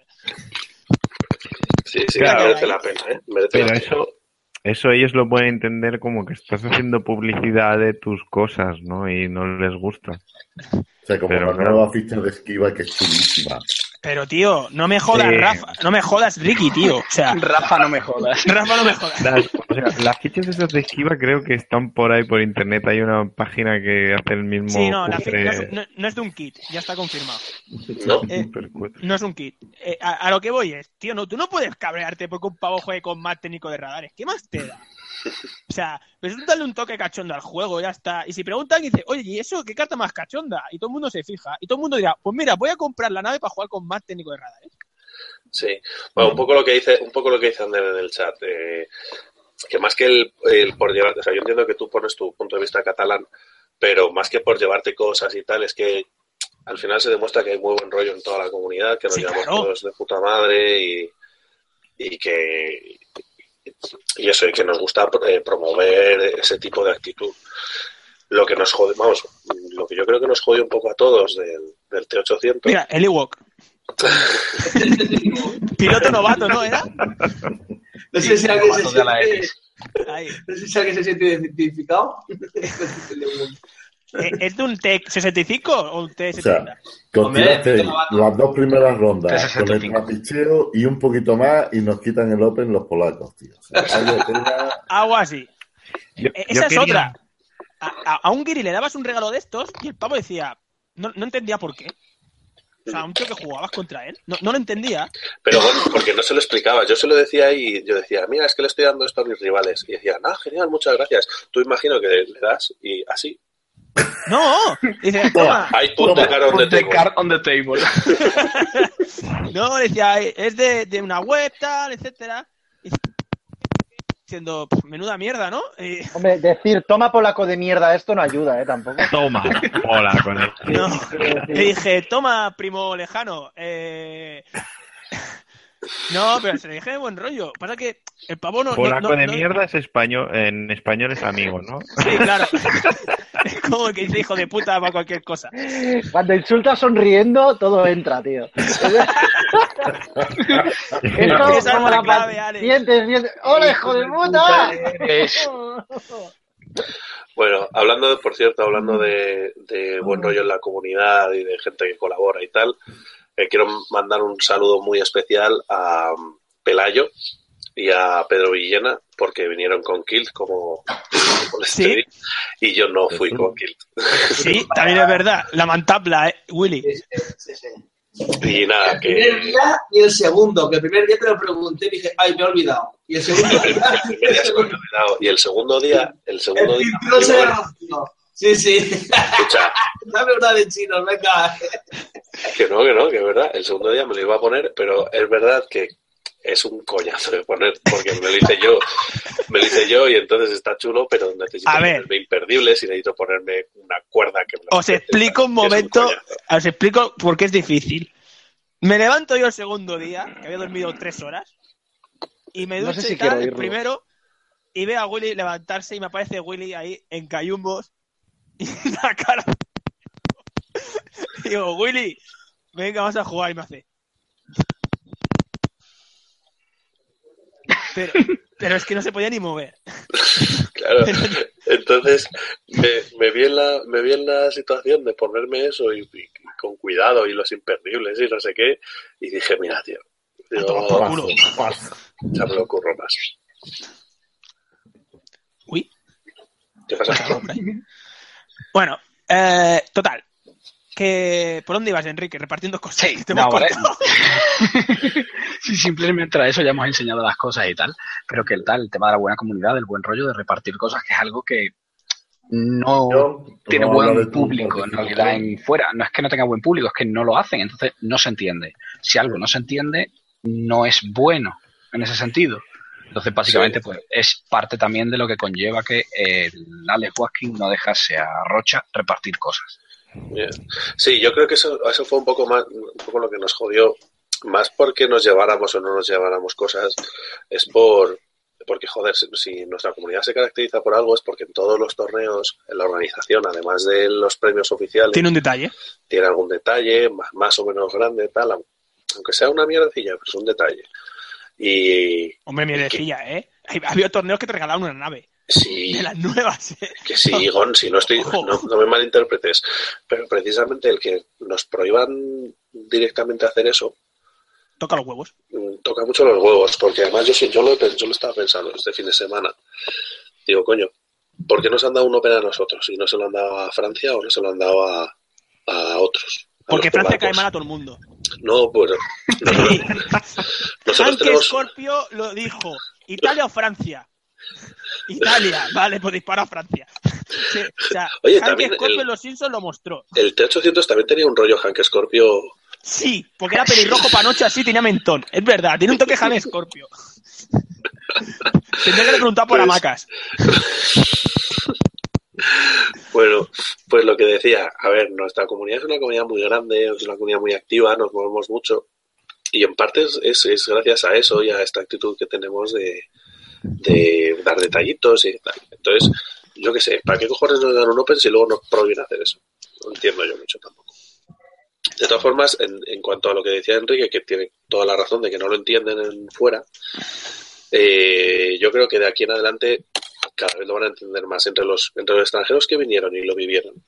Speaker 1: Sí, sí,
Speaker 7: Claro.
Speaker 1: merece la pena, ¿eh? Merece la
Speaker 7: Pero
Speaker 1: pena.
Speaker 7: eso, eso ellos lo pueden entender como que estás haciendo publicidad de tus cosas, ¿no? Y no les gusta.
Speaker 3: O sea, como
Speaker 7: Pero
Speaker 3: la
Speaker 7: claro.
Speaker 3: nueva ficha de esquiva que es chulísima.
Speaker 4: Pero tío, no me jodas,
Speaker 7: Eh.
Speaker 4: Rafa, no me jodas, Ricky, tío. O
Speaker 6: *laughs*
Speaker 4: sea,
Speaker 6: Rafa, no me
Speaker 1: *laughs*
Speaker 6: jodas.
Speaker 4: Rafa, no me jodas.
Speaker 7: Las, o sea, las fichas esas de esquiva creo que están por ahí por internet. Hay una página que hace el mismo.
Speaker 4: Sí, no, la
Speaker 7: cutre-
Speaker 4: no es- no- no es de un kit, ya está confirmado.
Speaker 1: No,
Speaker 4: Eh,
Speaker 7: supercutre.
Speaker 4: No es un kit. Eh, a, a lo que voy es, tío, no, tú no puedes cabrearte porque un pavo juegue con más técnico de radares. ¿Qué más te da? O sea, darle un toque cachondo al juego, ya está. Y si preguntan, dice, oye, ¿y eso qué carta más cachonda? Y todo el mundo se fija. Y todo el mundo dirá, pues mira, voy a comprar la nave para jugar con más técnico de radares.
Speaker 1: sí. Bueno, un
Speaker 7: Mm.
Speaker 1: poco lo que dice, un poco lo que dice Ander en el chat. eh, que más que el, el por llevar, o sea, yo entiendo que tú pones tu punto de vista catalán, pero más que por llevarte cosas y tal, es que al final se demuestra que hay muy buen rollo en toda la comunidad, que nos
Speaker 4: Sí,
Speaker 1: llevamos
Speaker 4: claro.
Speaker 1: todos de puta madre y, y que y eso, y que nos gusta eh, promover ese tipo de actitud. Lo que nos jode, vamos, lo que yo creo que nos jode un poco a todos del, del T800
Speaker 4: Mira, el Ewok. Piloto novato, ¿no? ¿Era?
Speaker 5: No sé si alguien se
Speaker 6: Novato de la
Speaker 5: siente,
Speaker 6: ETIS.
Speaker 4: Ahí.
Speaker 5: no sé si alguien se siente identificado. *laughs* El Ewok.
Speaker 4: Eh, ¿Es de un T65 o un
Speaker 3: O sea,
Speaker 4: T70?
Speaker 3: consideraste
Speaker 5: Hombre, esto va-
Speaker 3: las dos primeras rondas con el
Speaker 6: 365.
Speaker 3: trapicheo y un poquito más y nos quitan el Open los polacos, tío. O sea, algo tenga-
Speaker 4: Algo así.
Speaker 7: Yo-
Speaker 4: Eh,
Speaker 7: yo
Speaker 4: Esa es
Speaker 7: quería-
Speaker 4: otra. A, a- a un guiri le dabas un regalo de estos y el pavo decía, no, no entendía por qué. O sea, un tío que jugabas contra él, no, no lo entendía.
Speaker 1: Pero bueno, porque no se lo explicaba. Yo se lo decía y yo decía, mira, es que le estoy dando esto a mis rivales. Y decían, ah, genial, muchas gracias. Tú imagino que le das y así.
Speaker 4: No,
Speaker 7: *laughs*
Speaker 4: dice, Ah, toma.
Speaker 1: Ahí ponte cara donde
Speaker 6: Put the
Speaker 1: tengo.
Speaker 6: card on
Speaker 1: *laughs*
Speaker 6: the table.
Speaker 4: No, decía, "Eh, es de, de una web, tal, etcétera. Y dice, Diciendo, "Pff, menuda mierda, ¿no? Y-
Speaker 2: Hombre, decir toma polaco de mierda, esto no ayuda, ¿eh? Tampoco.
Speaker 7: Toma, hola con él.
Speaker 4: no. Le dije, toma, primo lejano. eh". *laughs* No, pero se le dije de buen rollo. Pasa que el pavo no. no-
Speaker 7: Polaco
Speaker 4: no-
Speaker 7: de
Speaker 4: no-
Speaker 7: mierda es español, en español es amigo, ¿no?
Speaker 4: Sí,
Speaker 7: *laughs*
Speaker 4: claro. *laughs* Es como que dice hijo de puta para cualquier cosa.
Speaker 2: Cuando insultas sonriendo, todo entra, tío.
Speaker 4: Esa
Speaker 2: Esto
Speaker 4: es
Speaker 2: como
Speaker 4: la
Speaker 2: la
Speaker 4: clave,
Speaker 2: pa-
Speaker 4: Ale.
Speaker 2: Dientes, dientes. ¡Hola, hijo de puta!
Speaker 6: Es- *laughs*
Speaker 1: Bueno, hablando, de- por cierto, hablando
Speaker 4: Mm.
Speaker 1: de, de buen rollo en la comunidad y de gente que colabora y tal, eh, quiero mandar un saludo muy especial a um, Pelayo y a Pedro Villena porque vinieron con Kilt como, Full
Speaker 4: Sí.
Speaker 1: Street y yo no fui con Guild.
Speaker 4: Sí, también es verdad. Lamentable, ¿eh? Willy.
Speaker 5: Sí, sí, sí.
Speaker 1: Y nada,
Speaker 5: El primer
Speaker 1: que
Speaker 5: día y el segundo, que el primer día te lo pregunté y dije, ay, me he olvidado. Y el segundo
Speaker 1: *laughs*
Speaker 5: día, *laughs*
Speaker 1: el primer día se me había olvidado. y el segundo día, el
Speaker 5: el
Speaker 1: segundo día,
Speaker 5: título se
Speaker 1: digo,
Speaker 5: me
Speaker 1: bueno,
Speaker 5: rompió. Sí, sí. *laughs*
Speaker 1: escucha,
Speaker 5: Dame una de chinos, venga.
Speaker 1: Que no, que no, que es verdad. El segundo día me lo iba a poner, pero es verdad que es un coñazo de poner, porque me lo hice yo. Me lo hice yo y entonces está chulo, pero necesito
Speaker 4: A ver.
Speaker 1: ponerme imperdibles y necesito ponerme una cuerda que me lo
Speaker 4: Os explico un
Speaker 1: que es
Speaker 4: momento,
Speaker 1: coñazo.
Speaker 4: os explico por qué es difícil. Me levanto yo el segundo día, que había dormido tres horas, y me
Speaker 2: No
Speaker 4: ducho
Speaker 2: sé si
Speaker 4: y tal,
Speaker 2: quiero
Speaker 4: el
Speaker 2: oírlo.
Speaker 4: primero, y veo a Willy levantarse y me aparece Willy ahí en cayumbos *laughs* y la cara. Y Digo, Willy, venga, vas a jugar y me hace. Pero, pero es que no se podía ni mover.
Speaker 1: Claro. Entonces me, me vi en la, me vi en la situación de ponerme eso y, y con cuidado y los imperdibles y no sé qué. Y dije, mira, tío,
Speaker 4: A
Speaker 1: digo,
Speaker 4: tomar por culo.
Speaker 1: ya me lo ocurro más.
Speaker 4: Uy.
Speaker 1: ¿Qué pasa?
Speaker 4: Bueno, eh, total. Que, ¿Por dónde ibas, Enrique? Repartiendo cosas. que *laughs* te hemos
Speaker 6: no, vale.
Speaker 1: *laughs*
Speaker 4: cortado.
Speaker 6: Sí, simplemente a eso ya hemos enseñado las cosas y tal, pero que el tal, el tema de la buena comunidad, el buen rollo de repartir cosas, que es algo que no
Speaker 3: Yo,
Speaker 6: tiene
Speaker 3: no, hablar de
Speaker 6: buen
Speaker 3: tu
Speaker 6: público en
Speaker 3: participación.
Speaker 6: realidad en fuera. No es que no tenga buen público, es que no lo hacen, entonces no se entiende. Si algo no se entiende, no es bueno en ese sentido. Entonces, básicamente, pues es parte también de lo que conlleva que el Alex Watkins no dejase a Rocha repartir cosas. *laughs*
Speaker 1: Yeah. Sí, yo creo que eso, eso fue un poco más, un poco lo que nos jodió, más porque nos lleváramos o no nos lleváramos cosas, es por porque joder, si- si nuestra comunidad se caracteriza por algo es porque en todos los torneos, en la organización, además de los premios oficiales,
Speaker 4: Tiene un detalle.
Speaker 1: tiene algún detalle más, más o menos grande, tal, aunque sea una mierdecilla, pero es un detalle. Y
Speaker 4: Hombre, mierdecilla, ¿eh? Hay- Había torneos que te regalaban una nave.
Speaker 1: sí,
Speaker 4: De las nuevas, ¿eh?
Speaker 1: que sí, Gon, si no estoy,
Speaker 4: Ojo.
Speaker 1: no, no me malinterpretes, pero precisamente el que nos prohíban directamente hacer eso
Speaker 4: Toca los huevos.
Speaker 1: Mm, toca mucho los huevos, porque además yo, sí- yo, lo, he pens- yo lo estaba pensando este fin de semana. Digo, coño, ¿por qué nos han dado un Open a nosotros y no se lo han dado a Francia o no se lo han dado a, a otros? A
Speaker 4: Porque
Speaker 1: los
Speaker 4: Francia cae
Speaker 1: polacos.
Speaker 4: mal a todo el mundo.
Speaker 1: No,
Speaker 4: *laughs*
Speaker 1: bueno, nosotros, *laughs* nosotros
Speaker 4: Aunque
Speaker 1: tenemos...
Speaker 4: Scorpio lo dijo. Italia o Francia. Italia, vale, pues dispara a Francia. *laughs* Sí, o sea,
Speaker 1: Oye,
Speaker 4: Hank
Speaker 1: también
Speaker 4: Scorpio
Speaker 1: el-
Speaker 4: en los Simpsons lo mostró.
Speaker 1: El T-800 también tenía un rollo Hank Scorpio.
Speaker 4: Sí, porque era pelirrojo para noche así, tenía mentón. Es verdad, tiene un toque *laughs* Hank Scorpio. Tendría que le preguntar por
Speaker 1: Pues-
Speaker 4: hamacas.
Speaker 1: Bueno, pues lo que decía, a ver, nuestra comunidad es una comunidad muy grande, es una comunidad muy activa, nos movemos mucho. Y en parte es, es- es gracias a eso y a esta actitud que tenemos de, de dar detallitos y tal. Entonces, yo qué sé, ¿para qué cojones nos dan un Open si luego nos prohíben hacer eso? No entiendo yo mucho tampoco. De todas formas, en, en cuanto a lo que decía Enrique, que tiene toda la razón de que no lo entienden en fuera, eh, yo creo que de aquí en adelante cada vez lo van a entender más entre los, entre los extranjeros que vinieron y lo vivieron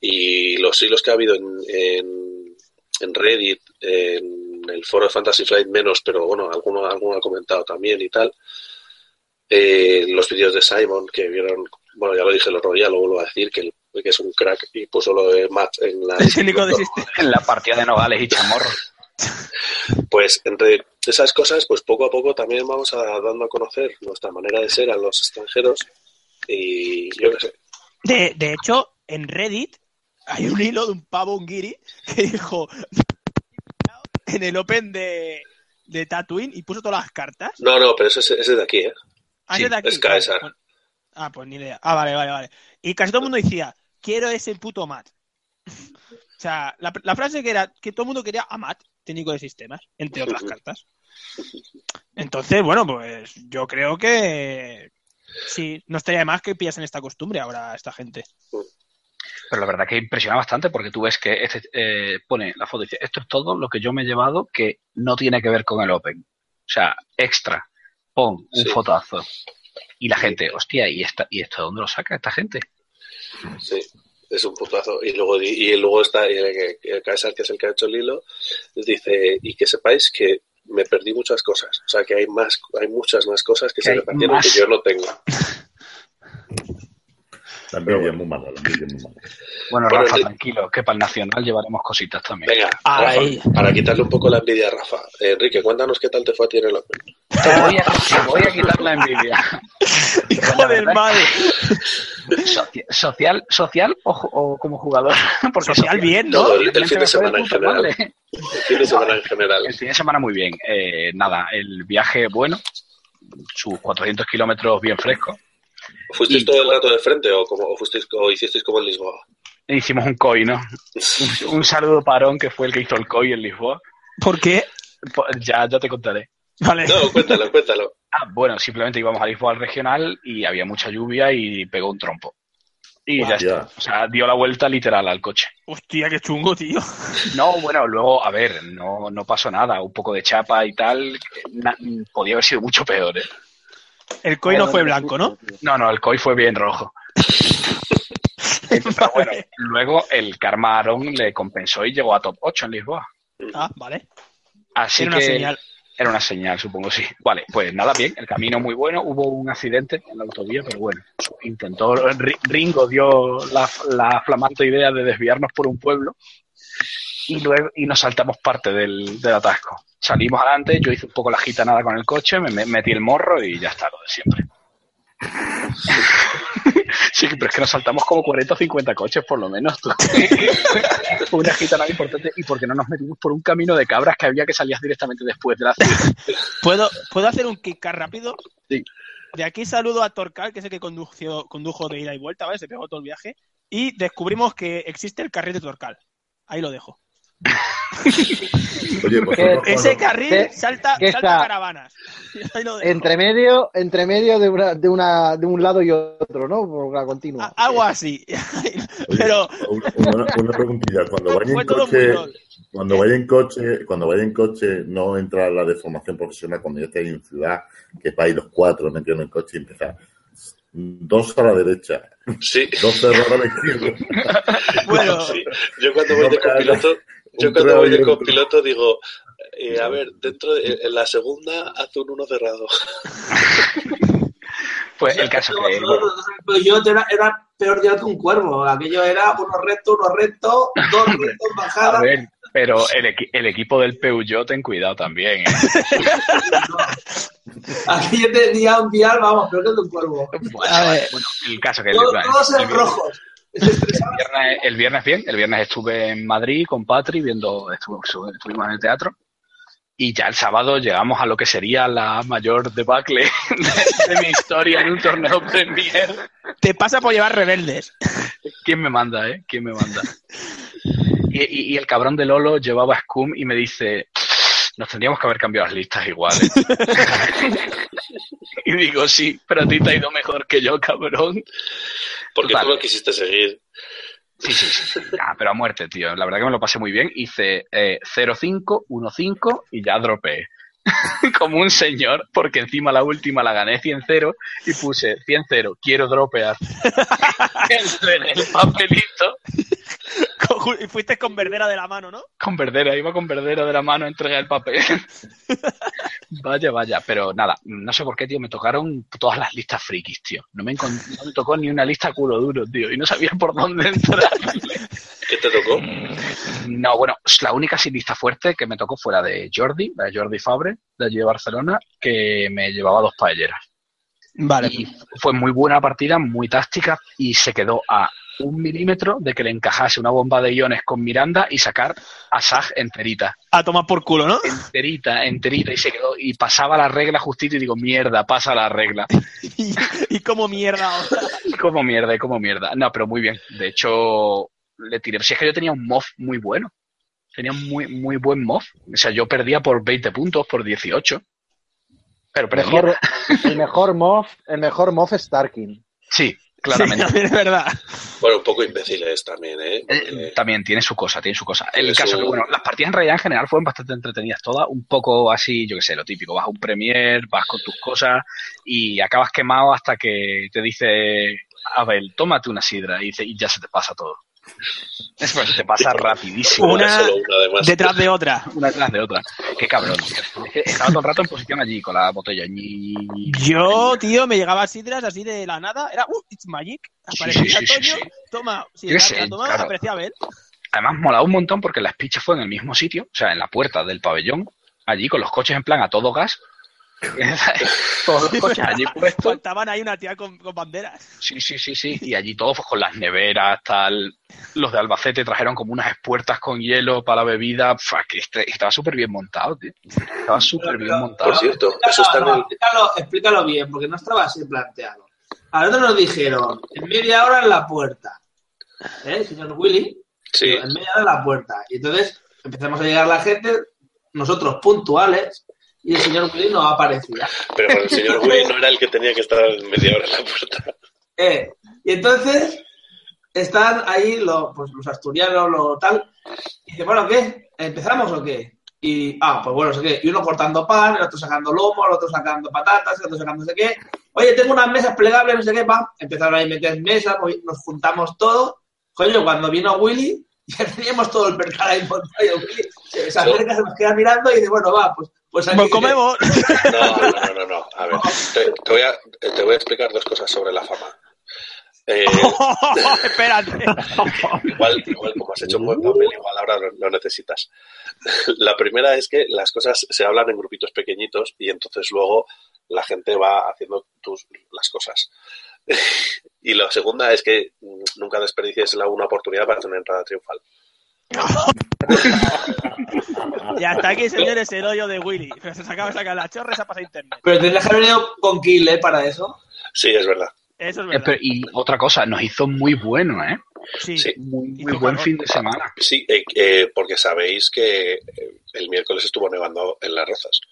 Speaker 1: y los hilos que ha habido en, en, en Reddit, en el foro de Fantasy Flight menos, pero bueno, alguno, alguno ha comentado también y tal. Eh, los vídeos de Simon que vieron, bueno, ya lo dije el otro día, lo vuelvo a decir, que, el- que es un crack y puso lo de Matt en la...
Speaker 4: *laughs* El técnico de sistema.
Speaker 6: En la partida de Nogales y Chamorro.
Speaker 1: Pues entre esas cosas, pues poco a poco también vamos a dando a conocer nuestra manera de ser a los extranjeros y yo qué sé.
Speaker 4: *laughs* De, de hecho, en Reddit hay un hilo de un pavo, un guiri, que dijo *laughs* en el Open de, de Tatooine y puso todas las cartas.
Speaker 1: No, no, pero ese, es- ese es de aquí, ¿eh?
Speaker 4: Ah,
Speaker 6: Sí,
Speaker 4: ¿es de aquí?
Speaker 1: es Caesar.
Speaker 4: Vale, pues- Ah, pues ni idea. Ah, vale, vale, vale. Y casi todo el mundo decía, quiero ese puto Matt. *laughs* o sea, la, la frase que era que todo el mundo quería a Matt, técnico de sistemas, entre
Speaker 6: *laughs*
Speaker 4: otras cartas. Entonces, bueno, pues yo creo que sí, no estaría de más que pillasen esta costumbre ahora esta gente.
Speaker 6: *laughs* Pero la verdad que impresiona bastante porque tú ves que este, eh, pone la foto y dice, esto es todo lo que yo me he llevado que no tiene que ver con el Open. O sea, extra, pon un
Speaker 1: Sí.
Speaker 6: fotazo. Y la gente, hostia, ¿y, esta, ¿y esto de dónde lo saca esta gente?
Speaker 1: Sí, es un putazo. Y luego, y luego está el, el Caesar, que es el que ha hecho el hilo, dice, y que sepáis que me perdí muchas cosas. O sea, que hay más hay muchas más cosas que,
Speaker 6: Que
Speaker 1: se
Speaker 6: hay
Speaker 1: repartieron
Speaker 6: más.
Speaker 1: que yo no tengo.
Speaker 3: La envidia es muy mala, la envidia es muy mala.
Speaker 1: Bueno,
Speaker 6: Bueno, Rafa,
Speaker 1: sí.
Speaker 6: tranquilo, que para el Nacional llevaremos cositas también.
Speaker 1: Venga,
Speaker 4: Ay.
Speaker 1: Rafa, para quitarle un poco la envidia a Rafa. Enrique, cuéntanos qué tal te fue a ti en el Open.
Speaker 6: Te voy, a, te voy a quitar la envidia.
Speaker 1: *laughs*
Speaker 4: Hijo del madre.
Speaker 6: Soci- ¿Social, social o, ju- o como jugador? *laughs* Porque
Speaker 4: Social bien, ¿no?
Speaker 1: Todo el- el
Speaker 6: realmente
Speaker 1: fin de
Speaker 6: me fue
Speaker 1: semana en
Speaker 6: puta
Speaker 1: general.
Speaker 6: madre.
Speaker 1: El fin de semana en general.
Speaker 6: El fin de semana muy bien. Eh, nada, el viaje bueno, sus 400 kilómetros bien fresco.
Speaker 1: ¿Fuisteis
Speaker 6: Y-
Speaker 1: todo el rato de frente o, como, o, fuisteis, o hicisteis como en Lisboa?
Speaker 6: E hicimos un COI, ¿no? Un, un saludo parón que fue el que hizo el COI en Lisboa.
Speaker 4: ¿Por qué?
Speaker 6: Pues Ya, ya te contaré.
Speaker 4: Vale.
Speaker 1: No, cuéntalo, cuéntalo.
Speaker 6: Ah, bueno, simplemente íbamos a Lisboa al regional y había mucha lluvia y pegó un trompo. Y ya
Speaker 3: Hostia.
Speaker 6: está. O sea, dio la vuelta literal al coche.
Speaker 4: Hostia, qué chungo, tío.
Speaker 6: No, bueno, luego, a ver, no, no pasó nada. Un poco de chapa y tal. na- podía haber sido mucho peor, ¿eh?
Speaker 4: El coin no fue blanco, ¿no?
Speaker 6: No, no, el COI fue bien rojo.
Speaker 4: *laughs*
Speaker 6: Pero bueno, luego el Karma Aaron le compensó y llegó a top 8 en Lisboa.
Speaker 4: Ah, vale.
Speaker 6: Así
Speaker 4: Era una
Speaker 6: que
Speaker 4: señal.
Speaker 6: era una señal, supongo, sí. Vale, pues nada, bien, el camino muy bueno. Hubo un accidente en la autovía, pero bueno, intentó. Ri- Ringo dio la, la flamante idea de desviarnos por un pueblo y luego y nos saltamos parte del, del atasco. Salimos adelante, yo hice un poco la gitanada con el coche, me, me- metí el morro y ya está, lo de siempre. *laughs* Sí, pero es que nos saltamos como 40 o 50 coches, por lo menos. tú. *laughs* Una gitanada importante y porque no nos metimos por un camino de cabras que había que salías directamente después de la ciudad.
Speaker 4: ¿Puedo, ¿Puedo hacer un kick rápido?
Speaker 6: Sí.
Speaker 4: De aquí saludo a Torcal, que es el que condujo, condujo de ida y vuelta, ¿vale? Se pegó todo el viaje. Y descubrimos que existe el carril de Torcal. Ahí lo dejo.
Speaker 3: Oye, vosotros,
Speaker 2: ¿Qué?
Speaker 4: Ese
Speaker 3: cuando-
Speaker 4: carril
Speaker 2: ¿Qué-
Speaker 4: salta,
Speaker 2: qué
Speaker 4: salta
Speaker 2: está?
Speaker 4: caravanas. *laughs* Ahí lo dejo.
Speaker 2: Entre medio, entre medio de una, de una, de un lado y otro, ¿no? Por la continua.
Speaker 4: A- Algo así.
Speaker 3: oye,
Speaker 4: Pero
Speaker 3: una, una preguntilla, cuando vaya
Speaker 4: fue
Speaker 3: en
Speaker 4: todo muy
Speaker 3: coche,
Speaker 4: lol.
Speaker 3: cuando vaya en coche, cuando vaya en coche, no entra la de formación profesional cuando ya estéis en ciudad, que vais los cuatro metiendo en coche y empezar dos a la derecha,
Speaker 1: Sí,
Speaker 3: dos cerrados *laughs* a la izquierda.
Speaker 1: *laughs*
Speaker 4: Bueno,
Speaker 1: sí. Yo cuando voy
Speaker 3: No
Speaker 1: de
Speaker 3: me hagas
Speaker 1: copiloto, yo
Speaker 3: un
Speaker 1: cuando voy de
Speaker 3: trago.
Speaker 1: copiloto digo, eh, a ver, dentro de, en la segunda haz un uno cerrado.
Speaker 6: Pues
Speaker 5: *laughs*
Speaker 6: el caso que. bueno,
Speaker 5: Yo era, era peor ya que un cuervo. Aquello era uno recto, uno recto,
Speaker 6: *laughs*
Speaker 5: dos rectos,
Speaker 6: a
Speaker 5: bajada.
Speaker 6: ver, pero el, equi- el equipo del Peugeot, ten cuidado también. ¿eh?
Speaker 5: Aquello tenía un vial, vamos, peor que el de un cuervo.
Speaker 6: Bueno, bueno, el caso que.
Speaker 5: Todos,
Speaker 6: bueno,
Speaker 5: todos
Speaker 6: el
Speaker 5: eran
Speaker 6: vier-
Speaker 5: rojos.
Speaker 6: *laughs*
Speaker 5: Se estresaban.
Speaker 6: el viernes- el viernes bien, el viernes estuve en Madrid con Patri viendo, estuvo- estuvo- estuvimos en el teatro y ya el sábado llegamos a lo que sería la mayor debacle *laughs* de, de mi historia en un torneo *laughs* Premier.
Speaker 4: te pasa por llevar rebeldes. *laughs*
Speaker 6: ¿Quién me manda, eh? ¿Quién me manda? Y, y- y el cabrón de Lolo llevaba Scum y me dice, nos tendríamos que haber cambiado las listas *laughs* iguales. y digo, sí, pero a ti te ha ido mejor que yo, cabrón.
Speaker 1: Porque tú
Speaker 6: Vale.
Speaker 1: no quisiste seguir.
Speaker 6: Sí, sí, sí. Ah, pero a muerte, tío. La verdad que me lo pasé muy bien. Hice eh, 0-5, 1-5 y ya dropeé. *laughs* Como un señor, porque encima la última la gané 100-0 y puse 100-0, quiero *laughs* dropear. Entré en el papelito
Speaker 4: Con- Y fuiste con verdera de la mano, ¿no?
Speaker 6: con verdera, iba con verdera de la mano, entregué el papel. vaya, vaya, pero nada, no sé por qué, tío, me tocaron todas las listas frikis, tío. No me, encon- no me tocó ni una lista culo duro, tío, y no sabía por dónde entrar.
Speaker 1: ¿Qué te tocó?
Speaker 6: No, bueno, la única sin lista fuerte que me tocó fue la de Jordi, la de Jordi Fabre, de allí de Barcelona, que me llevaba dos paelleras.
Speaker 4: Vale.
Speaker 6: Y fue muy buena partida, muy táctica, y se quedó a un milímetro de que le encajase una bomba de iones con Miranda y sacar a Sag enterita.
Speaker 4: A tomar por culo, ¿no? *laughs*
Speaker 6: Enterita, enterita, y se quedó, y pasaba la regla justito y digo, mierda, pasa la regla. *laughs*
Speaker 4: Y, y como mierda ahora.
Speaker 6: Como mierda, como mierda. No, pero muy bien. De hecho, le tiré. Si es que yo tenía un MOF muy bueno. Tenía un muy, muy buen MOF. O sea, yo perdía por 20 puntos, por 18. Pero
Speaker 2: El
Speaker 6: perdía.
Speaker 2: mejor, ¿eh? el mejor MOF, el mejor MOF es Tarkin.
Speaker 6: Sí, claramente.
Speaker 4: Sí, también *laughs* es verdad.
Speaker 1: Bueno, un poco imbéciles también, ¿eh?
Speaker 6: Eh,
Speaker 1: Porque-
Speaker 6: También tiene su cosa, tiene su cosa. El
Speaker 1: Tiene
Speaker 6: caso
Speaker 1: su-
Speaker 6: que, bueno, las partidas en realidad en general fueron bastante entretenidas todas, un poco así, yo qué sé, lo típico, vas a un premier, vas con tus cosas y acabas quemado hasta que te dice Abel, tómate una sidra y, dice, y ya se te pasa todo. Pues se pasa rapidísimo.
Speaker 4: Una
Speaker 1: solo una, además.
Speaker 4: detrás de otra.
Speaker 6: una tras de otra. Qué cabrón. Estaba todo el rato en posición allí con la botella. Ñi, ñi, ñi.
Speaker 4: Yo, tío, me llegaba sidras así de la nada. Era, uh, it's magic.
Speaker 6: Sí,
Speaker 4: Aparecía
Speaker 6: sí, sí, sí,
Speaker 4: Toño,
Speaker 6: sí.
Speaker 4: toma. Si
Speaker 6: Yo qué sé,
Speaker 4: la toma,
Speaker 6: claro.
Speaker 4: aparecía Abel.
Speaker 6: Además, molaba un montón porque las pichas fue en el mismo sitio, o sea, en la puerta del pabellón, allí con los coches en plan a todo gas. *laughs* Todos los coches allí puestos.
Speaker 4: Faltaban ahí una tía con,
Speaker 6: *laughs*
Speaker 4: con banderas.
Speaker 6: Sí, sí, sí, sí. Y allí todos pues, con las neveras, tal. Los de Albacete trajeron como unas puertas con hielo para la bebida. Fua, que este- estaba súper bien montado, tío. Estaba súper bien montado.
Speaker 1: Por cierto, eso está en
Speaker 5: no,
Speaker 1: el.
Speaker 5: explícalo, explícalo bien, porque no estaba así planteado. A nosotros nos dijeron, en media hora en la puerta. ¿Eh, señor Willy?
Speaker 1: Sí,
Speaker 5: En media hora en la puerta. Y entonces empezamos a llegar la gente, nosotros puntuales, y el señor Willy no aparecía.
Speaker 1: pero el señor Willy no era el que tenía que estar media hora en la puerta.
Speaker 5: Eh, y entonces están ahí los, pues, los asturianos, lo tal. Y dice, bueno, ¿qué? ¿Empezamos o qué? Y, ah, pues bueno, no sé qué. Y uno cortando pan, el otro sacando lomo, el otro sacando patatas, el otro sacando no sé qué. Oye, tengo unas mesas plegables, no sé qué, pa. Empezaron ahí a meter mesas, pues, nos juntamos todo. Coño, cuando vino Willy, *laughs* ya teníamos todo el percal ahí montado. Y Willy se se acerca, se nos queda mirando y dice, bueno, va, pues, pues aquí.
Speaker 4: Pues comemos.
Speaker 1: *laughs* No, no, no, no, no. A ver, te, te voy a, te voy a explicar dos cosas sobre la fama. Eh,
Speaker 4: *laughs* Espérate.
Speaker 1: igual, igual como has hecho un buen papel, igual ahora lo, lo necesitas. *laughs* La primera es que las cosas se hablan en grupitos pequeñitos y entonces luego la gente va haciendo tus, las cosas. *laughs* Y la segunda es que mm, nunca desperdicies la, una oportunidad para hacer una entrada triunfal.
Speaker 4: Y hasta aquí, señores, el hoyo de Willy. *laughs* Se acaba de sacar la chorra y se ha pasado a internet.
Speaker 5: Pero tendrías que haber venido con Kill, ¿eh? Para eso.
Speaker 1: Sí, es verdad.
Speaker 4: Eso es
Speaker 6: *laughs* Eh, pero-
Speaker 4: verdad.
Speaker 6: y otra cosa, nos hizo muy bueno, ¿eh?
Speaker 4: Sí.
Speaker 1: sí.
Speaker 6: Muy,
Speaker 4: Hizo
Speaker 6: muy buen
Speaker 4: calor.
Speaker 6: fin de semana.
Speaker 1: *laughs* Sí, eh, eh, porque sabéis que eh, el miércoles estuvo nevando en las rozas.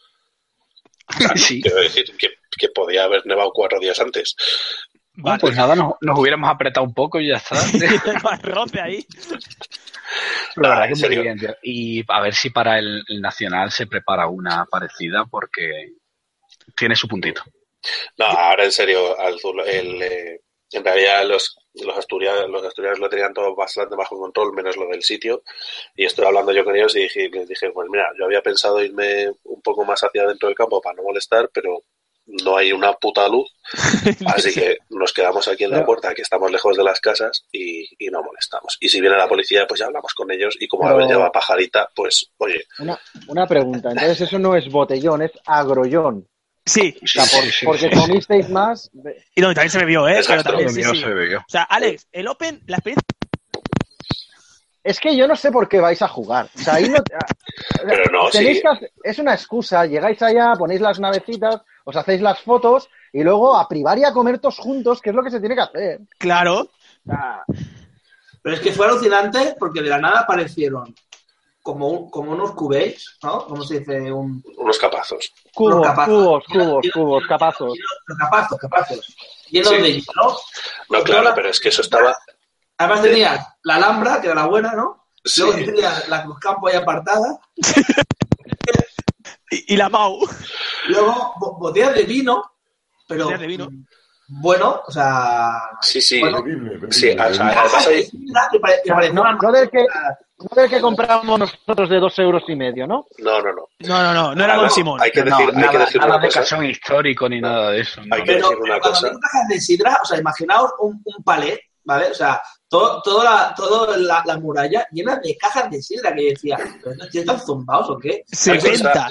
Speaker 6: Sí.
Speaker 1: Quiero decir que, que podía haber nevado cuatro días antes.
Speaker 6: Bueno,
Speaker 4: *laughs*
Speaker 6: pues nada, nos, nos hubiéramos apretado un poco y ya está.
Speaker 4: Más roce ahí.
Speaker 6: La
Speaker 1: Nada,
Speaker 6: verdad
Speaker 1: en
Speaker 6: que muy
Speaker 1: serio.
Speaker 6: bien, tío. Y a ver si para el, el Nacional se prepara una parecida porque tiene su puntito.
Speaker 1: No, ahora en serio, al- el, eh, en realidad los, los, asturianos, los asturianos lo tenían todo bastante bajo control, menos lo del sitio. Y estoy hablando yo con ellos y dije, les dije, pues mira, yo había pensado irme un poco más hacia dentro del campo para no molestar, pero no hay una puta luz, así que nos quedamos aquí en la
Speaker 7: Pero-
Speaker 1: puerta, que estamos lejos de las casas y, y no molestamos. Y si viene la policía, pues ya hablamos con ellos y como
Speaker 2: Pero-
Speaker 1: Abel lleva pajarita, pues oye,
Speaker 2: Una, una pregunta, entonces eso no es botellón, es agrollón.
Speaker 4: Sí.
Speaker 2: O sea, por- porque comisteis más. de-
Speaker 4: Y donde también se bebió, ¿eh?
Speaker 1: Es
Speaker 4: Pero
Speaker 1: gastro,
Speaker 4: también, sí, sí.
Speaker 6: se bebió.
Speaker 4: O sea, Alex, el Open, la experiencia.
Speaker 2: Es que yo no sé por qué vais a jugar. O sea, ahí no.
Speaker 1: *laughs* pero no,
Speaker 2: Tenéis
Speaker 1: sí.
Speaker 2: que hacer- es una excusa, llegáis allá, ponéis las navecitas, os hacéis las fotos y luego a privar y a comer todos juntos, que es lo que se tiene que hacer.
Speaker 4: Claro.
Speaker 2: O sea,
Speaker 5: Pero es que fue alucinante porque de la nada aparecieron como, un- como unos cubéis, ¿no? ¿Cómo se dice? Un,
Speaker 1: Unos capazos.
Speaker 2: cubos,
Speaker 5: unos capazos.
Speaker 2: cubos,
Speaker 5: Llenos-
Speaker 2: cubos,
Speaker 5: llenos-
Speaker 2: cubos,
Speaker 5: llenos-
Speaker 2: capazos.
Speaker 5: llenos- Capazos, capazos. Llenos
Speaker 1: Sí.
Speaker 5: de hielo.
Speaker 1: No, claro, pero es que eso estaba...
Speaker 5: Además tenía la Alhambra, que era la buena, ¿no?
Speaker 1: Sí.
Speaker 5: Luego tenía la Cruz Campo ahí apartada.
Speaker 4: Y, y la Mau. *laughs*
Speaker 5: Luego bo- botellas de vino. Pero,
Speaker 4: Botellas de vino.
Speaker 5: Bueno, o sea...
Speaker 1: Sí, sí.
Speaker 5: Bueno,
Speaker 1: Sí, o sea,
Speaker 4: Ah,
Speaker 1: además
Speaker 5: cajas de
Speaker 1: hay-
Speaker 5: sidra que pare- que
Speaker 2: No,
Speaker 5: parecían
Speaker 2: no,
Speaker 5: unas
Speaker 2: no del que-
Speaker 5: manzanas.
Speaker 2: No del que compramos nosotros de dos euros y medio, ¿no?
Speaker 1: No, no, no.
Speaker 4: No, no, no, no era
Speaker 1: Ah,
Speaker 4: Don
Speaker 1: no,
Speaker 4: Simón.
Speaker 1: Hay que decir,
Speaker 6: no,
Speaker 1: hay que
Speaker 6: nada,
Speaker 1: decir
Speaker 6: nada
Speaker 1: una
Speaker 6: de
Speaker 1: cosa.
Speaker 6: casón histórico ni nada de eso. no,
Speaker 1: Hay que-
Speaker 6: no.
Speaker 5: pero,
Speaker 1: decir una
Speaker 5: pero cuando
Speaker 1: cosa.
Speaker 5: tengo cajas de sidra, o sea, imaginaos un, un palet, ¿vale? O sea, todo, toda la, todo la, la muralla llena de cajas de sidra que yo decía, ¿pero estos tíos están zumbados o qué?
Speaker 1: Entonces,
Speaker 4: 70.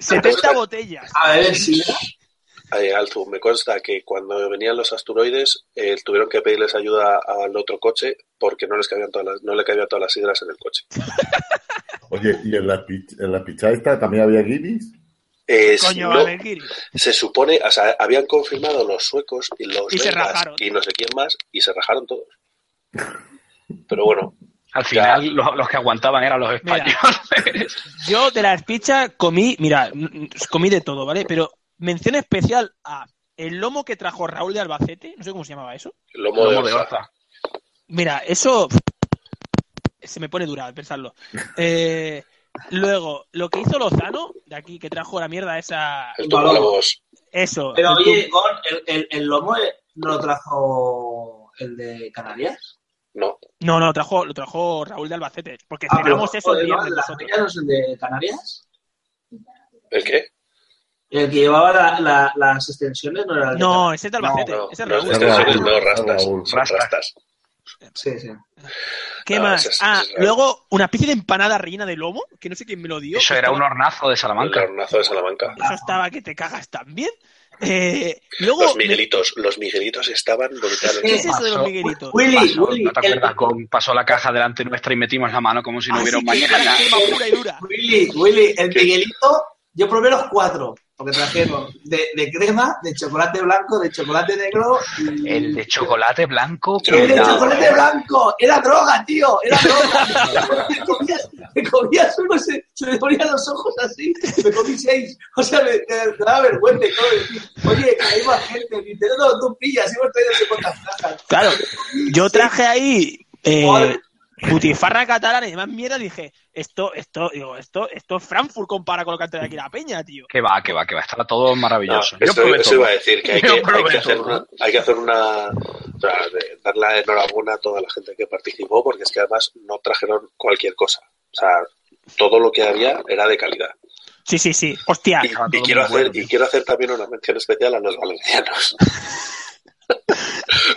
Speaker 4: 70 botellas.
Speaker 5: A beber sidra.
Speaker 1: Eh, Alzu, me consta que cuando venían los asteroides eh, tuvieron que pedirles ayuda al otro coche porque no les cabían todas las, no le cabían todas las sidras en el coche.
Speaker 3: Oye, ¿y en la, pich- en la pichada esta también había guiris?
Speaker 1: Eh,
Speaker 4: Coño,
Speaker 1: no,
Speaker 4: a ver, Kiri.
Speaker 1: se supone, o sea, habían confirmado los suecos y los
Speaker 4: Y se
Speaker 1: belgas
Speaker 4: rajaron.
Speaker 1: y no sé quién más y se rajaron todos. Pero bueno,
Speaker 6: Al final, los, los que aguantaban eran los
Speaker 4: Mira.
Speaker 6: españoles. *laughs*
Speaker 4: Yo de las pizzas comí, mira, mm, comí de todo, ¿vale? Pero mención especial a el lomo que trajo Raúl de Albacete, no sé cómo se llamaba eso.
Speaker 1: lomo,
Speaker 6: Lomo de
Speaker 1: Orza.
Speaker 6: orza.
Speaker 4: Mira, eso pf, se me pone dura pensarlo. Eh, luego, lo que hizo Lozano, de aquí, que trajo la mierda esa...
Speaker 1: El tumbo de los-
Speaker 4: Eso.
Speaker 5: *laughs* Pero
Speaker 4: el
Speaker 5: oye, Gon, el, el, el lomo eh, no lo trajo el de Canarias.
Speaker 1: No.
Speaker 4: No, no, lo trajo, lo trajo Raúl de Albacete. Porque
Speaker 5: Ah, pero,
Speaker 4: cenamos eso el
Speaker 5: joder, ¿no?
Speaker 4: viernes
Speaker 5: ¿De las
Speaker 4: nosotros.
Speaker 5: peñas no son de Canarias?
Speaker 1: ¿El qué?
Speaker 5: El que llevaba la- la- las extensiones no era el de
Speaker 4: No, ese es de
Speaker 6: No,
Speaker 4: Albacete.
Speaker 1: No,
Speaker 4: ese es
Speaker 1: no, este
Speaker 4: Raúl.
Speaker 3: es de
Speaker 1: extensiones no,
Speaker 3: Raúl.
Speaker 1: rastas.
Speaker 3: Raúl.
Speaker 1: son
Speaker 6: Rastas.
Speaker 1: rastas.
Speaker 5: Canarias. Sí, sí.
Speaker 4: ¿Qué
Speaker 1: No,
Speaker 4: más?
Speaker 1: ese es-
Speaker 4: ah,
Speaker 1: ese es Raúl.
Speaker 4: luego una especie de empanada rellena de lomo, que no sé quién me lo dio.
Speaker 6: Eso
Speaker 4: que
Speaker 6: era un
Speaker 4: estaba-
Speaker 6: hornazo de
Speaker 1: El
Speaker 6: Salamanca.
Speaker 1: hornazo de Salamanca.
Speaker 4: Eso estaba que te cagas también. Eh, luego.
Speaker 5: Pues
Speaker 1: Los
Speaker 4: me-
Speaker 1: Miguelitos, los Miguelitos estaban brutales.
Speaker 4: ¿Qué es eso de los
Speaker 6: Pasó.
Speaker 4: Miguelitos?
Speaker 5: Willy,
Speaker 6: Pasó,
Speaker 5: Willy,
Speaker 6: ¿No te
Speaker 5: el-
Speaker 6: acuerdas? Con, pasó la caja delante nuestra y metimos la mano como si no
Speaker 4: Así
Speaker 6: hubiera un
Speaker 4: que
Speaker 6: mañana.
Speaker 4: era crema pura y dura.
Speaker 5: Willy, Willy, el Miguelito, yo probé los cuatro, porque trajeron de, de crema, de chocolate blanco, de chocolate negro y...
Speaker 6: El de chocolate blanco.
Speaker 1: Yo-
Speaker 5: ¡El de
Speaker 1: No.
Speaker 5: chocolate blanco! ¡Era droga, tío! ¡Era droga! Me comías, me comías uno, se, se me ponían los ojos así. Me comí seis. O sea, me, me daba vergüenza. y todo, decir, Oye, que hay más gente. Dice, no, no, tú pillas. Hemos traído 50 cajas.
Speaker 4: Claro, yo traje ahí eh,
Speaker 5: Joder.
Speaker 4: putifarra catalana y demás mierda. Dije, esto, esto, digo, esto, esto es Frankfurt compara con lo que antes de aquí la peña, tío.
Speaker 6: Que va, que va, que va. Estaba todo
Speaker 1: No,
Speaker 6: maravilloso. Yo
Speaker 1: esto-
Speaker 6: probé
Speaker 1: eso
Speaker 6: todo.
Speaker 1: iba a decir
Speaker 6: *laughs*
Speaker 1: que hay que,
Speaker 6: Yo
Speaker 1: hay que
Speaker 6: probé
Speaker 1: hacer
Speaker 6: todo.
Speaker 1: una, hay que hacer una o sea, de- dar la enhorabuena a toda la gente que participó porque es que además no trajeron cualquier cosa. O sea, todo lo que había era de calidad.
Speaker 4: Sí, sí, sí. Hostia,
Speaker 1: Y,
Speaker 6: Ah, estaba
Speaker 1: y
Speaker 6: todo
Speaker 1: quiero
Speaker 6: muy
Speaker 1: hacer
Speaker 6: bueno,
Speaker 1: y
Speaker 6: tío.
Speaker 1: quiero hacer también una mención especial a los valencianos. *laughs*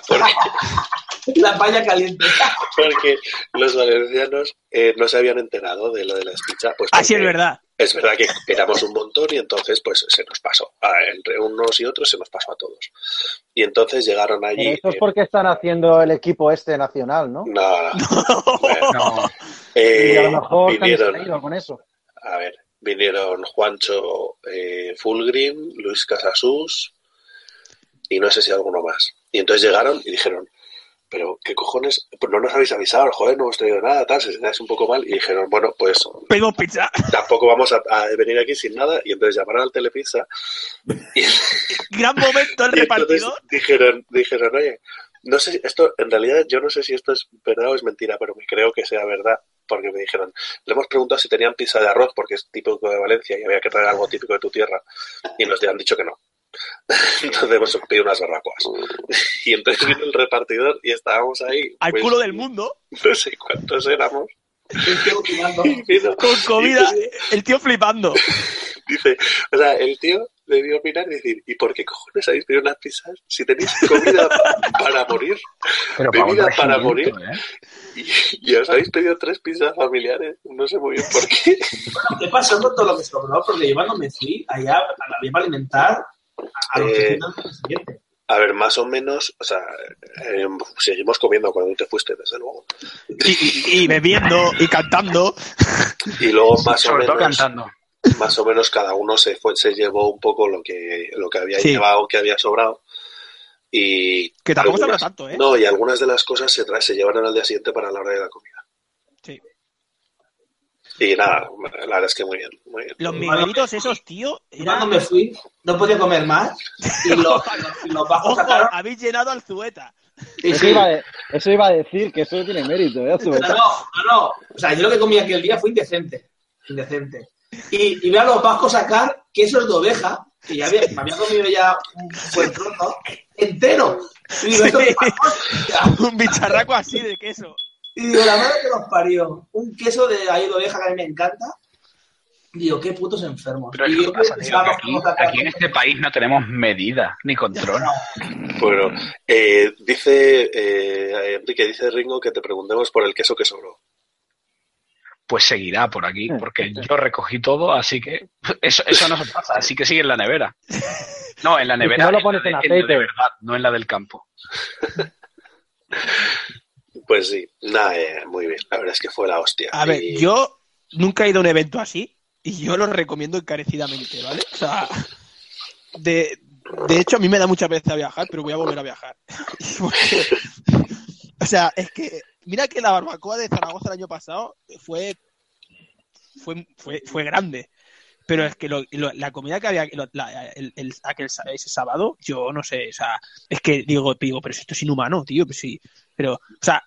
Speaker 1: porque,
Speaker 5: La palla caliente. *laughs*
Speaker 1: porque los valencianos eh, no se habían enterado de lo de la espicha. Pues
Speaker 6: Ah,
Speaker 4: así es
Speaker 1: porque-
Speaker 4: verdad.
Speaker 1: Es verdad que éramos un montón y entonces pues se nos pasó. A- Entre unos y otros se nos pasó a todos. Y entonces llegaron allí.
Speaker 2: Pero esto es
Speaker 1: eh,
Speaker 2: porque están haciendo el equipo este nacional, ¿no?
Speaker 1: no, no. Bueno,
Speaker 6: *laughs* No,
Speaker 2: Y
Speaker 1: eh,
Speaker 2: a lo mejor se han
Speaker 1: vinieron,
Speaker 2: distraído con eso.
Speaker 1: a ver, vinieron Juancho eh, Fulgrim, Luis Casasús y no sé si alguno más. Y entonces llegaron y dijeron, pero qué cojones, pues no nos habéis avisado, joder, no hemos traído nada, tal, se sentáis un poco mal. Y dijeron, bueno, pues
Speaker 4: Pedimos pizza. *laughs*
Speaker 1: tampoco vamos a, a venir aquí sin nada. Y entonces llamaron al Telepizza y,
Speaker 4: Gran momento el *laughs*
Speaker 1: Y entonces
Speaker 4: repartidor.
Speaker 1: dijeron, dijeron, oye, no sé, esto, en realidad yo no sé si esto es verdad o es mentira, pero me creo que sea verdad, porque me dijeron, le hemos preguntado si tenían pizza de arroz, porque es típico de Valencia y había que traer algo típico de tu tierra, y nos han dicho que no. *laughs* Entonces hemos pedido unas barbacoas. Y entonces vino el repartidor y estábamos ahí.
Speaker 4: Al
Speaker 1: pues,
Speaker 4: culo del mundo,
Speaker 1: No sé cuántos éramos.
Speaker 5: El tío tirando.
Speaker 1: Y vino-
Speaker 4: con comida,
Speaker 1: y
Speaker 4: el tío flipando.
Speaker 1: Dice, o sea, el tío debió opinar y decir, ¿y por qué cojones habéis pedido unas pizzas si tenéis comida para morir?
Speaker 6: pero
Speaker 1: Bebida
Speaker 6: un
Speaker 1: para
Speaker 6: regimiento, ¿eh?
Speaker 1: Y, y os habéis pedido tres pizzas familiares. No sé muy bien por qué.
Speaker 5: ¿Qué pasó con todo lo que sobró? Porque yo cuando me fui allá, a la para alimentar a, a los
Speaker 1: Eh.
Speaker 5: que el siguiente.
Speaker 1: A ver, más o menos, o sea, eh, seguimos comiendo cuando tú te fuiste, desde luego.
Speaker 4: Y, y- y bebiendo y cantando.
Speaker 1: Y luego, más o
Speaker 6: Sobre todo
Speaker 1: menos,
Speaker 6: cantando.
Speaker 1: más o menos cada uno se fue, se llevó un poco lo que, lo que había
Speaker 4: Sí.
Speaker 1: llevado, que había sobrado. Y
Speaker 4: Que tampoco se habla
Speaker 1: algunas-
Speaker 4: tanto, ¿eh?
Speaker 1: No, y algunas de las cosas se, tra- se llevaron al día siguiente para la hora de la comida.
Speaker 4: Sí.
Speaker 1: Y nada, la verdad es que muy bien. Muy bien.
Speaker 4: Los miguelitos esos, tío,
Speaker 5: Yo
Speaker 4: eran...
Speaker 5: cuando me fui, no podía comer más y los, y los bajos
Speaker 4: Ojo,
Speaker 5: sacaron.
Speaker 4: habéis llenado al Zueta.
Speaker 5: Y
Speaker 2: Eso
Speaker 5: sí,
Speaker 2: iba, a de- eso iba a decir, que eso tiene mérito,
Speaker 1: *laughs*
Speaker 2: ¿eh? Azubeta?
Speaker 5: No, no, no. O sea, yo lo que comí aquel día fue indecente. Indecente. Y, y veo a los vascos sacar quesos de oveja, que ya había, me había comido ya un buen trozo, entero. Y digo, esto es
Speaker 4: *laughs*
Speaker 5: vascos.
Speaker 4: Un bicharraco así de queso.
Speaker 5: Y digo, la madre que los parió. Un queso de ahí de oveja que a mí me encanta. Y digo, qué putos enfermos.
Speaker 6: Pero
Speaker 5: y
Speaker 6: es
Speaker 5: yo
Speaker 6: que pasa, tío, que
Speaker 5: pensaba,
Speaker 6: aquí,
Speaker 5: vamos a sacar-
Speaker 6: aquí en este país no tenemos medida ni control.
Speaker 1: Bueno, eh, dice eh, Enrique, dice Ringo que te preguntemos por el queso que sobró.
Speaker 6: Pues seguirá por aquí, porque yo recogí todo, así que eso, eso no se pasa, así que sigue en la nevera. No, en la nevera.
Speaker 2: no lo
Speaker 6: en la
Speaker 2: pones
Speaker 6: de-
Speaker 2: en
Speaker 6: la
Speaker 2: aceite.
Speaker 6: de verdad, no en la del campo.
Speaker 1: Pues sí, nada, eh, muy bien. La verdad es que fue la hostia.
Speaker 4: A ver,
Speaker 1: Y-
Speaker 4: yo nunca he ido a un evento así y yo lo recomiendo encarecidamente, ¿vale? O sea, de, de hecho a mí me da mucha pereza viajar, pero voy a volver a viajar. *laughs* Porque- o sea, es que mira que la barbacoa de Zaragoza el año pasado fue fue, fue, fue grande, pero es que lo- lo- la comida que había lo- la- el- el- aquel sa- ese sábado, yo no sé, o sea, es que digo, digo, pero si esto es inhumano, tío, pues sí, pero, o sea,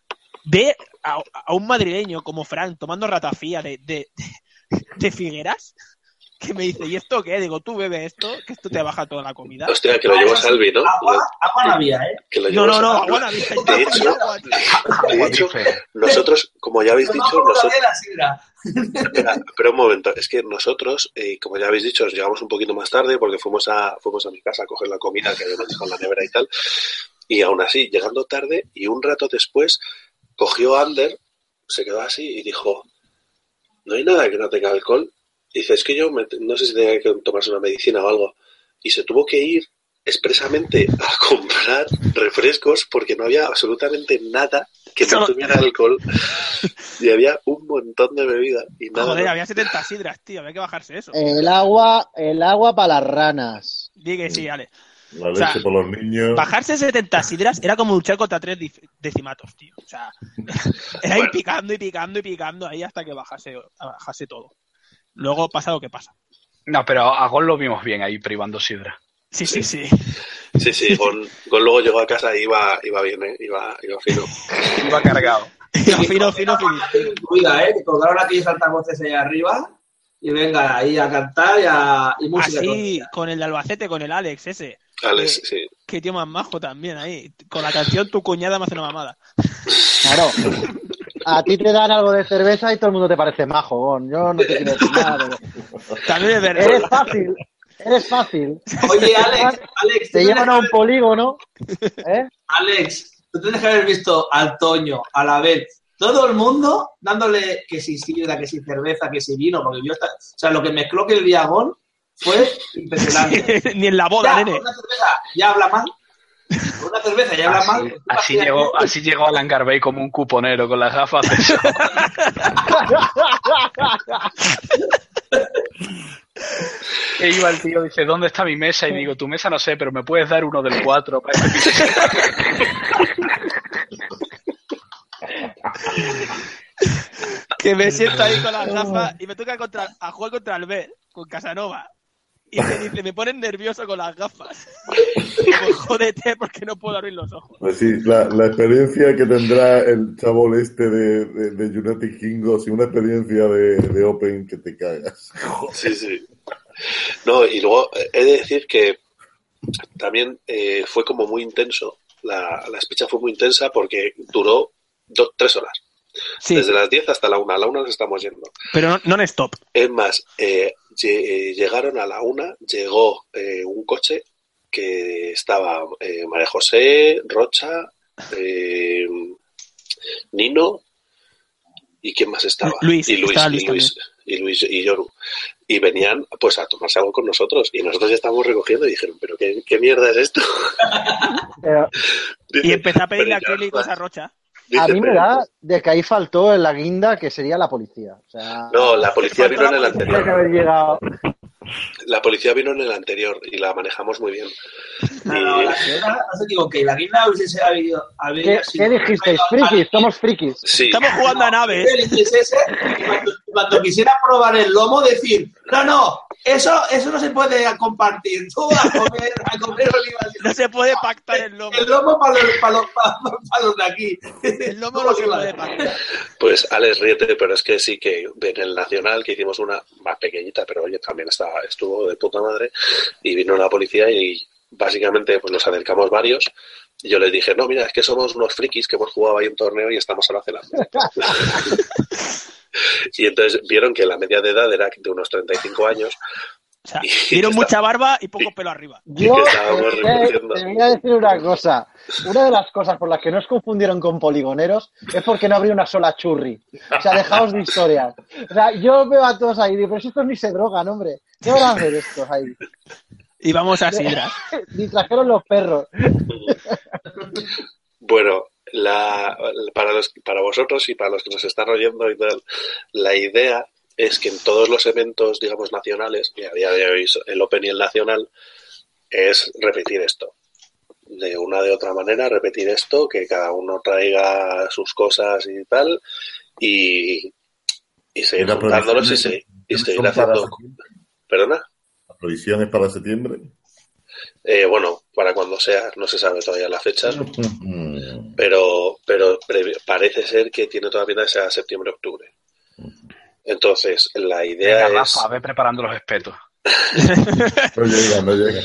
Speaker 4: ve a, *laughs* a un madrileño como Frank tomando ratafía de, de, de Figueras que me dice, ¿y esto qué? Digo, tú bebe esto, que esto te baja toda la comida.
Speaker 1: Hostia, que lo
Speaker 5: Ah,
Speaker 1: llevó
Speaker 5: eso sí.
Speaker 1: Salvi, ¿no?
Speaker 5: Agua,
Speaker 1: Lo-
Speaker 5: agua no había, ¿eh?
Speaker 1: que lo
Speaker 4: No,
Speaker 1: llevó
Speaker 4: no, no,
Speaker 1: Salvi.
Speaker 4: agua la vida.
Speaker 1: De hecho, de hecho, nosotros, como ya habéis
Speaker 5: Yo me
Speaker 1: dicho,
Speaker 5: acuerdo
Speaker 1: nosotros,
Speaker 5: de la sidra.
Speaker 1: espera, *laughs* espera un momento, es que nosotros, eh, como ya habéis dicho, nos llegamos un poquito más tarde porque fuimos a, fuimos a mi casa a coger la comida que habíamos dejado en la nevera y tal, y aún así, llegando tarde y un rato después, cogió a Ander, se quedó así y dijo, no hay nada que no tenga alcohol. Dice, es que yo me- no sé si tenía que tomarse una medicina o algo. Y se tuvo que ir expresamente a *laughs* comprar refrescos porque no había absolutamente nada que no
Speaker 4: Solo-
Speaker 1: tuviera alcohol. Y había un montón de bebida y nada.
Speaker 4: Joder, había 70 sidras, tío, había que bajarse
Speaker 1: Eh,
Speaker 4: eso.
Speaker 2: El agua, el agua para las ranas.
Speaker 4: Dí que
Speaker 1: eh.
Speaker 4: sí, Ale.
Speaker 3: La
Speaker 4: O sea,
Speaker 3: leche por los niños.
Speaker 4: Bajarse 70 sidras era como luchar contra tres dif- decimatos, tío. O sea, *laughs* era ir
Speaker 1: Bueno.
Speaker 4: picando y picando y picando ahí hasta que bajase, bajase todo. Luego pasa lo que pasa.
Speaker 6: No, pero a Gol lo vimos bien ahí privando sidra.
Speaker 4: Sí, sí, sí.
Speaker 1: Sí, sí, Gon, Gon luego llegó a casa y iba, iba bien, ¿eh? iba, iba fino.
Speaker 6: Iba cargado.
Speaker 4: *laughs* fino, fino, fino.
Speaker 5: Incluida, ¿eh? Que colgaron aquellos altavoces ahí arriba y venga ahí a cantar y, a, y
Speaker 2: Ah,
Speaker 5: música.
Speaker 4: Así, con el de Albacete, con el Alex ese.
Speaker 1: Alex,
Speaker 4: Eh,
Speaker 1: sí.
Speaker 4: Qué tío más majo también ahí. Con la canción Tu cuñada me hace una mamada.
Speaker 2: Claro. A ti te dan algo de cerveza y todo el mundo te parece majo, Gon. Yo no te quiero decir nada. pero-
Speaker 4: También es verdad. *laughs*
Speaker 2: Eres fácil. Eres fácil.
Speaker 5: Oye,
Speaker 2: *laughs*
Speaker 5: Alex, Alex, tú
Speaker 2: Te llevan
Speaker 5: tienes
Speaker 2: a
Speaker 5: que
Speaker 2: un polígono. ¿eh?
Speaker 5: Alex, tú tienes que haber visto al Toño, a la vez, todo el mundo dándole que si sidra, que si cerveza, que si vino, porque yo esta- o sea, lo que mezcló que el Viagón fue
Speaker 2: *laughs*
Speaker 5: impresionante.
Speaker 4: Ni en la boda,
Speaker 5: ya,
Speaker 4: nene.
Speaker 5: una cerveza ya habla mal. Una cerveza ya habla
Speaker 6: Así,
Speaker 5: mal.
Speaker 6: así llegó, así llegó Alan Garvey como un cuponero con las gafas. de sol. Que E iba el tío, dice, ¿dónde está mi mesa? Y digo, tu mesa no sé, pero me puedes dar uno del cuatro. para este piso".
Speaker 4: Que me siento ahí con las gafas y me toca contra, a jugar contra el B, con Casanova. Y me dice, me ponen nervioso con las gafas. *laughs* Pues jódete porque no puedo abrir los ojos.
Speaker 3: Pues sí, la, la experiencia que tendrá el chabón este de, de, de United Kingos y una experiencia de, de Open que te cagas.
Speaker 1: Sí, sí. No, y luego eh, he de decir que también eh, fue como muy intenso. La, la specha fue muy intensa porque duró do- tres horas.
Speaker 4: Sí,
Speaker 1: Desde las 10 hasta la 1. A la 1 nos estamos yendo.
Speaker 4: pero non-stop.
Speaker 1: Es más, eh, lle- eh, llegaron a la 1, llegó eh, un coche que estaba eh, María José, Rocha, eh, Nino y quién más estaba.
Speaker 4: Luis,
Speaker 1: y Luis,
Speaker 4: estaba Luis
Speaker 1: y Luis, y Luis y Yoru. Y venían pues a tomarse algo con nosotros. Y nosotros ya estábamos recogiendo y dijeron, pero qué, qué mierda es esto.
Speaker 2: Pero
Speaker 4: Y empecé a pedirle
Speaker 1: Pero ya,
Speaker 4: acrílicos a Rocha.
Speaker 2: a
Speaker 1: dice,
Speaker 2: mí me
Speaker 1: pero-
Speaker 2: da de que ahí faltó en la guinda que sería la policía. O sea,
Speaker 1: No, la policía
Speaker 4: Faltó
Speaker 1: vino en
Speaker 4: la
Speaker 1: el
Speaker 4: policía.
Speaker 2: tenía
Speaker 1: anterior.
Speaker 2: que haber llegado.
Speaker 1: La policía vino en el anterior y la manejamos muy bien.
Speaker 5: No, no,
Speaker 1: Y-
Speaker 5: la guinda, no se equivoque, la guinda hubiese habido.
Speaker 2: ¿Qué,
Speaker 5: habido sido-
Speaker 2: qué dijisteis? Frikis, somos frikis.
Speaker 1: sí,
Speaker 4: Estamos jugando a naves.
Speaker 5: El inglés ese, cuando, cuando quisiera probar el lomo, decir, no, no, eso, eso no se puede compartir. Tú a comer, a comer olivas.
Speaker 4: No se puede pactar el lomo.
Speaker 5: El lomo para los, para los, para, los de aquí.
Speaker 4: El
Speaker 5: *laughs*
Speaker 4: lomo no se puede pactar.
Speaker 1: Pues Alex Riete, pero es que sí que en el Nacional, que hicimos una más pequeñita, pero oye, también estaba, estuvo de puta madre, y vino la policía y básicamente pues nos acercamos varios. Y yo les dije, no, mira, es que somos unos frikis que hemos jugado ahí un torneo y estamos a la Zelanda. *laughs* y entonces vieron que la media de edad era de unos 35 años.
Speaker 4: O sea,
Speaker 1: Y
Speaker 4: dieron
Speaker 1: está.
Speaker 4: mucha barba y poco pelo arriba.
Speaker 2: Yo
Speaker 1: que estábamos
Speaker 2: te,
Speaker 1: reconociendo.
Speaker 2: te voy a decir una cosa. Una de las cosas por las que nos confundieron con poligoneros es porque no habría una sola churri. O sea, dejaos de historias. O sea, yo veo a todos ahí y digo, pero si estos ni se drogan, hombre. ¿Qué van a hacer estos ahí? *laughs*
Speaker 4: Y vamos a sidras.
Speaker 2: Ni trajeron los perros.
Speaker 1: Bueno, la, para, los, para vosotros y para los que nos están oyendo y tal, la idea es que en todos los eventos, digamos, nacionales, que a día de hoy es el Open y el Nacional, es repetir esto. De una de otra manera, repetir esto, que cada uno traiga sus cosas y tal, y, y seguir
Speaker 3: Y las
Speaker 1: juntándonos y,
Speaker 3: provisiones
Speaker 1: se- y
Speaker 3: son
Speaker 1: seguir
Speaker 3: para
Speaker 1: haciendo.
Speaker 3: septiembre.
Speaker 1: ¿Perdona?
Speaker 3: ¿La previsión es para septiembre?
Speaker 1: Eh, bueno, para cuando sea, no se sabe todavía las
Speaker 3: *laughs*
Speaker 1: fechas,
Speaker 3: Mm.
Speaker 1: pero pero previ- parece ser que tiene toda pinta de sea septiembre octubre Entonces, la idea
Speaker 6: Venga,
Speaker 1: es.
Speaker 6: Rafa, ve preparando los espetos.
Speaker 3: No llega, no llega.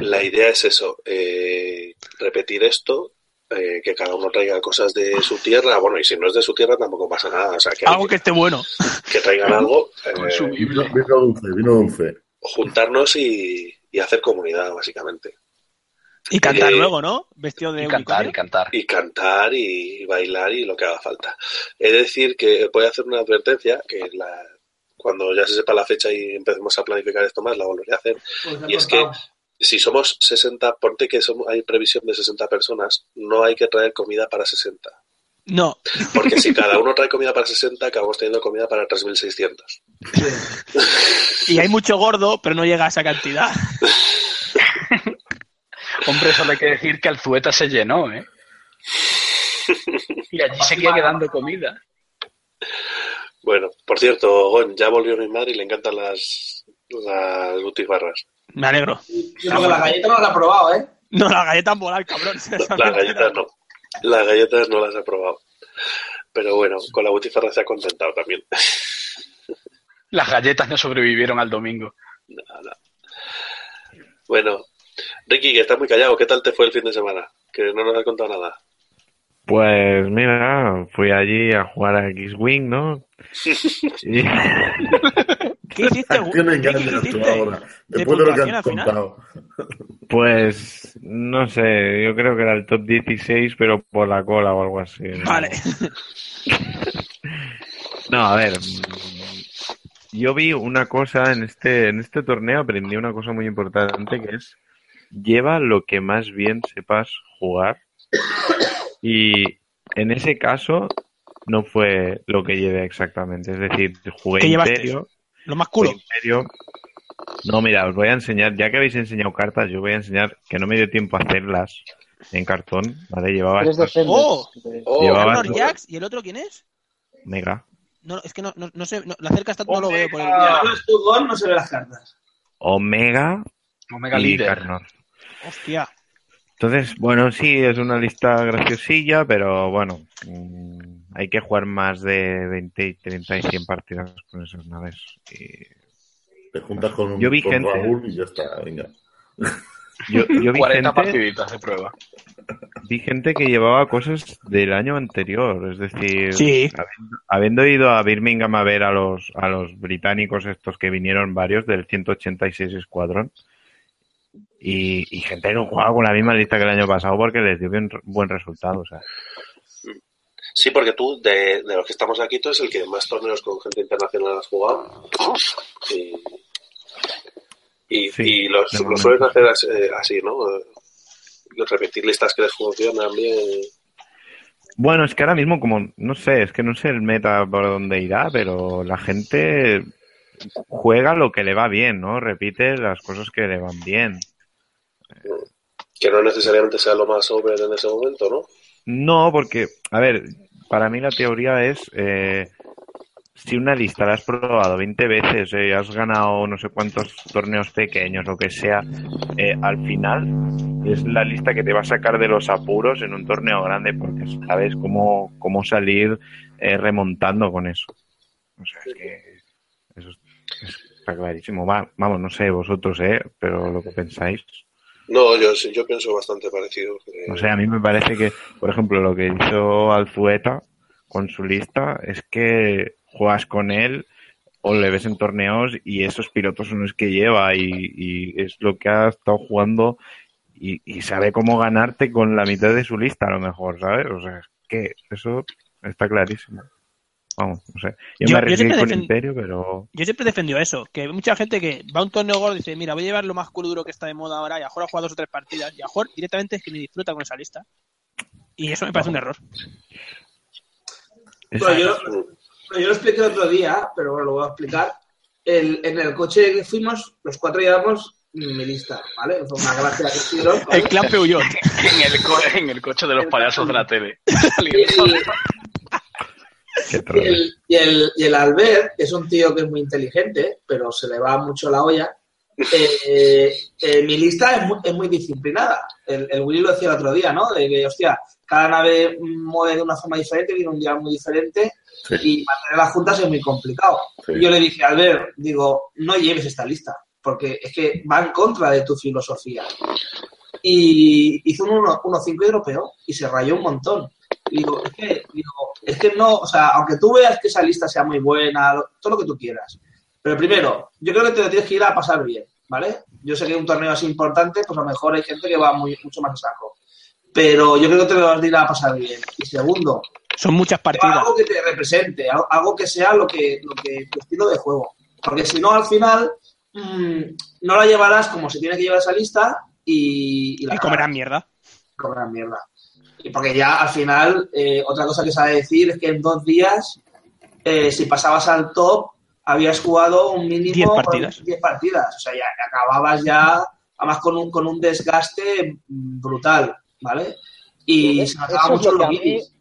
Speaker 1: La idea es eso, eh, repetir esto, eh, que cada uno traiga cosas de su tierra, bueno, y si no es de su tierra tampoco pasa nada, o sea, que,
Speaker 4: Algo que esté bueno.
Speaker 1: que traigan algo, eh,
Speaker 3: Vino,
Speaker 6: Consumible.
Speaker 3: vino dulce, vino dulce.
Speaker 1: juntarnos y, y hacer comunidad, básicamente.
Speaker 4: Y cantar
Speaker 1: Eh,
Speaker 4: luego, ¿no? Vestido de
Speaker 6: Y cantar, y
Speaker 4: unicornio.
Speaker 6: cantar.
Speaker 1: Y cantar y bailar y lo que haga falta. Es decir, que voy a hacer una advertencia, que la, cuando ya se sepa la fecha y empecemos a planificar esto más, la volveré a hacer.
Speaker 5: Pues me
Speaker 1: Y
Speaker 5: he
Speaker 1: es que-
Speaker 5: cortado.
Speaker 1: si somos 60, ponte que somos- hay previsión de 60 personas, no hay que traer comida para 60.
Speaker 4: No,
Speaker 1: Porque si cada uno trae comida para 60, acabamos teniendo comida para 3.600.
Speaker 4: y hay mucho gordo, pero no llega a esa cantidad.
Speaker 6: Hombre, solo hay que decir que Alzueta se llenó, ¿eh? Y allí seguía quedando comida.
Speaker 1: Bueno, por cierto, Gon, ya volvió mi madre y le encantan las, las butifarras.
Speaker 4: Me alegro.
Speaker 5: Yo creo que la galleta no la he probado, ¿eh?
Speaker 4: No, las galletas volar, cabrón. *laughs*
Speaker 1: Las galletas no. Las galletas no las ha probado. Pero bueno, con la butifarra se ha contentado también.
Speaker 6: Las galletas no sobrevivieron al domingo.
Speaker 1: Nada. Bueno, Ricky, que estás muy callado, ¿qué tal te fue el fin de semana? Que no nos has contado nada.
Speaker 7: Pues mira, fui allí a jugar a X-Wing,
Speaker 4: *laughs*
Speaker 7: ¿no? Y
Speaker 4: ¿Qué hiciste?
Speaker 3: ¿Qué me
Speaker 4: Ricky? ¿Qué
Speaker 3: engañas tú
Speaker 4: hiciste?
Speaker 3: ahora? Después de lo que
Speaker 4: puntuación
Speaker 3: has
Speaker 4: al final?
Speaker 3: contado.
Speaker 7: pues no sé, yo creo que era el top 16, pero por la cola o algo así. ¿no?
Speaker 4: Vale.
Speaker 7: No, a ver. mm, Yo vi una cosa en este, en este torneo, aprendí una cosa muy importante que es lleva lo que más bien sepas jugar. Y en ese caso no fue lo que llevé exactamente. Es decir, jugué
Speaker 4: ¿Qué llevaste?
Speaker 7: Imperio.
Speaker 4: *laughs* Lo más culo.
Speaker 7: jugué Imperio. No, mira, os voy a enseñar, ya que habéis enseñado cartas, yo voy a enseñar que no me dio tiempo a hacerlas en cartón, ¿vale? Llevaba
Speaker 2: Tres
Speaker 7: estas
Speaker 2: defenders.
Speaker 4: ¡Oh!
Speaker 1: Oh,
Speaker 7: Llevaba-
Speaker 4: Arnor
Speaker 7: no.
Speaker 4: Jax, ¿y el otro quién es?
Speaker 7: mega.
Speaker 4: No, es que no, no, no sé, no, la cerca está, no lo
Speaker 1: Ah.
Speaker 4: veo por el
Speaker 5: Si hablas tú, Gon, no se ve las cartas.
Speaker 7: Omega
Speaker 6: Omega
Speaker 7: y
Speaker 6: Líder.
Speaker 7: Carnor.
Speaker 4: Hostia.
Speaker 7: Entonces, bueno, sí, es una lista graciosilla, pero bueno, mm, hay que jugar más de 20, y 30 y 100 partidas con esas naves. Y
Speaker 3: Te juntas con, un-
Speaker 7: Yo vi
Speaker 3: con
Speaker 7: gente-
Speaker 3: Raúl y ya está, venga.
Speaker 7: yo
Speaker 6: *laughs*
Speaker 7: yo vi,
Speaker 6: 40
Speaker 7: gente,
Speaker 6: partiditas de prueba.
Speaker 7: vi gente que llevaba cosas del año anterior, es decir,
Speaker 4: Sí.
Speaker 7: habiendo, habiendo ido a Birmingham a ver a los, a los británicos estos que vinieron varios del 186 Escuadrón. Y, y gente que jugaba con la misma lista que el año pasado porque les dio bien, buen resultado. O sea,
Speaker 1: Sí, porque tú, de, de los que estamos aquí, tú eres el que más torneos con gente internacional has jugado. Y, y,
Speaker 7: Sí,
Speaker 1: y los,
Speaker 7: de
Speaker 1: los
Speaker 7: momento.
Speaker 1: sueles hacer as- eh, así, ¿no? Eh, Repetir listas que les funcionan bien.
Speaker 7: Bueno, es que ahora mismo como, no sé, es que no sé el meta por dónde irá, pero la gente juega lo que le va bien, ¿no? Repite las cosas que le van bien.
Speaker 1: Que no necesariamente sea lo más over en ese momento, ¿no?
Speaker 7: No, porque, a ver, para mí la teoría es, eh, si una lista la has probado 20 veces, eh, has ganado no sé cuántos torneos pequeños, lo que sea, eh, al final es la lista que te va a sacar de los apuros en un torneo grande porque sabes cómo, cómo salir eh, remontando con eso. O sea, es que eso es- está clarísimo. Va- vamos, no sé vosotros, ¿eh? Pero lo que pensáis.
Speaker 1: No, yo, sí- yo pienso bastante parecido. eh,
Speaker 7: No sé, a mí me parece que, por ejemplo, lo que hizo Alzueta con su lista es que juegas con él o le ves en torneos y esos pilotos son los que lleva y, y es lo que ha estado jugando y, y sabe cómo ganarte con la mitad de su lista a lo mejor, ¿sabes? O sea, es que eso está clarísimo. Vamos, no sé. Yo,
Speaker 4: Yo- yo
Speaker 7: me arriesgué
Speaker 4: siempre
Speaker 7: con
Speaker 4: defen-
Speaker 7: Imperio, pero...
Speaker 4: Yo siempre he defendido eso, que hay mucha gente que va a un torneo gordo y dice, mira, voy a llevar lo más culo duro que está de moda ahora, y a Jorge ha jugado dos o tres partidas, y a Jorge directamente es que ni disfruta con esa lista. Y eso me parece un error.
Speaker 7: es-
Speaker 5: Bueno, yo, Pero yo lo expliqué otro día, pero bueno, lo voy a explicar. El- en el coche que fuimos, los cuatro llevamos mi lista, ¿vale? Fue una gracia que hicieron. ¿vale?
Speaker 4: El clan Peugeot.
Speaker 6: En el, co- en el coche de los payasos de la tele.
Speaker 7: *laughs* qué
Speaker 5: Y
Speaker 7: troll.
Speaker 5: el, y, el, y el Albert, que es un tío que es muy inteligente, pero se le va mucho la olla, eh, eh, mi lista es muy, es muy disciplinada. El, el Willy lo decía el otro día, ¿no? De que, hostia, cada nave mueve de una forma diferente, viene un día muy diferente
Speaker 3: Sí.
Speaker 5: y mantenerlas juntas es muy complicado.
Speaker 3: Sí.
Speaker 5: Yo le dije, Albert, digo, no lleves esta lista, porque es que va en contra de tu filosofía. Y hizo un 1-5 europeo y se rayó un montón. Y Digo, es que, digo, es que no, o sea, aunque tú veas que esa lista sea muy buena, lo- todo lo que tú quieras. Pero primero, yo creo que te lo tienes que ir a pasar bien, ¿vale? Yo sé que un torneo así importante, pues a lo mejor hay gente que va muy, mucho más a saco. Pero yo creo que te lo vas a ir a pasar bien. Y segundo,
Speaker 4: Son muchas partidas.
Speaker 5: algo que te represente, al- algo que sea lo que, lo que tu estilo de juego. Porque si no, al final mm, no la llevarás como se tiene que llevar esa lista y, la
Speaker 4: Y comerán mierda.
Speaker 5: comerán mierda. Y porque ya al final, eh, otra cosa que sabe decir es que en dos días, eh, si pasabas al top, habías jugado un mínimo
Speaker 4: Diez partidas.
Speaker 5: 10 partidas. O sea, ya acababas ya, además con un, con un desgaste brutal, ¿vale? Y se notaba
Speaker 2: Eso es lo
Speaker 5: mucho
Speaker 2: que
Speaker 5: los
Speaker 2: a mí-
Speaker 5: minis.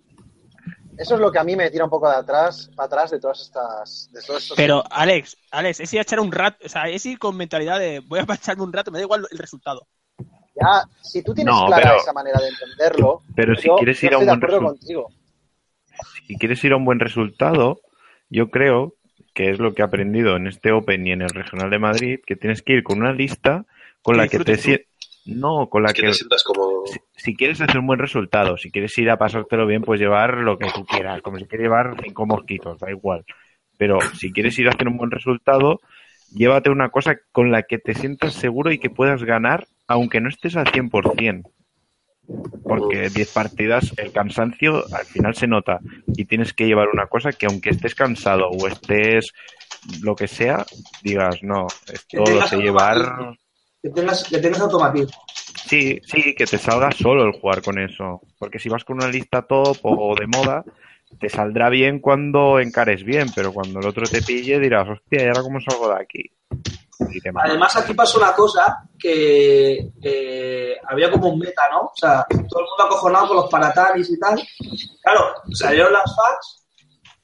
Speaker 2: Eso es lo que a mí me tira un poco de atrás, para atrás de todas estas. De todos estos-
Speaker 4: Pero, Alex, Alex, es ir a echar un rato. O sea, es ir con mentalidad de voy a *laughs* echarme un rato, me da igual el resultado.
Speaker 2: Ya, si tú tienes
Speaker 7: No,
Speaker 2: clara
Speaker 7: pero-
Speaker 2: esa manera de entenderlo,
Speaker 7: Pero si
Speaker 2: yo-
Speaker 7: quieres
Speaker 2: yo
Speaker 7: ir a
Speaker 2: estoy
Speaker 7: un
Speaker 2: de
Speaker 7: buen
Speaker 2: acuerdo
Speaker 7: resu-
Speaker 2: contigo.
Speaker 7: si quieres ir a un buen resultado, yo creo que es lo que he aprendido en este Open y en el Regional de Madrid, que tienes que ir con una lista con
Speaker 4: Que
Speaker 7: la que te
Speaker 4: disfrutes
Speaker 7: sientes... No, con la
Speaker 1: que
Speaker 7: que...
Speaker 1: te sientas como...
Speaker 7: Si, si quieres hacer un buen resultado, si quieres ir a pasártelo bien, pues llevar lo que tú quieras, como si quieres llevar cinco mosquitos, da igual. Pero si quieres ir a hacer un buen resultado, llévate una cosa con la que te sientas seguro y que puedas ganar, aunque no estés al 100%. Porque 10 partidas, el cansancio al final se nota. Y tienes que llevar una cosa que aunque estés cansado o estés lo que sea, digas, no, esto lo sé llevar...
Speaker 5: que tengas, que tengas automatismo.
Speaker 7: Sí, sí, que te salga solo el jugar con eso. Porque si vas con una lista top o de moda, te saldrá bien cuando encares bien, pero cuando el otro te pille dirás, hostia, ¿y ahora cómo salgo de aquí? Y te matas.
Speaker 5: Además, aquí pasó una cosa que eh, había como un meta, ¿no? O sea, todo el mundo acojonado con los paratanis y tal. Claro, salieron las fax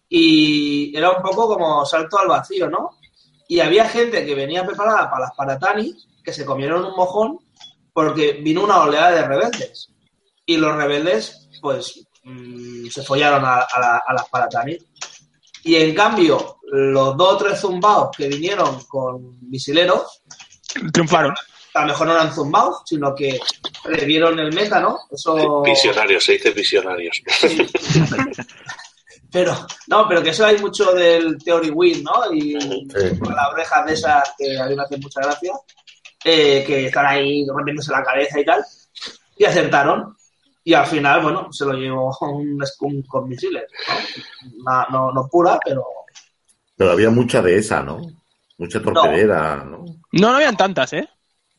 Speaker 5: y era un poco como salto al vacío, ¿no? Y había gente que venía preparada para las paratanis que se comieron un mojón porque vino una oleada de rebeldes. Y los rebeldes, pues, mm, se follaron a, a la- a las paratanis. Y en cambio, los dos o tres zumbaos que vinieron con misileros
Speaker 4: Triunfaron.
Speaker 5: a lo mejor no eran zumbados, sino que revieron el meta, ¿no? Eso...
Speaker 1: Visionarios, se dice visionarios.
Speaker 5: Pero, no, pero que eso hay mucho del Theory Win, ¿no? Y
Speaker 3: Sí.
Speaker 5: con las orejas de esas que a mí me hacen mucha gracia, eh, que están ahí rompiéndose la cabeza y tal, y acertaron. Y al final, bueno, se lo llevó un Skunk con misiles, ¿no? Una- no, no pura, pero...
Speaker 3: Pero había mucha de esa, ¿no? Mucha torpedera, ¿no?
Speaker 4: No, no habían tantas, ¿eh?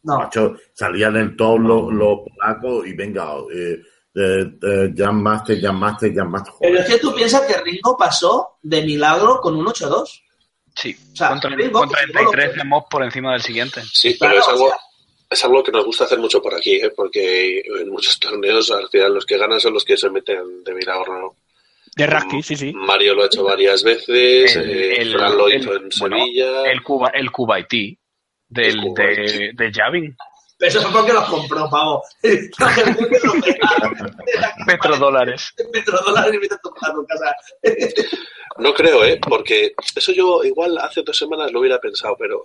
Speaker 5: No,
Speaker 3: Macho, salían en todos los, los polacos y venga, eh, eh, eh, Jam Master, Jam Master, Jam Master.
Speaker 5: Pero
Speaker 3: Joder,
Speaker 5: es que tú piensas que Ringo pasó de milagro con un 8-2.
Speaker 6: Sí,
Speaker 5: O sea,
Speaker 6: con, tre-
Speaker 5: Ringo,
Speaker 6: con
Speaker 5: pues,
Speaker 6: 33
Speaker 5: no lo-
Speaker 6: de mods por encima del siguiente.
Speaker 1: Sí,
Speaker 5: Claro,
Speaker 1: pero es
Speaker 5: o
Speaker 1: algo,
Speaker 5: sea.
Speaker 1: es algo que nos gusta hacer mucho por aquí, ¿eh? porque en muchos torneos al final los que ganan son los que se meten de milagro. ¿no?
Speaker 4: De Rasky, sí, sí.
Speaker 1: Mario lo ha hecho varias veces, eh, Fran lo hizo en
Speaker 6: el-
Speaker 1: Sevilla.
Speaker 6: bueno, el Cuba, el Cubaití del,
Speaker 1: El
Speaker 6: de,
Speaker 1: Kuwaití.
Speaker 6: de Javin.
Speaker 5: Pero eso es porque los compró, pavo. *laughs* La gente que los pega.
Speaker 6: Petrodólares.
Speaker 5: *laughs* Petrodólares invita a tu a tu casa.
Speaker 1: No creo, ¿eh? Porque eso yo igual hace dos semanas lo hubiera pensado, pero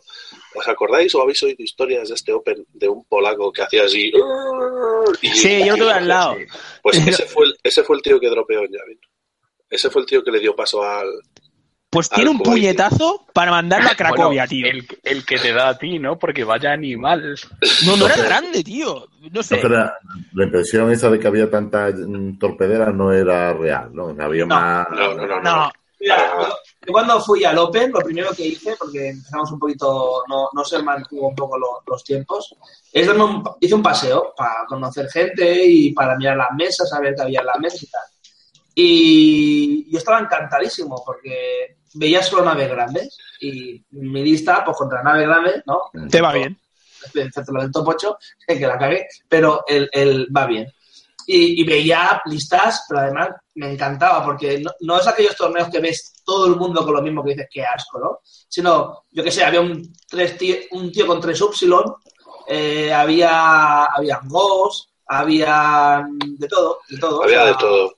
Speaker 1: ¿os acordáis o habéis oído historias de este Open de un polaco que hacía así? Y-
Speaker 4: Sí, yo lo tuve al lado.
Speaker 1: Pues
Speaker 6: *laughs*
Speaker 1: ese fue, el, ese fue el tío que dropeó en Javin. Ese fue el tío que le dio paso al...
Speaker 4: Pues tiene un
Speaker 1: Al Kuwaití.
Speaker 4: puñetazo para mandarlo a Cracovia,
Speaker 6: Bueno,
Speaker 4: tío.
Speaker 6: El, el que te da a ti, ¿no? Porque vaya animal.
Speaker 4: No, no era grande, tío. No sé.
Speaker 3: Entonces, la, la impresión esa de que había tanta mm, torpedera no era real, ¿no? Había
Speaker 5: No,
Speaker 3: más...
Speaker 1: No, no, no. no.
Speaker 4: No,
Speaker 5: Mira, yo- yo cuando fui al Open, lo primero que hice, porque empezamos un poquito, no, no se mantuvo un poco lo- los tiempos, es darme un, hice un paseo para conocer gente y para mirar las mesas, saber qué había en las mesas y tal. Y yo estaba encantadísimo porque veía solo naves grandes y mi lista, pues contra naves grandes, ¿no?
Speaker 3: Mm.
Speaker 4: te va bien.
Speaker 5: *laughs* excepto la del top 8, que la cagué, pero el, el va bien. y, y veía listas, pero además me encantaba, porque no, no es aquellos torneos que ves todo el mundo con lo mismo que dices, qué asco, ¿no? Sino, yo qué sé, había un, tres tío, un tío con tres upsilon, eh, había, había ghosts, había de todo, de todo.
Speaker 1: Había
Speaker 5: o sea,
Speaker 1: de todo.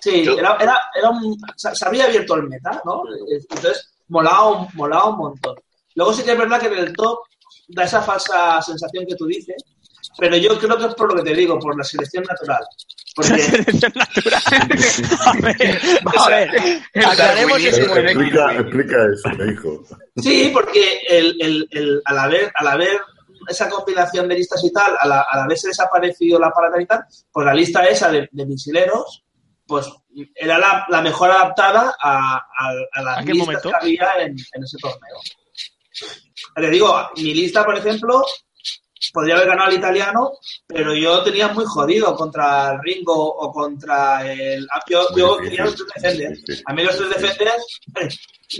Speaker 5: Sí,
Speaker 1: Yo-
Speaker 5: era, era, era un, se se había abierto el meta, ¿no? Eh, Entonces, molaba un, molaba un montón. Luego sí que es verdad que en el top da esa falsa sensación que tú dices, pero yo creo que es por lo que te digo, por la selección natural. Porque,
Speaker 4: Selección natural. *laughs* A ver, a ver.
Speaker 6: Aclaremos
Speaker 3: Eh, explica, explica eso, me dijo.
Speaker 5: sí, porque el, el, el, al, haber, al haber esa combinación de listas y tal, al, al haberse desaparecido la parada y tal, pues la lista esa de, de misileros, pues era la, la mejor adaptada a, a, a las
Speaker 4: ¿A qué
Speaker 5: listas
Speaker 4: momento?
Speaker 5: que había en, en ese torneo. Te digo, mi lista, por ejemplo, podría haber ganado al italiano, pero yo tenía muy jodido contra el Ringo o contra el... Yo, yo
Speaker 3: Muy
Speaker 5: quería los
Speaker 3: difícil,
Speaker 5: tres defenders.
Speaker 3: muy difícil.
Speaker 5: A mí los tres defenders eh,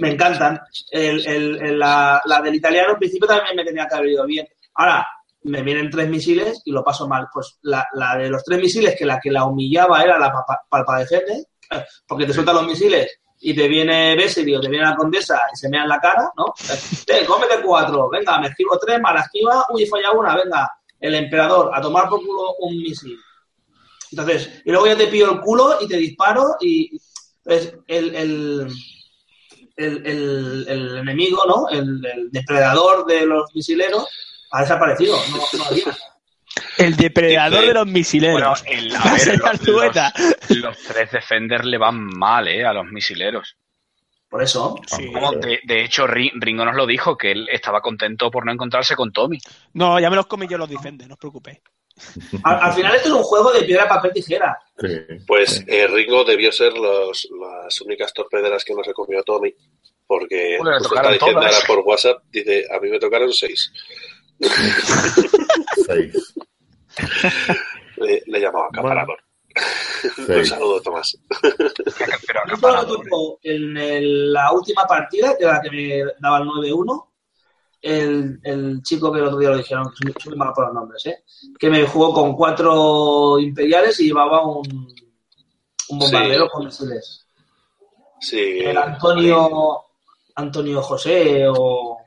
Speaker 5: me encantan. El, el- el- la, la del italiano en principio también me tenía que haber ido bien. Ahora, me vienen tres misiles y lo paso mal. Pues la, la de los tres misiles, que la que la humillaba era la palpa, palpa defender, eh, porque te sueltan los misiles y te viene Bessery o te viene la condesa y se mea en la cara, ¿no? Eh, cómete cuatro, venga, me esquivo tres, mala esquiva, uy, falla una, venga, el emperador, a tomar por culo un misil. Entonces, y luego ya te pillo el culo y te disparo y pues, el, el, el, el- el enemigo, ¿no? El, el depredador de los misileros ha desaparecido, no, no había.
Speaker 4: El depredador
Speaker 6: Sí,
Speaker 4: de los
Speaker 6: Bueno,
Speaker 4: misileros.
Speaker 6: el, a
Speaker 4: *laughs* Va a
Speaker 6: ver,
Speaker 4: ser
Speaker 6: los-
Speaker 4: Arzueta.
Speaker 6: los, los tres defenders le van mal, ¿eh? A los misileros.
Speaker 5: Por eso,
Speaker 4: Sí.
Speaker 6: Como de, de hecho, Ri- Ringo nos lo dijo, que él estaba contento por no encontrarse con Tommy.
Speaker 4: No, ya me los comí yo los defenders, no os preocupéis.
Speaker 5: al, al final esto es un juego de piedra, papel, tijera.
Speaker 3: Sí.
Speaker 1: Pues eh, Ringo debió ser los, las únicas torpederas que no se comió Tommy. Porque
Speaker 6: Bueno, le
Speaker 1: justo está
Speaker 6: tocaron
Speaker 1: diciendo
Speaker 6: todas.
Speaker 1: ahora por WhatsApp, dice, a mí me tocaron seis.
Speaker 3: Seis.
Speaker 1: Le, le llamaba acaparador. *laughs* Un
Speaker 3: Seis.
Speaker 1: saludo, Tomás.
Speaker 6: Pero
Speaker 5: Yo solo
Speaker 6: acaparador, ¿eh?
Speaker 5: tocó en el- la última partida, que era la que me daba el 9-1, el, el chico que el otro día lo dijeron, que soy- soy malo por los nombres, ¿eh? que me jugó con cuatro imperiales y llevaba un, un bombardero
Speaker 1: Sí.
Speaker 5: con misiles.
Speaker 1: Sí.
Speaker 5: El Antonio, Antonio José o...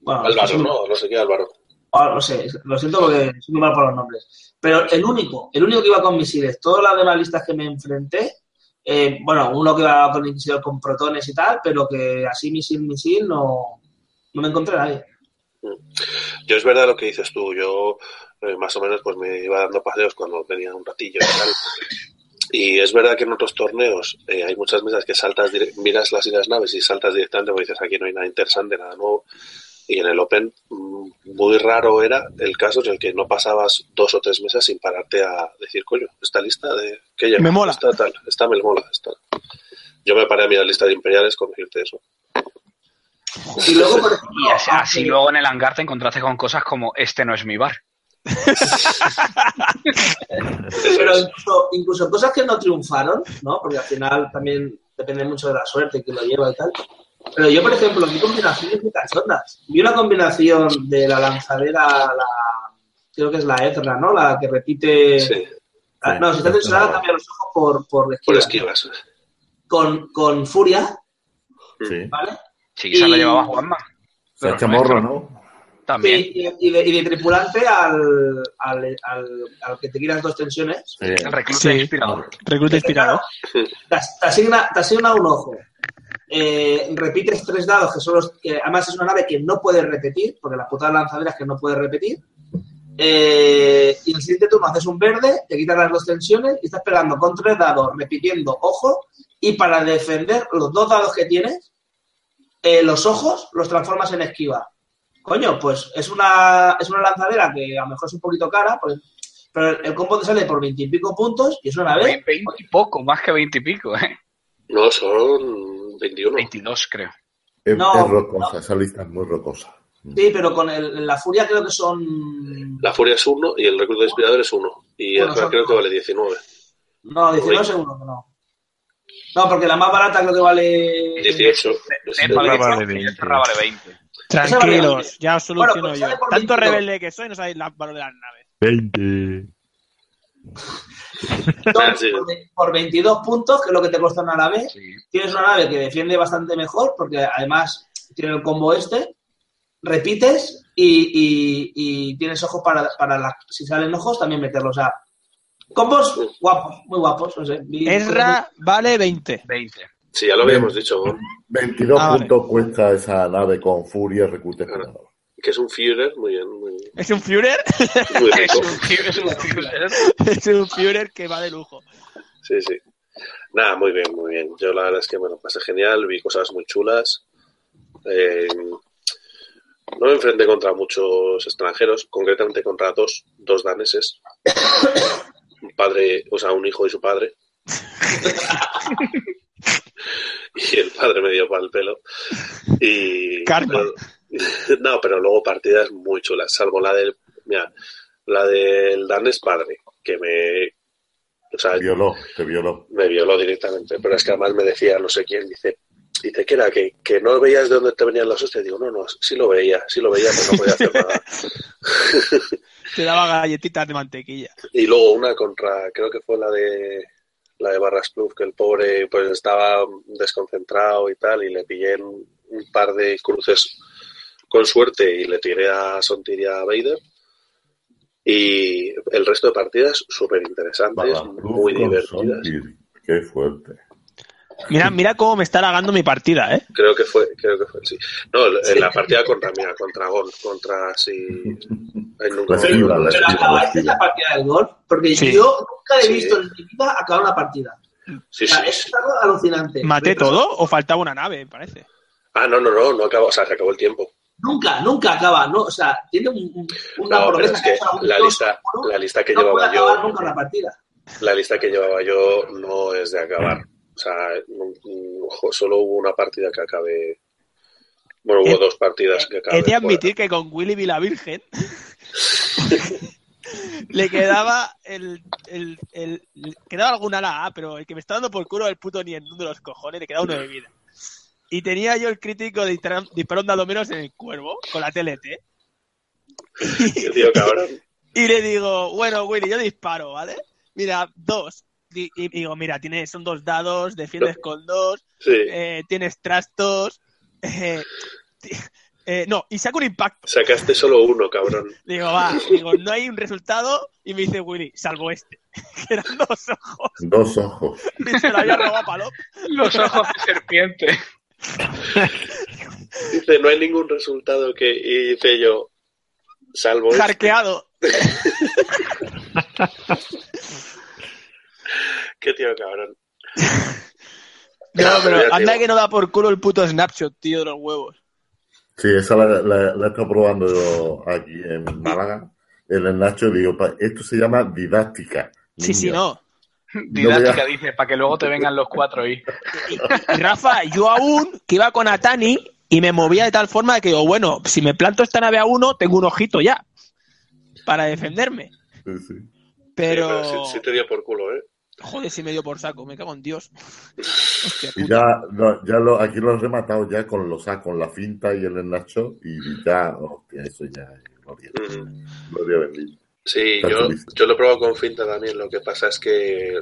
Speaker 5: Bueno,
Speaker 1: Álvaro,
Speaker 5: soy-
Speaker 1: no, no sé qué Álvaro.
Speaker 5: Ah, no sé, lo siento porque soy muy mal por los nombres. Pero el único, el único que iba con misiles, todas las demás listas que me enfrenté, eh, bueno, uno que iba con misil con protones y tal, pero que así misil, misil, no, no me encontré a nadie.
Speaker 1: Yo es verdad lo que dices tú, yo eh, más o menos pues me iba dando paseos cuando tenía un ratillo y tal. Y es verdad que en otros torneos eh, hay muchas mesas que saltas, dire- miras las islas naves y saltas directamente porque dices aquí no hay nada interesante, nada nuevo. Y en el Open mm, muy raro era el caso en el que no pasabas dos o tres mesas sin pararte a decir, coño, esta lista de que
Speaker 4: Me mola.
Speaker 1: Esta, tal, esta me mola. Esta. Yo me paré a mirar lista de imperiales con decirte eso.
Speaker 5: Y luego, por ejemplo,
Speaker 6: Y así, así
Speaker 5: hace-
Speaker 6: luego en el hangar te encontraste con cosas como este no es mi bar.
Speaker 5: pero incluso, incluso cosas que no triunfaron, ¿no? Porque al final también depende mucho de la suerte que lo lleva y tal. Pero yo, por ejemplo, vi combinaciones muy cachondas. Vi una combinación de la lanzadera, la, creo que es la Ezra, ¿no? La que repite...
Speaker 1: Sí,
Speaker 5: Ah, no, si está censurada, cambia los ojos por, por esquiva.
Speaker 1: por esquivas.
Speaker 5: Con, con furia,
Speaker 3: Sí.
Speaker 5: ¿vale?
Speaker 6: Sí, esa la
Speaker 5: Y-
Speaker 6: llevaba Juanma.
Speaker 3: Se ha chamorro, ¿no?
Speaker 6: También.
Speaker 5: Sí, y, y de, y de tripulante al, al, al, al que te quieras dos tensiones.
Speaker 3: Sí.
Speaker 6: El recluta
Speaker 4: Sí.
Speaker 6: inspirador.
Speaker 4: Recruta inspirado.
Speaker 5: Te, as- te asigna, te asigna un ojo. Eh, repites tres dados, que son los que además es una nave que no puedes repetir, porque la puta lanzadera es que no puedes repetir. Eh, y el siguiente turno haces un verde, te quitas las dos tensiones y estás pegando con tres dados, repitiendo ojo, y para defender los dos dados que tienes, eh, los ojos los transformas en esquiva. Coño, pues es una, es una lanzadera que a lo mejor es un poquito cara, pues, pero el combo te sale por veintipico puntos y es una nave
Speaker 6: Ve- Veinte y poco, más que veinte y pico, ¿eh?
Speaker 1: No, son 21.
Speaker 6: 22 creo.
Speaker 3: Es,
Speaker 5: No,
Speaker 3: es rocosa, esa lista es muy rocosa.
Speaker 5: Sí, pero con el, la furia creo que son.
Speaker 1: La Furia es 1 y el Recluta Inspirador es 1. Y
Speaker 5: Bueno,
Speaker 1: el Hack
Speaker 5: son-
Speaker 1: creo que vale 19.
Speaker 5: No, 19
Speaker 1: Uy.
Speaker 5: seguro que no. No, porque la más barata creo que vale.
Speaker 1: 18.
Speaker 6: Ted
Speaker 3: Ted
Speaker 6: vale 18,
Speaker 7: Rafa vale 20.
Speaker 6: Ted Rafa vale 20.
Speaker 4: Tranquilos, ya os soluciono
Speaker 5: Bueno, pues
Speaker 4: yo.
Speaker 5: sale por
Speaker 4: Tanto
Speaker 5: 22.
Speaker 4: rebelde que soy, no sabéis el valor de las naves.
Speaker 7: 20.
Speaker 5: Entonces,
Speaker 1: Sí.
Speaker 5: por ve- por 22 puntos, que es lo que te cuesta una nave,
Speaker 6: Sí.
Speaker 5: tienes una nave que defiende bastante mejor, porque además tiene el combo este, repites y, y- y tienes ojos para, para la- si salen ojos también meterlos. O sea, combos guapos, muy guapos, no sé. Vi-
Speaker 4: Ezra vale 20.
Speaker 6: 20.
Speaker 1: Sí, ya lo habíamos dicho, ¿no?
Speaker 3: 22
Speaker 4: Ah, vale.
Speaker 3: puntos cuesta esa nave con furia, recursos
Speaker 1: que es un Führer, muy bien, muy, bien.
Speaker 4: Es un Führer, *laughs*
Speaker 1: muy
Speaker 6: Es
Speaker 1: rico.
Speaker 6: un tío, es un tío.
Speaker 4: es un Führer que va de lujo.
Speaker 1: Sí, sí. Nada, muy bien, muy bien. Yo la verdad es que me lo pasé genial, vi cosas muy chulas. Eh, no me enfrenté contra muchos extranjeros, concretamente contra dos, dos daneses. Un padre, o sea, un hijo y su padre. y el padre me dio para el pelo. Y,
Speaker 4: Karma.
Speaker 1: pero- no, pero luego partidas muy chulas, salvo la del, mira, la del danés padre, que me... O sea,
Speaker 3: Te violó, te violó.
Speaker 1: me violó directamente, pero es que además me decía no sé quién, dice, dice que era que, que no veías de dónde te venían las hostias, digo, no, no, sí lo veía, sí lo veía, pero no podía hacer nada.
Speaker 4: *laughs* Te daba galletitas de mantequilla.
Speaker 1: Y luego una contra, creo que fue la de la de Barras Plus, que el pobre pues estaba desconcentrado y tal, y le pillé en un par de cruces con suerte y le tiré a Sontir y a Vader. Y el resto de partidas súper interesantes,
Speaker 3: Barra Cruz
Speaker 1: muy
Speaker 3: con
Speaker 1: divertidas.
Speaker 3: Sontil. Qué fuerte.
Speaker 4: Mira, mira cómo me está halagando mi partida, ¿eh?
Speaker 1: Creo que fue, creo que fue, sí. No, en la partida contra mira, contra Gon, contra sí. Ay, nunca me
Speaker 3: Recibe,
Speaker 1: acuerdo.
Speaker 3: la
Speaker 5: Pero
Speaker 3: Sí,
Speaker 5: acabaste
Speaker 3: sí.
Speaker 5: la partida del golf, porque
Speaker 4: Sí.
Speaker 5: yo nunca he
Speaker 1: Sí.
Speaker 5: visto en mi vida acabar una partida.
Speaker 1: Sí,
Speaker 5: O sea,
Speaker 1: sí,
Speaker 5: es
Speaker 1: sí.
Speaker 5: algo alucinante.
Speaker 4: ¿Maté
Speaker 5: Pero
Speaker 4: todo o faltaba una nave, me parece?
Speaker 1: Ah, no, no, no, no acabó, o sea, se acabó el tiempo.
Speaker 5: Nunca, nunca acaba, ¿no? O sea, tiene un, un- una
Speaker 1: No, pero
Speaker 5: progresa
Speaker 1: es que la lista, la lista que
Speaker 5: no puede
Speaker 1: llevaba
Speaker 5: acabar
Speaker 1: yo,
Speaker 5: nunca una partida.
Speaker 1: la lista que llevaba yo no es de acabar. O sea, no- no, ojo, solo hubo una partida que acabé. Bueno, hubo
Speaker 4: He-
Speaker 1: dos partidas que acabé.
Speaker 4: He de
Speaker 1: fuera.
Speaker 4: admitir que con Willy Vilavirgen *laughs* le quedaba el, el, el- le quedaba alguna la A, pero el que me está dando por culo el puto ni en de los cojones, le quedaba uno de vida. Y tenía yo el crítico de disparar- disparón de a lo menos en el cuervo, con la TLT.
Speaker 1: Yo, tío, cabrón.
Speaker 4: Y le digo, bueno, Willy, yo disparo, ¿vale? Mira, dos. Y, y digo, mira, tiene, son dos dados, defiendes con dos,
Speaker 1: Sí.
Speaker 4: *laughs* eh, tienes trastos. eh, ti- eh, no, y saco un impacto.
Speaker 1: Sacaste solo uno, cabrón.
Speaker 4: Digo, va, digo, no hay un resultado. Y me dice Willy, salvo este. *laughs* Que eran dos ojos.
Speaker 3: Dos ojos.
Speaker 4: Y se lo había robado a Palop.
Speaker 6: Los ojos de serpiente.
Speaker 1: Dice, no hay ningún resultado que. Y dice yo, salvo. este".
Speaker 4: Jarqueado.
Speaker 1: este". Qué tío, cabrón.
Speaker 4: No,
Speaker 1: Ya te
Speaker 4: pero anda
Speaker 1: digo.
Speaker 4: que no da por culo el puto snapshot, tío, de los huevos.
Speaker 3: Sí, esa la, la, la he estado probando yo aquí en Málaga. En el Nacho digo, pa- esto se llama didáctica.
Speaker 4: Sí, sí,
Speaker 3: niño.
Speaker 4: no.
Speaker 6: Didáctica
Speaker 3: veas.
Speaker 6: dice, para que luego te vengan los cuatro y
Speaker 4: Y Rafa, yo aún que iba con Atani y me movía de tal forma que digo, bueno, si me planto esta nave a uno, tengo un ojito ya para defenderme.
Speaker 3: Sí, sí.
Speaker 4: Pero,
Speaker 1: Sí, sí- sí te dio por culo, ¿eh?
Speaker 4: joder, si me dio por saco, me cago en Dios. Hostia,
Speaker 3: Y
Speaker 4: puta.
Speaker 3: ya, no, ya lo, aquí lo han rematado ya con los A, con la finta y el enlacho. Y ya, hostia, eso ya es gloria.
Speaker 1: Ujú.
Speaker 3: Gloria bendita.
Speaker 1: Sí,
Speaker 3: Está
Speaker 1: yo,
Speaker 3: feliz.
Speaker 1: yo lo he probado con Finta también. Lo que pasa es que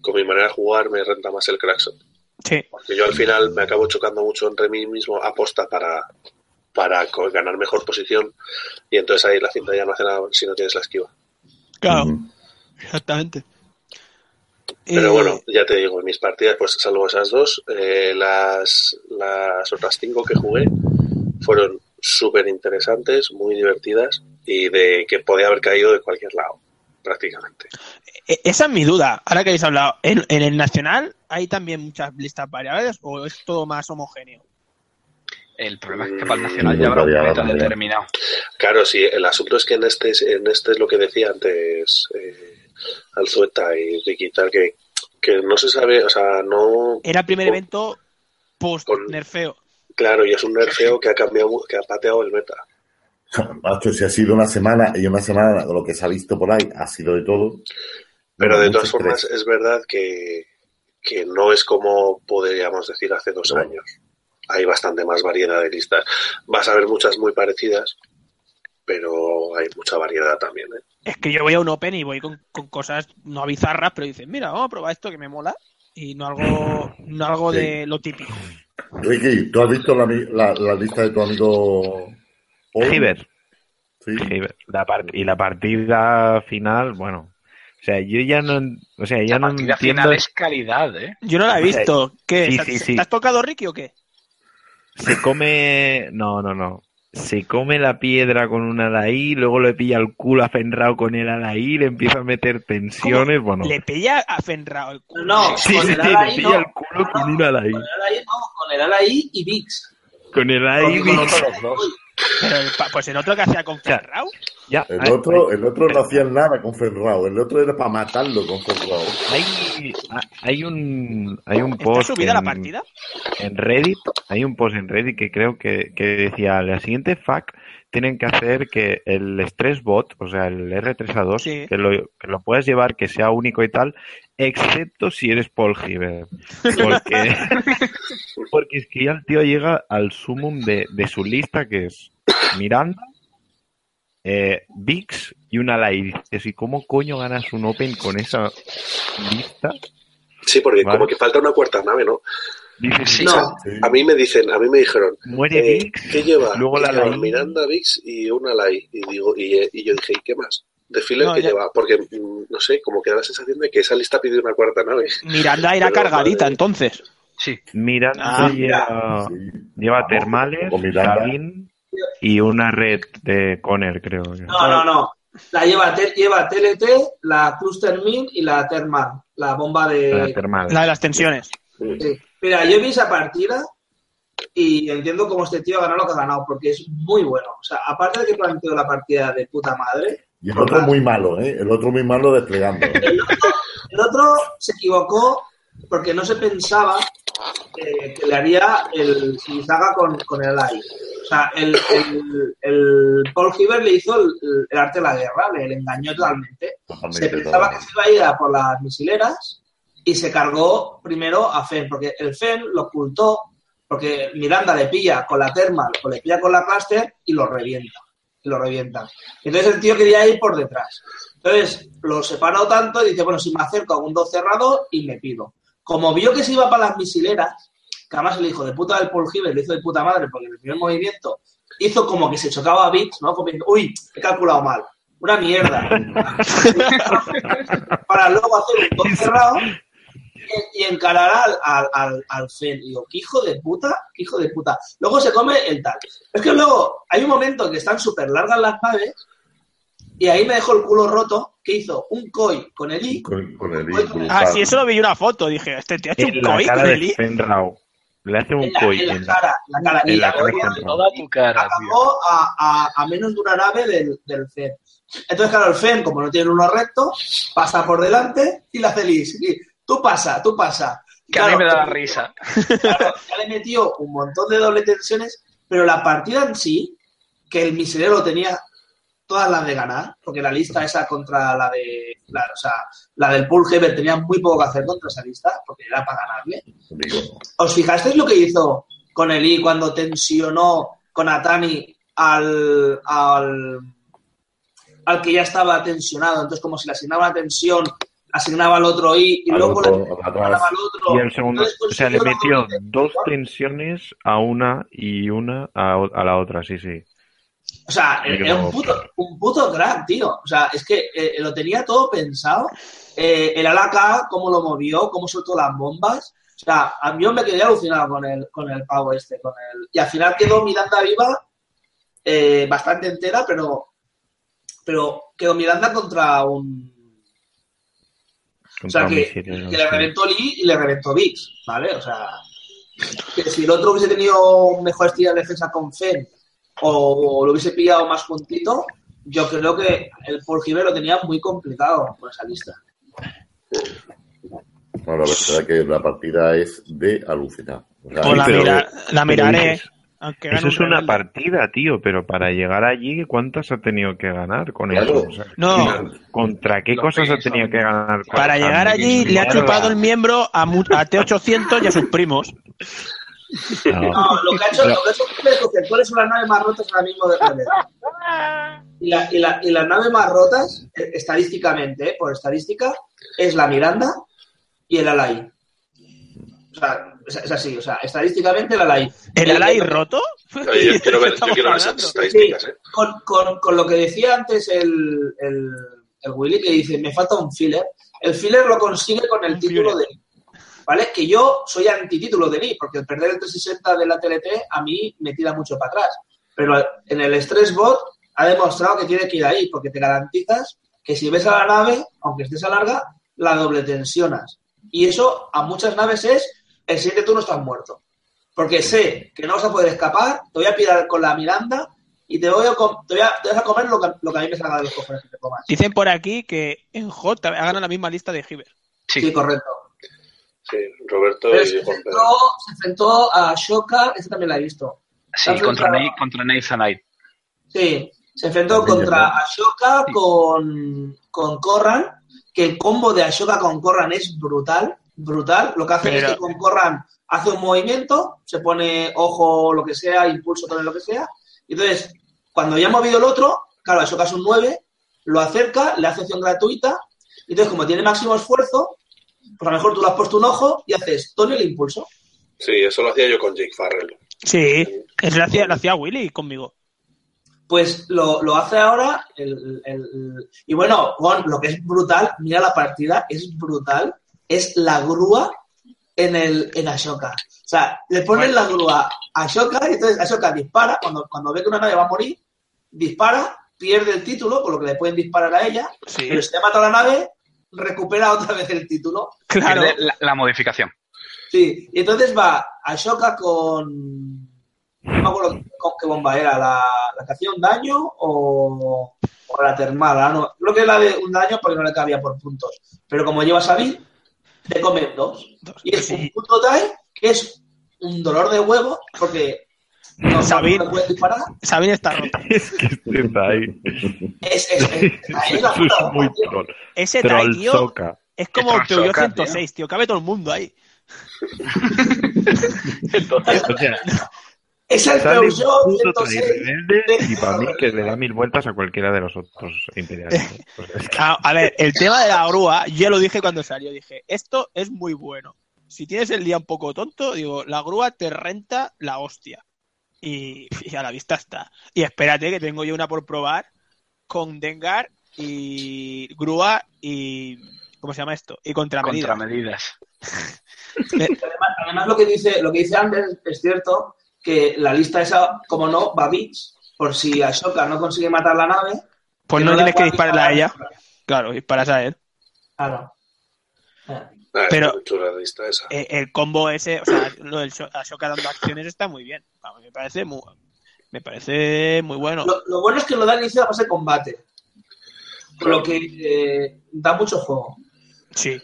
Speaker 1: con mi manera de jugar me renta más el crackshot.
Speaker 4: Sí.
Speaker 1: Porque yo al final me acabo chocando mucho entre mí mismo aposta para, para co- ganar mejor posición. Y entonces ahí la cinta ya no hace nada si no tienes la esquiva.
Speaker 4: Claro,
Speaker 3: Ujú.
Speaker 4: exactamente. Eh,
Speaker 1: Pero bueno, ya te digo, en mis partidas, pues salvo esas dos, eh, las, las otras cinco que jugué fueron súper interesantes, muy divertidas y de que podía haber caído de cualquier lado, prácticamente.
Speaker 4: e- esa es mi duda. Ahora que habéis hablado, ¿en, en el Nacional hay también muchas listas variables o es todo más homogéneo?
Speaker 6: El problema es que para el Nacional ya habrá un
Speaker 3: Variada,
Speaker 6: meta
Speaker 3: variada.
Speaker 6: determinado.
Speaker 1: Claro, sí, el asunto es que en este, en este es lo que decía antes eh, Alzueta y Ricky tal, que, que no se sabe, o sea, no,
Speaker 4: Era el primer
Speaker 1: Con-
Speaker 4: evento
Speaker 1: con-
Speaker 4: post-nerfeo.
Speaker 1: claro, y es un nerfeo que ha cambiado, mu- que ha pateado el meta.
Speaker 3: Macho, Mm. si ha sido una semana y una semana lo que se ha visto por ahí ha sido de todo.
Speaker 1: Pero de
Speaker 3: Mucho
Speaker 1: todas formas,
Speaker 3: estrés.
Speaker 1: es verdad que, que no es como podríamos decir hace dos
Speaker 3: No.
Speaker 1: años. Hay bastante más variedad de listas. Vas a ver muchas muy parecidas, pero hay mucha variedad también. ¿eh?
Speaker 4: Es que yo voy a un Open y voy con, con cosas no bizarras, pero dices, mira, vamos a probar esto que me mola y no algo, no algo
Speaker 3: Sí.
Speaker 4: de lo típico.
Speaker 3: Ricky, ¿tú has visto la, mi- la- la lista de tu amigo Paul?
Speaker 7: Giver,
Speaker 3: Sí.
Speaker 7: Giver. La part- y la partida final, bueno. O sea, yo ya no, o sea,
Speaker 6: La
Speaker 7: ya no
Speaker 6: partida
Speaker 7: entiendo.
Speaker 6: final es calidad, ¿eh?
Speaker 4: Yo no la he visto. ¿Qué?
Speaker 7: Sí,
Speaker 4: ¿Te-
Speaker 7: sí,
Speaker 4: te-
Speaker 7: sí.
Speaker 4: ¿Te has tocado Ricky o qué?
Speaker 7: Se come. No, no, no. Se come la piedra con un alaí, luego le pilla el culo aferrado con el alaí, le empieza a meter tensiones. Bueno,
Speaker 4: Le pilla a Fenrao el culo.
Speaker 5: No,
Speaker 7: sí,
Speaker 5: con
Speaker 7: sí,
Speaker 5: el
Speaker 7: sí,
Speaker 5: ala
Speaker 7: le
Speaker 5: ahí
Speaker 7: pilla
Speaker 5: no.
Speaker 7: el culo con un alaí.
Speaker 5: Con el ala ahí no, con el ala ahí y VIX.
Speaker 7: Con el alaí.
Speaker 3: Con los dos.
Speaker 4: Pero el pa- pues el otro que hacía con Fenrao.
Speaker 7: Ya,
Speaker 3: El
Speaker 7: ahí-
Speaker 3: otro, el otro no hacía nada con Ferrao, el otro era para matarlo con Ferrao.
Speaker 7: Hay, hay un hay un
Speaker 4: ¿Está
Speaker 7: post
Speaker 4: subida
Speaker 7: en,
Speaker 4: la partida?
Speaker 7: en Reddit, hay un post en Reddit que creo que, que decía la siguiente FAQ tienen que hacer que el stress bot, o sea el R3A2,
Speaker 4: Sí.
Speaker 7: que, lo, que lo puedas llevar, que sea único y tal, excepto si eres Paul Giver. Porque, porque es que ya el tío llega al sumum de, de su lista que es Miranda, eh, Vix y una Light. Es decir, ¿cómo coño ganas un Open con esa lista?
Speaker 1: Sí, porque
Speaker 7: Vale.
Speaker 1: como que falta una cuarta nave, ¿no?
Speaker 7: Dices,
Speaker 6: Sí.
Speaker 5: No,
Speaker 3: Sí.
Speaker 1: A mí me dicen, a mí me dijeron,
Speaker 7: muere
Speaker 1: eh,
Speaker 7: Vix,
Speaker 1: ¿qué lleva?
Speaker 7: luego
Speaker 1: Y
Speaker 7: la
Speaker 1: lleva
Speaker 7: Light.
Speaker 1: Miranda, Vix y una Lai. Y, digo, y, eh, y yo dije, ¿y qué más? De filler
Speaker 4: No,
Speaker 1: que
Speaker 4: ya-
Speaker 1: lleva, porque mm, no sé, como que da la sensación de que esa lista pide una cuarta
Speaker 4: *laughs*
Speaker 1: nave.
Speaker 4: Miranda irá
Speaker 1: Pero,
Speaker 4: cargadita
Speaker 1: madre.
Speaker 4: entonces.
Speaker 6: Sí.
Speaker 7: Miranda
Speaker 4: Ah,
Speaker 7: lleva,
Speaker 3: Sí.
Speaker 7: eh, lleva
Speaker 3: Vamos,
Speaker 7: termales,
Speaker 3: con Miranda.
Speaker 7: Sabin y una red de Conner, creo. que.
Speaker 5: no, no, no. La lleva, te- lleva TLT, la Cluster Min y la Thermal, la bomba
Speaker 7: La
Speaker 5: de.
Speaker 7: termal.
Speaker 4: La de las tensiones.
Speaker 5: Sí. Mira, yo vi esa partida y entiendo cómo este tío ha ganado lo que ha ganado, porque es muy bueno. O sea, aparte de que planteó la partida de puta madre,
Speaker 3: Y el otro muy malo, ¿eh? El otro muy malo
Speaker 5: *laughs*
Speaker 3: desplegando.
Speaker 5: el otro se equivocó porque no se pensaba eh, que le haría el Sinizaga con, con el AI. O sea, el, el- el Paul Hibbert le hizo el, el arte de la guerra, le, le engañó totalmente. Se
Speaker 3: Totalmente,
Speaker 5: pensaba
Speaker 3: claro.
Speaker 5: que se iba a ir a por las misileras y se cargó primero a Fen, porque el Fen lo ocultó, porque Miranda le pilla con la Thermal o le pilla con la Cluster y lo revienta. Y lo revienta. Entonces el tío quería ir por detrás. Entonces lo separó tanto y dice, bueno, si me acerco a un 2 cerrado y me pido. Como vio que se iba para las misileras, que además el hijo de puta del Paul Hibbert lo hizo de puta madre porque en el primer movimiento hizo como que se chocaba a Bits, ¿no? Como diciendo, uy, he calculado mal. Una
Speaker 7: *laughs*
Speaker 5: mierda. para luego hacer un dos cerrado y, y encarar al, al, al, al Fen. Y digo, qué hijo de puta, qué hijo de puta. Luego se come el tal. Es que luego hay un momento que están súper largas las naves y ahí me dejó el culo roto que hizo un koi con el I.
Speaker 3: Con, con el
Speaker 5: Ah,
Speaker 3: incluso.
Speaker 4: Ah, sí, eso lo vi yo una foto. Dije, este tío ha hecho un
Speaker 7: En la
Speaker 4: coi
Speaker 7: cara
Speaker 4: con
Speaker 7: de
Speaker 4: el I.
Speaker 7: Fenrao. Le hace un
Speaker 5: En la,
Speaker 7: coi.
Speaker 5: en la
Speaker 7: en la-
Speaker 5: cara, en la cara.
Speaker 7: en
Speaker 5: y
Speaker 7: la
Speaker 5: la
Speaker 7: cara de
Speaker 5: coña
Speaker 7: Fen Rao.
Speaker 6: Toda tu cara, tío.
Speaker 5: acabó a, a- a menos de una nave del, del FEN. Entonces, claro, el FEN, como no tiene uno recto, pasa por delante y la feliz. Tú pasa, tú pasa. Y
Speaker 6: Que a mí me
Speaker 5: claro,
Speaker 6: da la risa.
Speaker 5: claro, ya le metió un montón de doble tensiones, pero la partida en sí, que el miserero tenía todas las de ganar, porque la lista esa contra la de. La, o sea, la del Paul Heber tenía muy poco que hacer contra esa lista, porque era para ganarle.
Speaker 3: Digo,
Speaker 5: ¿Os fijasteis lo que hizo con el I cuando tensionó con Atani al, al, al que ya estaba tensionado? Entonces, como si le asignaba una tensión, asignaba al otro I y
Speaker 3: Al
Speaker 5: luego
Speaker 3: otro,
Speaker 5: le
Speaker 3: al
Speaker 5: asignaba
Speaker 3: atrás.
Speaker 5: al otro.
Speaker 7: Y el segundo,
Speaker 5: Entonces, pues,
Speaker 7: o sea, le
Speaker 5: consiguió la doble
Speaker 7: metió dos
Speaker 5: tensión.
Speaker 7: tensiones a una y una a, o- a la otra, sí, sí.
Speaker 5: O sea,
Speaker 7: Me
Speaker 5: era un
Speaker 7: quedo-
Speaker 5: puto, un puto crack, tío. O sea, es que eh, lo tenía todo pensado. Eh, el Alaka, cómo lo movió, cómo soltó las bombas. O sea, a mí yo me quedé alucinado con el, con el pavo este. Con el... Y al final quedó Miranda viva, eh, bastante entera, pero, pero quedó Miranda contra un... O sea,
Speaker 7: Contra
Speaker 5: que, que
Speaker 7: misiles,
Speaker 5: le
Speaker 7: sí.
Speaker 5: reventó Lee y le reventó Vix, ¿vale? O sea, que si el otro hubiese tenido mejor estilo de defensa con Fen o lo hubiese pillado más juntito, yo creo que el Paul Giver lo tenía muy complicado con esa lista.
Speaker 3: No, la verdad es que la partida es de alucinar. O sea,
Speaker 4: Pues la,
Speaker 3: pero-
Speaker 4: mira- la miraré.
Speaker 7: dices,
Speaker 4: aunque gane
Speaker 7: Eso
Speaker 4: un
Speaker 7: es una
Speaker 4: rebelde.
Speaker 7: partida, tío, pero para llegar allí, ¿cuántas ha tenido que ganar con
Speaker 3: Claro.
Speaker 7: eso? O sea,
Speaker 4: No,
Speaker 7: ¿Contra qué
Speaker 6: Los
Speaker 7: cosas ha
Speaker 6: pegues
Speaker 7: tenido
Speaker 6: son-
Speaker 7: que ganar?
Speaker 4: para
Speaker 7: Contra
Speaker 4: llegar allí
Speaker 7: Miguel
Speaker 4: le ha
Speaker 7: Mierda.
Speaker 4: chupado el miembro a, mu- a T800 y a sus primos.
Speaker 7: No.
Speaker 5: No, lo que ha hecho, lo que ha hecho Google es coger cuáles son las naves más rotas ahora mismo del planeta. Y, la- y la- y las naves más rotas, eh, estadísticamente, eh, por estadística, es la Miranda y el Alay. O sea, es, es así, o sea, estadísticamente el Alay.
Speaker 4: ¿El
Speaker 5: Eh,
Speaker 4: ala y
Speaker 5: eh,
Speaker 4: roto?
Speaker 1: Oye, yo quiero ver, yo
Speaker 4: *laughs* Estamos
Speaker 1: quiero ver esas
Speaker 4: hablando.
Speaker 1: estadísticas, ¿eh?
Speaker 5: Con, con- con lo que decía antes el, el, el Willy, que dice, me falta un filler. El filler lo consigue con el
Speaker 4: Un
Speaker 5: título
Speaker 4: filler.
Speaker 5: de ¿Vale? Que yo soy antitítulo de mí, porque el perder el 360 de la TLT a mí me tira mucho para atrás. Pero en el Stressbot ha demostrado que tiene que ir ahí, porque te garantizas que si ves a la nave, aunque estés a larga, la doble tensionas. Y eso a muchas naves es, el siguiente turno estás muerto. Porque sé que no vas a poder escapar, te voy a pirar con la Miranda y te voy a, com- te voy a- te vas a comer lo que, lo que a mí me salga de los cojones que te comas.
Speaker 4: Dicen por aquí que en J hagan la misma lista de Hiver.
Speaker 5: Sí,
Speaker 6: Sí,
Speaker 5: correcto.
Speaker 1: Sí, Roberto
Speaker 5: Pero se
Speaker 1: y Jorge.
Speaker 5: enfrentó, se enfrentó a Shoka, esa también la he visto.
Speaker 6: sí, contra, Na- contra Nathan Knight.
Speaker 5: Sí, se enfrentó contra Ashoka con, con Corran, que el combo de Ashoka con Corran es brutal, brutal. Lo que hace
Speaker 4: Pero-
Speaker 5: es que con Corran hace un movimiento, se pone ojo, lo que sea, impulso con lo que sea. Y Entonces, cuando ya ha movido el otro, claro, Ashoka es un 9, lo acerca, le hace acción gratuita. y Entonces, como tiene máximo esfuerzo, pues a lo mejor tú le has puesto un ojo y haces todo el impulso.
Speaker 1: Sí, eso lo hacía yo con Jake Farrell.
Speaker 4: Sí, eso lo hacía, lo hacía Willy conmigo.
Speaker 5: Pues lo, lo hace ahora. El, el- y bueno, Gon, lo que es brutal, mira la partida, es brutal. Es la grúa en, el, en Ashoka. O sea, le ponen la grúa a Ashoka y entonces Ashoka dispara. Cuando, cuando ve que una nave va a morir, dispara, pierde el título, por lo que le pueden disparar a ella.
Speaker 4: Sí.
Speaker 5: Pero si le mata la nave, recupera otra vez el título.
Speaker 4: Claro.
Speaker 6: Pierde La, la modificación.
Speaker 5: Sí, y entonces va Ashoka con. No me acuerdo con qué bomba era, la, la que hacía un daño o, o la termada. No, creo que la de un daño porque no le cabía por puntos. Pero como llevas a Bill, te comen dos. Y es un
Speaker 4: Sí.
Speaker 5: punto time que es un dolor de huevo porque no sabes
Speaker 4: Sabine.
Speaker 5: no puedes disparar.
Speaker 4: Sabine está roto.
Speaker 7: Es que este Tai
Speaker 5: Es, es, es, ahí es la
Speaker 7: *laughs* Eso
Speaker 5: puta
Speaker 7: es muy
Speaker 5: bomba, tío.
Speaker 7: troll.
Speaker 4: Ese Tai,
Speaker 7: Troll
Speaker 4: tío,
Speaker 7: soca.
Speaker 4: es como
Speaker 6: Troll
Speaker 4: Peugeot
Speaker 6: soca,
Speaker 4: 106, tío. Cabe todo el mundo ahí.
Speaker 6: Entonces,
Speaker 7: O sea,
Speaker 5: Es el
Speaker 7: sale un
Speaker 5: Peugeot
Speaker 7: puto Tai
Speaker 5: 106.
Speaker 7: rebelde y para mí que le da mil vueltas a cualquiera de los otros
Speaker 4: *laughs*
Speaker 7: imperiales. O sea, es que-
Speaker 4: Ah, A, a ver, el tema de la grúa, yo lo dije cuando salió. Dije, esto es muy bueno. Si tienes el día un poco tonto, digo, la grúa te renta la hostia. Y, y a la vista está. Y espérate, que tengo yo una por probar con Dengar y grúa y. ¿Cómo se llama esto? Y contramedida.
Speaker 6: contramedidas.
Speaker 4: Eh,
Speaker 5: *laughs* Además, además lo que dice, lo que dice Anders es cierto, que la lista esa, como no, va bits, por si Ashoka no consigue matar la nave.
Speaker 4: Pues no,
Speaker 5: le
Speaker 4: tienes que
Speaker 5: pueda
Speaker 4: dispararla a ella. Claro, disparas a él.
Speaker 5: Claro. Ah,
Speaker 1: Ah,
Speaker 4: Pero-
Speaker 1: es muy chula la lista esa.
Speaker 4: Eh, el combo ese, o sea, lo del Sho- Ashoka dando acciones está muy bien. A mí me parece muy, me parece muy bueno.
Speaker 5: Lo, lo bueno es que lo da inicio a base de combate, con lo que eh, da mucho juego.
Speaker 4: Sí.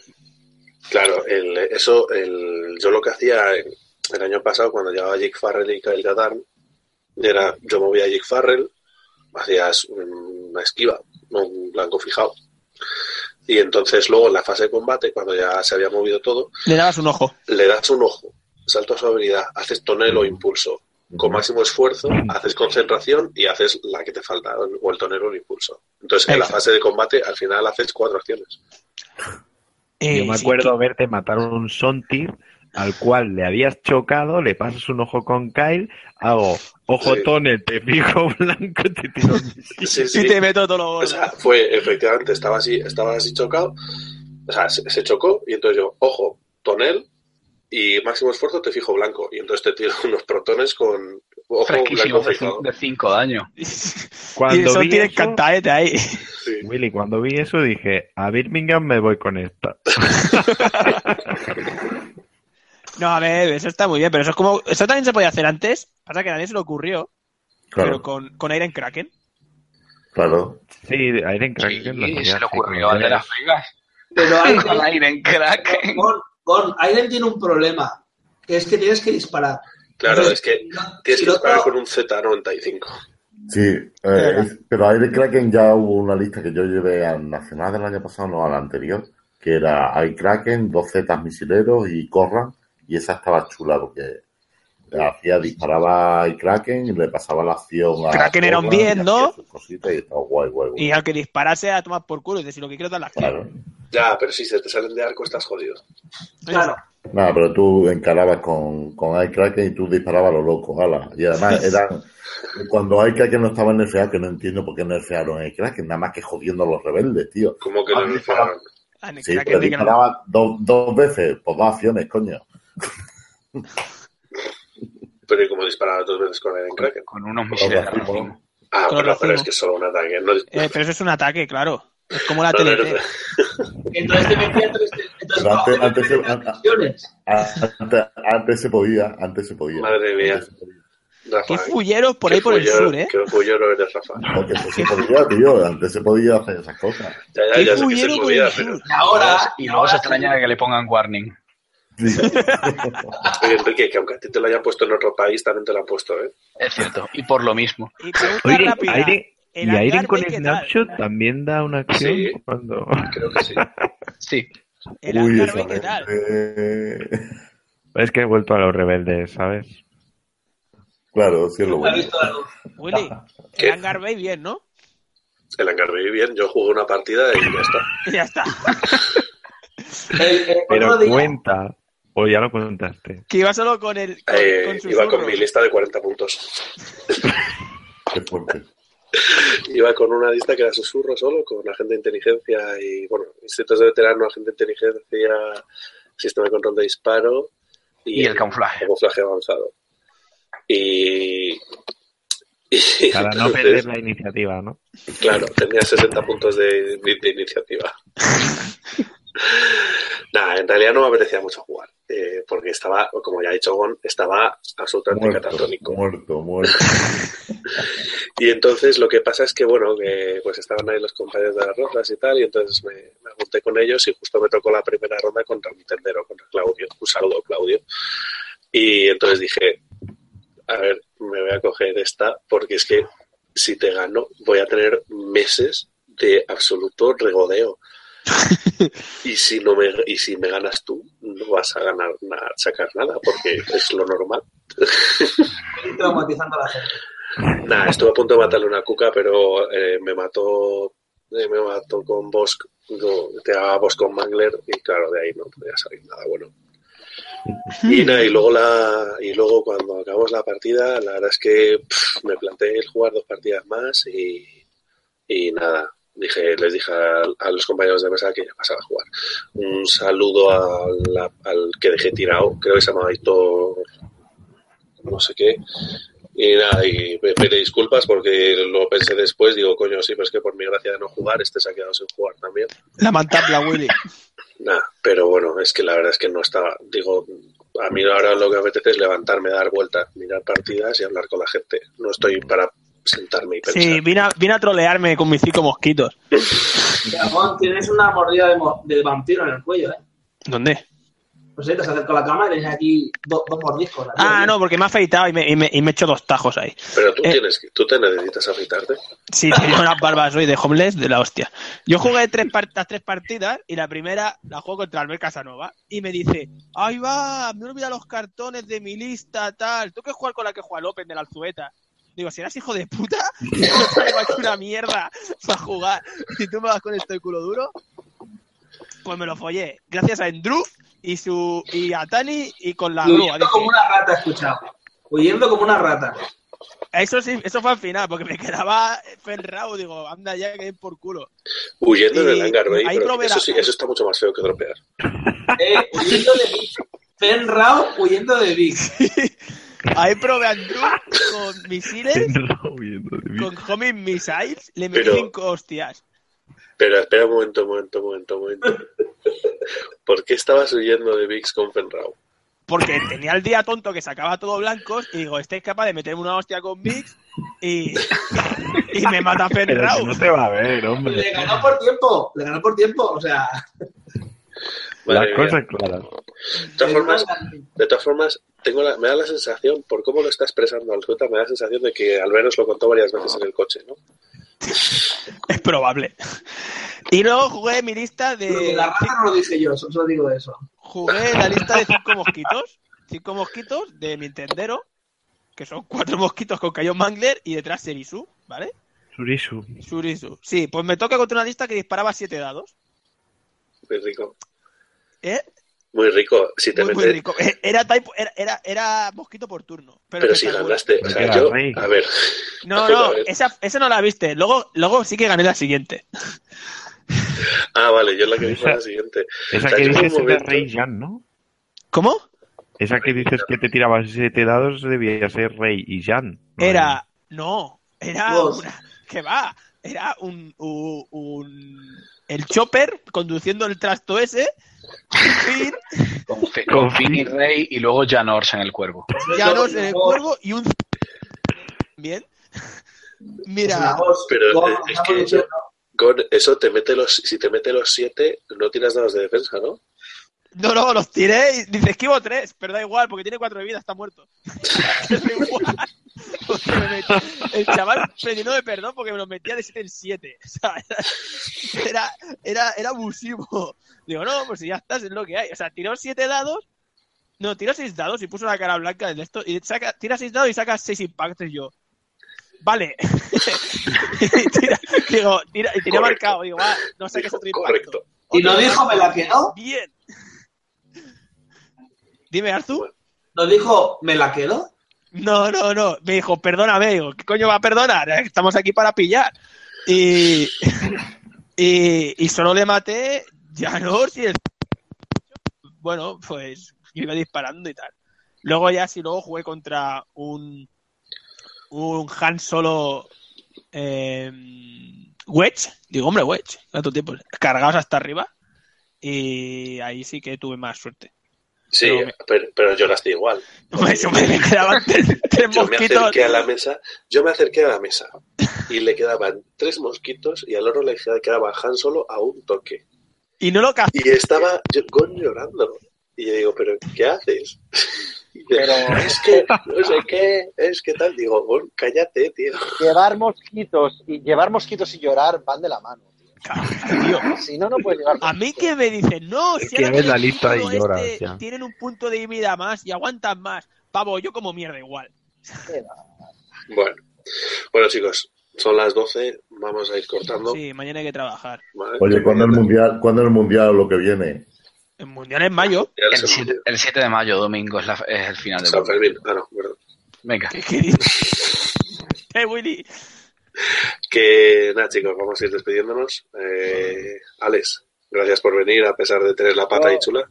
Speaker 1: Claro, el- eso, el, yo lo que hacía el, el año pasado cuando llevaba Jake Farrell y Kyle Gatarn, era, yo movía a Jake Farrell, hacías una esquiva, un blanco fijado. Y entonces luego en la fase de combate, cuando ya se había movido todo,
Speaker 4: Le dabas un ojo.
Speaker 1: le das un ojo, salto a su habilidad, haces tonel o impulso. Con máximo esfuerzo, haces concentración y haces la que te falta, o el tonel o el impulso. Entonces, en la
Speaker 4: Exacto.
Speaker 1: fase de combate, al final haces cuatro acciones.
Speaker 4: Eh,
Speaker 7: Yo me
Speaker 4: sí,
Speaker 7: acuerdo verte matar un Sontir al cual le habías chocado, le pasas un ojo con Kyle, hago ojo
Speaker 1: Sí.
Speaker 7: tonel, te pico *laughs* blanco, te
Speaker 4: *laughs*
Speaker 7: tiro un misil.
Speaker 1: Sí,
Speaker 4: Sí,
Speaker 1: sí.
Speaker 4: te meto todo lo
Speaker 1: O
Speaker 7: *laughs*
Speaker 4: gordo. *laughs*
Speaker 1: sea, fue efectivamente, estaba así, estaba así chocado. O sea, se, se chocó y entonces yo, ojo, tonel y máximo esfuerzo te fijo blanco. Y entonces te tiro *laughs* unos protones con ojo blanco
Speaker 6: Fresquísimos de
Speaker 1: fijado.
Speaker 6: cin- de 5 daños.
Speaker 4: y
Speaker 7: Cuando
Speaker 4: eso
Speaker 7: vi
Speaker 4: tiene
Speaker 7: eso-
Speaker 4: cantaete ahí. *laughs*
Speaker 1: Sí.
Speaker 7: Willy, cuando vi eso dije, a Birmingham me voy con esta.
Speaker 4: No, a ver, eso está muy bien, pero eso es como. Eso también se podía hacer antes. Pasa que a nadie se le ocurrió, pero
Speaker 3: Claro,
Speaker 4: con, con Iron Kraken.
Speaker 3: claro.
Speaker 7: Sí, Iron Kraken lo
Speaker 6: Sí, se
Speaker 7: hacía
Speaker 6: le
Speaker 7: así, ¿eh?
Speaker 6: ocurrió
Speaker 7: cuando
Speaker 6: al de
Speaker 7: era-
Speaker 6: Las Vegas. *laughs*
Speaker 4: *laughs*
Speaker 5: Pero hay
Speaker 6: Con Aiden Crack.
Speaker 5: Gon, Gon, Aiden tiene un problema, que es que tienes que disparar.
Speaker 1: Claro,
Speaker 5: Entonces,
Speaker 1: es que
Speaker 5: no-
Speaker 1: tienes
Speaker 5: si
Speaker 1: que
Speaker 5: lo
Speaker 1: disparar
Speaker 5: otro-
Speaker 1: con un Z95.
Speaker 3: Sí, eh, es- pero Iron Kraken ya hubo una lista que yo llevé al Nacional del año pasado, no al anterior, que era Iron Kraken, dos Zetas misileros y Corran, y esa estaba chula porque hacía, disparaba el Kraken y le pasaba la acción a.
Speaker 4: Kraken era un
Speaker 3: Portland y
Speaker 4: 10, ¿no?
Speaker 3: hacía sus cositas y estaba guay, guay, guay.
Speaker 4: Y al que disparase a tomar por culo, es decir, lo que quiero es dar la acción.
Speaker 3: Claro.
Speaker 1: Ya, pero si se te salen de arco estás jodido.
Speaker 5: Claro.
Speaker 3: Nada, pero tú encarabas con, con Ice Kraken y tú disparabas a lo loco, ala. Y además eran. Cuando Ice Kraken no estaba nerfeado, que no entiendo por qué nerfearon a Ice Kraken, nada más que jodiendo a los rebeldes, tío.
Speaker 1: Como que no
Speaker 3: Ah,
Speaker 1: anunciaron.
Speaker 4: Ah, ni
Speaker 3: Sí,
Speaker 4: crack,
Speaker 3: pero
Speaker 4: ni que no.
Speaker 3: disparaba dos, dos veces, por dos acciones,
Speaker 1: *laughs*
Speaker 3: coño.
Speaker 1: Pero ¿y como disparaba dos veces con el Kraken?
Speaker 6: Con unos
Speaker 3: Por
Speaker 6: misiles
Speaker 3: dos
Speaker 6: de
Speaker 3: racimos.
Speaker 6: racimo.
Speaker 1: Ah,
Speaker 4: Con
Speaker 1: pero,
Speaker 4: racimo.
Speaker 1: pero es que es solo un ataque. No,
Speaker 4: Eh, pero eso es un ataque, claro. Es como la eh.
Speaker 1: no, no,
Speaker 4: TNT.
Speaker 1: no.
Speaker 5: Entonces te metía tres. Entonces,
Speaker 3: Pero antes-
Speaker 5: no,
Speaker 3: antes-
Speaker 5: tres
Speaker 3: antes-
Speaker 5: acciones.
Speaker 3: Antes, antes se podía, antes se podía.
Speaker 1: Madre mía.
Speaker 3: Antes se podía.
Speaker 1: Rafa, ¿eh?
Speaker 4: Qué fulleros por
Speaker 1: qué
Speaker 4: ahí por el
Speaker 1: fullero-
Speaker 4: sur, ¿eh?
Speaker 1: Qué fullero eres, Rafa.
Speaker 3: Porque antes se podía, tío, antes se podía hacer esas cosas.
Speaker 1: Ya, ya,
Speaker 4: Qué
Speaker 1: ya sé que se
Speaker 4: fullero por
Speaker 1: podía,
Speaker 4: el
Speaker 1: pero... *laughs*
Speaker 4: sur.
Speaker 5: Y ahora.
Speaker 6: Y luego se extraña que le pongan warning.
Speaker 3: Sí.
Speaker 1: Oye, Enrique, que aunque a ti te lo hayan puesto en otro país, también te lo han puesto, ¿eh?
Speaker 6: Es cierto. Y por lo mismo.
Speaker 4: Y pregunta
Speaker 7: Oye,
Speaker 4: rápida.
Speaker 7: Airen-
Speaker 4: el
Speaker 7: y Airen
Speaker 4: hangar
Speaker 7: con
Speaker 4: B, ¿qué tal?
Speaker 7: Snapshot también da una acción
Speaker 1: Sí.
Speaker 7: cuando... *laughs*
Speaker 1: Creo
Speaker 4: *laughs*
Speaker 1: que sí.
Speaker 6: Sí.
Speaker 4: El hangar
Speaker 3: esa
Speaker 4: B, ¿qué tal?
Speaker 3: gente.
Speaker 7: Es que he vuelto a los rebeldes, ¿sabes?
Speaker 3: Claro, sí es lo
Speaker 5: ¿Has
Speaker 3: bueno.
Speaker 5: visto algo?
Speaker 4: Willy,
Speaker 1: ¿Qué?
Speaker 4: el hangar B bien, ¿no? *laughs*
Speaker 1: El Angarbi bien, yo jugué una partida y ya está.
Speaker 4: Y ya está.
Speaker 5: El- el
Speaker 1: Pues
Speaker 7: Pero
Speaker 5: otro día-
Speaker 7: cuenta, o ya lo contaste.
Speaker 4: Que iba solo con el con,
Speaker 1: Eh,
Speaker 4: con sus
Speaker 1: iba con
Speaker 4: zurros.
Speaker 1: mi lista de 40 puntos.
Speaker 3: Qué fuerte.
Speaker 1: Iba con una lista que era susurro solo, con agente de inteligencia y, bueno, instintos de veterano, agente de inteligencia, sistema de control de disparo
Speaker 6: Y el camuflaje.
Speaker 1: camuflaje avanzado. Y. y *laughs*
Speaker 7: Para no
Speaker 1: entonces,
Speaker 7: perder la
Speaker 4: *laughs*
Speaker 7: iniciativa, ¿no?
Speaker 1: Claro, tenía 60 puntos de, de- de iniciativa. Nada, en realidad no me apetecía mucho jugar, eh, porque estaba, como ya ha dicho Gon, estaba absolutamente
Speaker 3: Muerto,
Speaker 1: catatónico.
Speaker 3: muerto, muerto.
Speaker 1: Y entonces lo que pasa es que, bueno, que pues estaban ahí los compañeros de las rojas y tal, y entonces me, me junté con ellos y justo me tocó la primera ronda contra un tendero, contra Claudio. Un saludo, Claudio. Y entonces dije, a ver, me voy a coger esta, porque es que si te gano voy a tener meses de absoluto regodeo. y si no me y si me ganas tú no vas a ganar nada, sacar nada porque es lo normal
Speaker 5: traumatizando a la gente.
Speaker 1: Nah, estuve a punto de matarle una cuca, pero eh, me mató eh, me mató con Bosch, no, te daba Bosch con Mangler y claro, de ahí no podía salir nada bueno. Y nada, y luego la y luego cuando acabamos la partida, la verdad es que pff, me planteé el jugar dos partidas más y, y nada. Dije, les dije a, a los compañeros de mesa que ya pasaba a jugar. Un saludo a la- al que dejé tirado, creo que se llamaba Héctor no sé qué, y nada, y me pedí disculpas porque lo pensé después, digo, coño, sí, pero es que por mi gracia de no jugar, este se ha quedado sin jugar también.
Speaker 4: La mantapla,
Speaker 1: *laughs*
Speaker 4: Willy.
Speaker 1: Nada, pero bueno, es que la verdad es que no estaba, digo, a mí ahora lo que me apetece es levantarme, dar vueltas, mirar partidas y hablar con la gente. No estoy para sentarme y pensar.
Speaker 4: Sí, vine a, vine a trolearme con mis cinco mosquitos.
Speaker 5: Ramón, tienes una mordida de, mo- de vampiro en el cuello, ¿eh?
Speaker 4: ¿Dónde?
Speaker 5: No sé, te has acercado a la cámara y tienes aquí dos, dos mordiscos. aquí,
Speaker 4: Ah,
Speaker 5: aquí.
Speaker 4: no, porque me ha afeitado y me, y me, y me he hecho dos tajos ahí.
Speaker 1: Pero tú
Speaker 4: Eh.
Speaker 1: tienes que- tú te necesitas afeitarte.
Speaker 4: Sí, tengo unas barbas hoy de homeless de la hostia. Yo jugué tres par- las tres partidas y la primera la juego contra Albert Casanova y me dice, ahí va, me olvida los cartones de mi lista, tal. ¿Tú que jugar con la que juega López de la Alzueta? Digo, si eras hijo de puta, *laughs* no traigo aquí una mierda para jugar. Si tú me vas con esto de culo duro, pues me lo follé. Gracias a Andrew y su y a Tani y con la
Speaker 5: Y
Speaker 4: grúa.
Speaker 5: huyendo
Speaker 4: dije.
Speaker 5: como una rata, he escuchado. Huyendo como una rata.
Speaker 4: Eso sí, eso fue al final, porque me quedaba ferrado. Digo, anda ya, que den por culo.
Speaker 1: Huyendo
Speaker 4: Y
Speaker 1: del hangar, Bay,
Speaker 4: ahí
Speaker 1: pero
Speaker 4: probé
Speaker 1: eso
Speaker 4: la-
Speaker 1: sí, eso está mucho más feo que tropear.
Speaker 5: Eh, huyendo de Big. Fen Rao huyendo de Big.
Speaker 4: Ahí probé a Andrew con misiles,
Speaker 7: Con-
Speaker 4: con homing missiles, le metí
Speaker 1: Pero-
Speaker 4: cinco hostias.
Speaker 1: Pero espera un momento, un momento, un momento, un momento. *laughs* ¿Por qué estabas huyendo de Vix con Fenrau?
Speaker 4: Porque tenía el día tonto que sacaba todo blancos y digo, este es capaz de meterme una hostia con Mix y, y me mata
Speaker 7: Pero si
Speaker 4: Fenrau.
Speaker 7: no se va a ver,
Speaker 5: Le
Speaker 7: hombre.
Speaker 5: ganó por tiempo, le ganó por tiempo. O sea,
Speaker 1: Madre
Speaker 7: Las
Speaker 1: mía.
Speaker 7: cosas claras.
Speaker 1: De todas formas,
Speaker 5: le
Speaker 1: De todas formas, tengo la- me da la sensación, por cómo lo está expresando Alzueta, me da la sensación de que Albert os lo contó varias veces en el coche, ¿no?
Speaker 4: Es probable. Y luego jugué mi lista
Speaker 5: Lo de
Speaker 4: de.
Speaker 5: la rata no lo dije yo, solo digo eso.
Speaker 4: Jugué la lista de cinco mosquitos cinco mosquitos de Nintendero, que son cuatro mosquitos con Cayo Mangler y detrás Serisu, ¿vale?
Speaker 7: Surisu.
Speaker 4: Surisu. Sí, pues me toca contra una lista que disparaba siete dados.
Speaker 1: Muy rico.
Speaker 4: ¿Eh?
Speaker 1: Muy rico. Si te
Speaker 4: Muy, muy
Speaker 1: metes-
Speaker 4: rico. Eh, Era, type- era, era, era mosquito por turno. Pero,
Speaker 1: Pero
Speaker 4: que
Speaker 1: si
Speaker 4: está bueno.
Speaker 1: ganaste. O sea,
Speaker 7: Venga,
Speaker 1: yo.
Speaker 7: rey.
Speaker 1: A ver. *laughs*
Speaker 4: No,
Speaker 1: Pero, a
Speaker 4: no,
Speaker 1: ver.
Speaker 4: esa, esa no la viste. Luego, luego sí que gané la siguiente.
Speaker 1: Ah, vale, yo la que dije fue la siguiente.
Speaker 7: Esa
Speaker 1: O sea,
Speaker 7: que
Speaker 1: yo hubo un
Speaker 7: dices es de
Speaker 1: momento-
Speaker 7: Rey Jan, ¿no?
Speaker 4: ¿Cómo?
Speaker 7: Esa que dices que te tirabas siete dados debía ser Rey y Jan. ¿no?
Speaker 4: Era. No, era
Speaker 5: Vos.
Speaker 4: Ah, una. Que va. Era un, u- un- El chopper conduciendo el trasto ese. Pin,
Speaker 6: Con, Fe- con Finn y Rey y luego Jan Ors en el cuervo.
Speaker 4: Llanos en el cuervo y un. Bien. *laughs*
Speaker 5: Pues
Speaker 4: Mira.
Speaker 1: Pero es- es que eso- Con eso te mete los. Si te mete los siete, no tiras dados de defensa, ¿no?
Speaker 4: No, no, los tiré y dice esquivo tres, pero da igual, porque tiene cuatro de vida, está muerto. *laughs* da igual. Porque me metí- el chaval me llenó de perdón porque me lo metía de 7 en 7. *laughs* O sea, era, era, era abusivo. Digo, no, pues si ya estás, es lo que hay. O sea, tiró siete dados. No, tiró seis dados y puso la cara blanca en esto. Y saca, tira seis dados y saca seis impactos. Y yo, vale. *laughs* y tira, digo, tira, y tenía
Speaker 1: Correcto.
Speaker 4: marcado. Digo, ah, no saques
Speaker 1: Dijo,
Speaker 4: otro impacto.
Speaker 1: correcto.
Speaker 5: Y no
Speaker 4: Otro
Speaker 5: dijo
Speaker 4: impacto.
Speaker 5: me la que no.
Speaker 4: Bien. Dime, Arzu.
Speaker 5: Nos dijo, ¿me la quedo?
Speaker 4: No, no, no. Me dijo, perdóname. Digo, ¿qué coño va a perdonar? Eh, Estamos aquí para pillar. Y, y, y solo le maté Janos y el... Bueno, pues iba disparando y tal. Luego ya, si luego jugué contra un, un Han Solo eh, Wedge. Digo, hombre, Wedge. ¿Cuánto tiempo? Cargados hasta arriba. Y ahí sí que tuve más suerte.
Speaker 1: Sí,
Speaker 4: Pero me-
Speaker 1: pero, pero lloraste igual.
Speaker 4: Pues yo me me quedaban tres, tres
Speaker 1: Yo me
Speaker 4: mosquitos.
Speaker 1: acerqué a la mesa, yo me acerqué a la mesa y le quedaban tres mosquitos y al oro le quedaba Han solo a un toque.
Speaker 4: Y no lo cazó.
Speaker 1: Y estaba yo- Gon llorando. Y yo digo, ¿pero qué haces? *laughs* Y dice, es que, no sé qué, es que tal. Digo, Gon, cállate, tío.
Speaker 2: Llevar mosquitos y llevar mosquitos y llorar van de la mano. tío.
Speaker 4: Tío,
Speaker 2: Si no, no puedes llevar.
Speaker 4: a mí que me dicen, no, si
Speaker 7: que
Speaker 4: ahora
Speaker 7: ves
Speaker 4: tienen
Speaker 7: la
Speaker 4: un
Speaker 7: lista y
Speaker 4: punto
Speaker 7: lloras, ya.
Speaker 4: este tienen un punto de vida más y aguantan más. Pavo, yo como mierda igual.
Speaker 1: Bueno, bueno chicos, son las 12, vamos a ir cortando.
Speaker 4: Sí, mañana hay que trabajar.
Speaker 1: ¿vale?
Speaker 3: Oye, ¿cuándo el mundial, ¿cuándo el mundial lo que viene?
Speaker 4: En mundial en mayo. *laughs*
Speaker 1: Ya
Speaker 6: El
Speaker 1: se me
Speaker 6: 7,
Speaker 1: olvidó.
Speaker 6: el 7 de mayo, domingo, es, la- es el final del
Speaker 1: San
Speaker 6: mundial.
Speaker 1: Fermín, ah, no, perdón.
Speaker 6: Venga.
Speaker 4: ¿Qué, qué dices? Eh, Willy.
Speaker 1: Que nada, chicos, vamos a ir despidiéndonos. Eh, Alex, gracias por venir, a pesar de tener la pata
Speaker 2: No.
Speaker 1: ahí chula.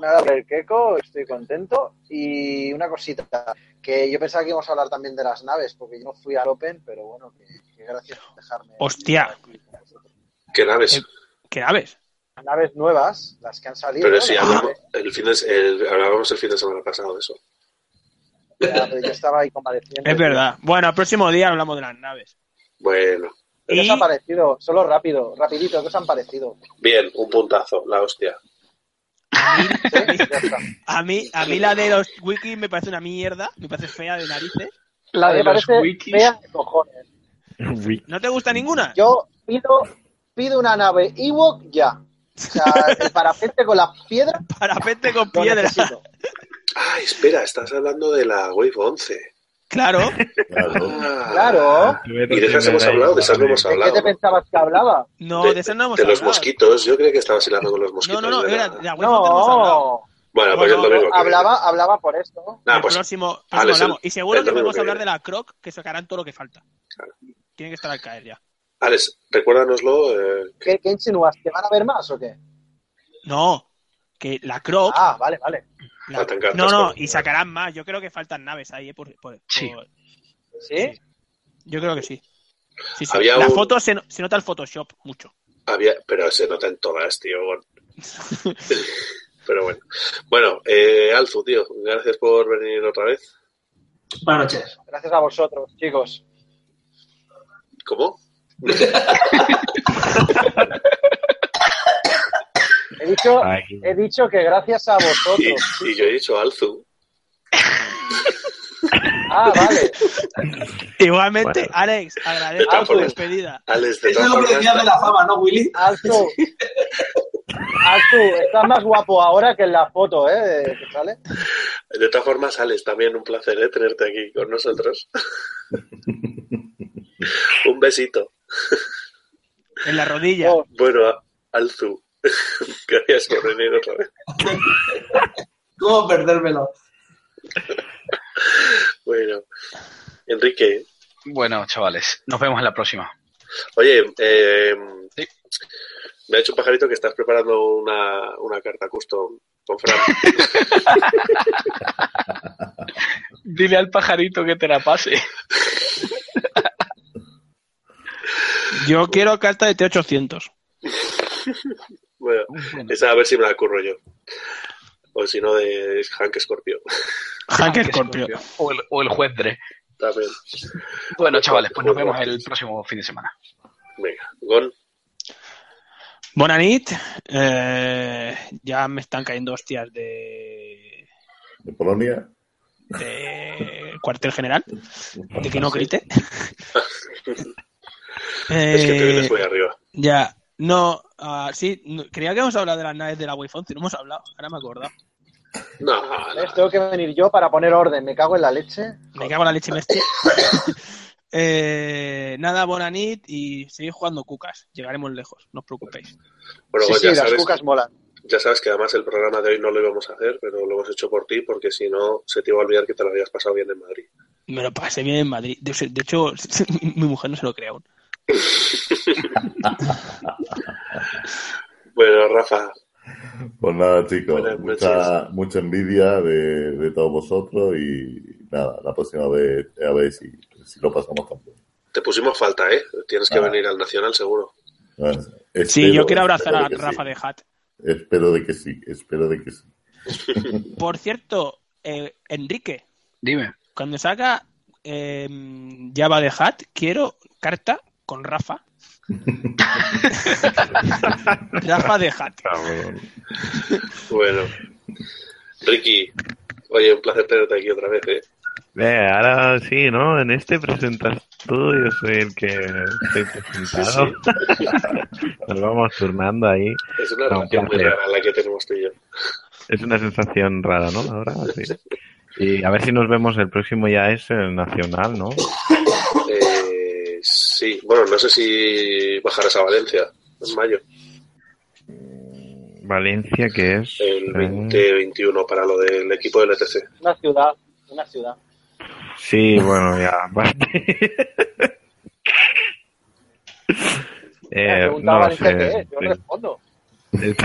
Speaker 2: Nada, por el queco, estoy contento. Y una cosita, que yo pensaba que íbamos a hablar también de las naves, porque yo no fui al Open, pero bueno, que, que gracias por dejarme.
Speaker 4: Hostia.
Speaker 1: ¿Qué naves?
Speaker 4: Eh, ¿Qué naves?
Speaker 2: Las naves nuevas, las que han salido.
Speaker 1: Pero si
Speaker 2: las
Speaker 1: hablamos
Speaker 2: naves.
Speaker 1: el fin de, el- hablábamos el fin de semana pasado de eso.
Speaker 2: Pues, Ya, pero yo estaba ahí convaleciendo.
Speaker 4: Es verdad. Bueno, el próximo día hablamos de las naves.
Speaker 1: Bueno,
Speaker 2: ¿Qué os
Speaker 4: Y-
Speaker 2: ha parecido? Solo rápido, rapidito, ¿qué os han
Speaker 4: *laughs*
Speaker 2: parecido?
Speaker 1: bien, un puntazo, la hostia.
Speaker 2: ¿Sí? Ya está.
Speaker 4: A mí, a mí la de los wikis me parece una mierda. Me parece fea de narices.
Speaker 2: La de
Speaker 6: de los
Speaker 2: parece
Speaker 6: wikis.
Speaker 2: fea de cojones.
Speaker 1: *laughs*
Speaker 7: *laughs* Uy,
Speaker 4: ¿No te gusta ninguna?
Speaker 2: Yo pido, pido una nave Ewok ya. O sea, el parapente con las piedras
Speaker 4: Parapente
Speaker 2: *laughs*
Speaker 4: con
Speaker 2: lo
Speaker 4: piedra.
Speaker 2: necesito.
Speaker 1: Ah, espera, estás hablando de la Wave 11.
Speaker 4: Claro.
Speaker 3: Claro.
Speaker 1: Ah,
Speaker 2: Claro.
Speaker 1: Y de esas hemos hablado, de esas no hemos
Speaker 2: ¿De qué
Speaker 1: hablado.
Speaker 2: te pensabas que hablaba?
Speaker 4: No, de, esa no hemos
Speaker 1: de los
Speaker 4: hablado.
Speaker 1: mosquitos, yo creo que estabas hablando con los
Speaker 4: No,
Speaker 1: mosquitos.
Speaker 4: Pues no, no,
Speaker 1: de
Speaker 4: era
Speaker 1: la-
Speaker 4: de la web no hemos hablado.
Speaker 2: No,
Speaker 1: Bueno, pues
Speaker 4: No,
Speaker 1: el
Speaker 4: no,
Speaker 1: domingo. que
Speaker 2: hablaba, hablaba por esto.
Speaker 1: viene. Nah,
Speaker 4: el
Speaker 1: pues
Speaker 4: próximo, próximo
Speaker 1: Alex,
Speaker 4: hablamos.
Speaker 1: el-
Speaker 4: y seguro
Speaker 1: el
Speaker 4: que
Speaker 1: domingo
Speaker 4: vamos
Speaker 1: que
Speaker 4: a hablar de
Speaker 1: viene.
Speaker 4: la Croc, que sacarán todo lo que falta.
Speaker 1: Claro.
Speaker 4: Tiene que estar al caer ya.
Speaker 1: Alex, recuérdanoslo. eh,
Speaker 2: ¿Qué, qué insinúas? ¿Que van a ver más o qué?
Speaker 4: No, que la Croc.
Speaker 2: Ah, vale, vale.
Speaker 4: la-
Speaker 1: faltan cartas,
Speaker 4: no, pues. no,
Speaker 1: por-
Speaker 4: y sacarán más. Yo creo que faltan naves ahí, eh, por- por-
Speaker 6: Sí.
Speaker 4: por-
Speaker 2: ¿Sí?
Speaker 4: yo creo que sí. Sí, sí.
Speaker 1: Había
Speaker 4: la
Speaker 1: un-
Speaker 4: foto se, no- se nota el Photoshop mucho.
Speaker 1: Había, pero se nota en todas, tío.
Speaker 4: *laughs*
Speaker 1: bueno. pero bueno. Bueno, eh, Alzu, tío, gracias por venir otra vez.
Speaker 5: Buenas noches.
Speaker 2: Gracias a vosotros, chicos.
Speaker 1: ¿Cómo?
Speaker 2: He dicho,
Speaker 7: Ay.
Speaker 2: he dicho que gracias a
Speaker 1: Y,
Speaker 2: vosotros.
Speaker 1: y yo he dicho Alzu.
Speaker 2: Ah, vale.
Speaker 4: Igualmente,
Speaker 7: Bueno.
Speaker 4: Alex, agradezco
Speaker 1: todas
Speaker 4: tu
Speaker 1: formas-
Speaker 4: despedida.
Speaker 1: Alex, de
Speaker 5: Eso es
Speaker 1: *laughs* todas
Speaker 5: lo que
Speaker 1: formas,
Speaker 5: decía de la fama, ¿no, Willy?
Speaker 2: Alzo, Asu, estás más guapo ahora que en la foto, ¿eh? que sale.
Speaker 1: De todas formas, Alex, también un placer ¿eh? tenerte aquí con nosotros. un besito.
Speaker 4: En la rodilla.
Speaker 2: Oh.
Speaker 1: Bueno, a- *laughs* Alzu, gracias por venir otra vez.
Speaker 5: ¿Cómo perdérmelo?
Speaker 1: Bueno, Enrique,
Speaker 6: Bueno, chavales, nos vemos en la próxima.
Speaker 1: oye, eh,
Speaker 6: Sí.
Speaker 1: me ha hecho un pajarito que estás preparando una, una carta custom con Fran.
Speaker 6: Dile al pajarito que te la *laughs* pase.
Speaker 4: Yo quiero carta de T800.
Speaker 1: Bueno, esa a ver si me la curro yo. O si no, de Hank Scorpio.
Speaker 4: Hacker Scorpio.
Speaker 6: O el, o el juez Dre.
Speaker 1: También.
Speaker 6: Bueno, chavales, pues nos vemos el próximo fin de semana.
Speaker 1: Venga, Gon,
Speaker 4: Buena nit. Eh, ya me están cayendo hostias de,
Speaker 3: De Polonia.
Speaker 4: de cuartel general. De que no grite.
Speaker 1: *laughs* es que te
Speaker 4: Eh,
Speaker 1: vienes muy arriba.
Speaker 4: ya, no, ah, sí, no- creía que hemos hablado de las naves de la Wave 11, no hemos hablado, ahora me acuerdo.
Speaker 1: No, no,
Speaker 2: ¿Ves? Tengo que venir yo para poner orden, me cago en la leche.
Speaker 4: Me cago en la leche
Speaker 1: *laughs*
Speaker 4: bestia. Eh, nada, buena nit y seguid jugando cucas, llegaremos lejos, no os preocupéis.
Speaker 1: Bueno,
Speaker 2: Sí,
Speaker 1: Gon, pues
Speaker 2: sí,
Speaker 1: ya
Speaker 2: las
Speaker 1: sabes,
Speaker 2: cucas molan.
Speaker 1: ya sabes que además el programa de hoy no lo íbamos a hacer, pero lo hemos hecho por ti porque si no se te iba a olvidar que te lo habías pasado bien en Madrid.
Speaker 4: Me lo pasé bien en Madrid, de, de hecho, *laughs* mi mujer no se lo cree aún.
Speaker 1: Bueno, Rafa,
Speaker 3: Pues nada, chicos,
Speaker 1: Buenas
Speaker 3: mucha, mucha envidia de, de todos vosotros y nada, la próxima vez a ver si, si lo pasamos también.
Speaker 1: te pusimos falta, ¿eh? Tienes que
Speaker 3: Ah.
Speaker 1: venir al Nacional seguro.
Speaker 4: Sí, yo quiero abrazar a Rafa de Hat.
Speaker 3: de... Espero de que sí, espero de que sí.
Speaker 4: Por cierto, eh, Enrique,
Speaker 6: Dime.
Speaker 4: cuando salga eh, Java de Hat, quiero carta con Rafa. Rafa de Hat.
Speaker 7: Cabrón.
Speaker 1: Bueno, Ricky, oye, un placer tenerte aquí otra vez, ¿eh?
Speaker 7: Eh, ahora sí, ¿no? En este presentas tú, yo soy el que estoy presentado. *laughs* Nos vamos turnando ahí.
Speaker 1: Es una
Speaker 7: No, un
Speaker 1: relación muy
Speaker 7: placer.
Speaker 1: rara la que tenemos tú y yo.
Speaker 7: Es una sensación rara, ¿no? Ahora sí. Y a ver si nos vemos el próximo ya es el nacional, ¿no?
Speaker 1: Eh, sí, bueno, no sé si bajarás a Valencia en mayo,
Speaker 7: Valencia, que es...
Speaker 1: el
Speaker 7: eh,
Speaker 1: 2021 para lo del equipo del E ETC.
Speaker 2: Una ciudad, una ciudad.
Speaker 7: Sí, bueno, ya, *laughs* aparte.
Speaker 2: Me
Speaker 7: eh,
Speaker 2: preguntaba
Speaker 7: no lo
Speaker 2: Valencia qué
Speaker 7: sé.
Speaker 2: es, yo respondo.
Speaker 7: El-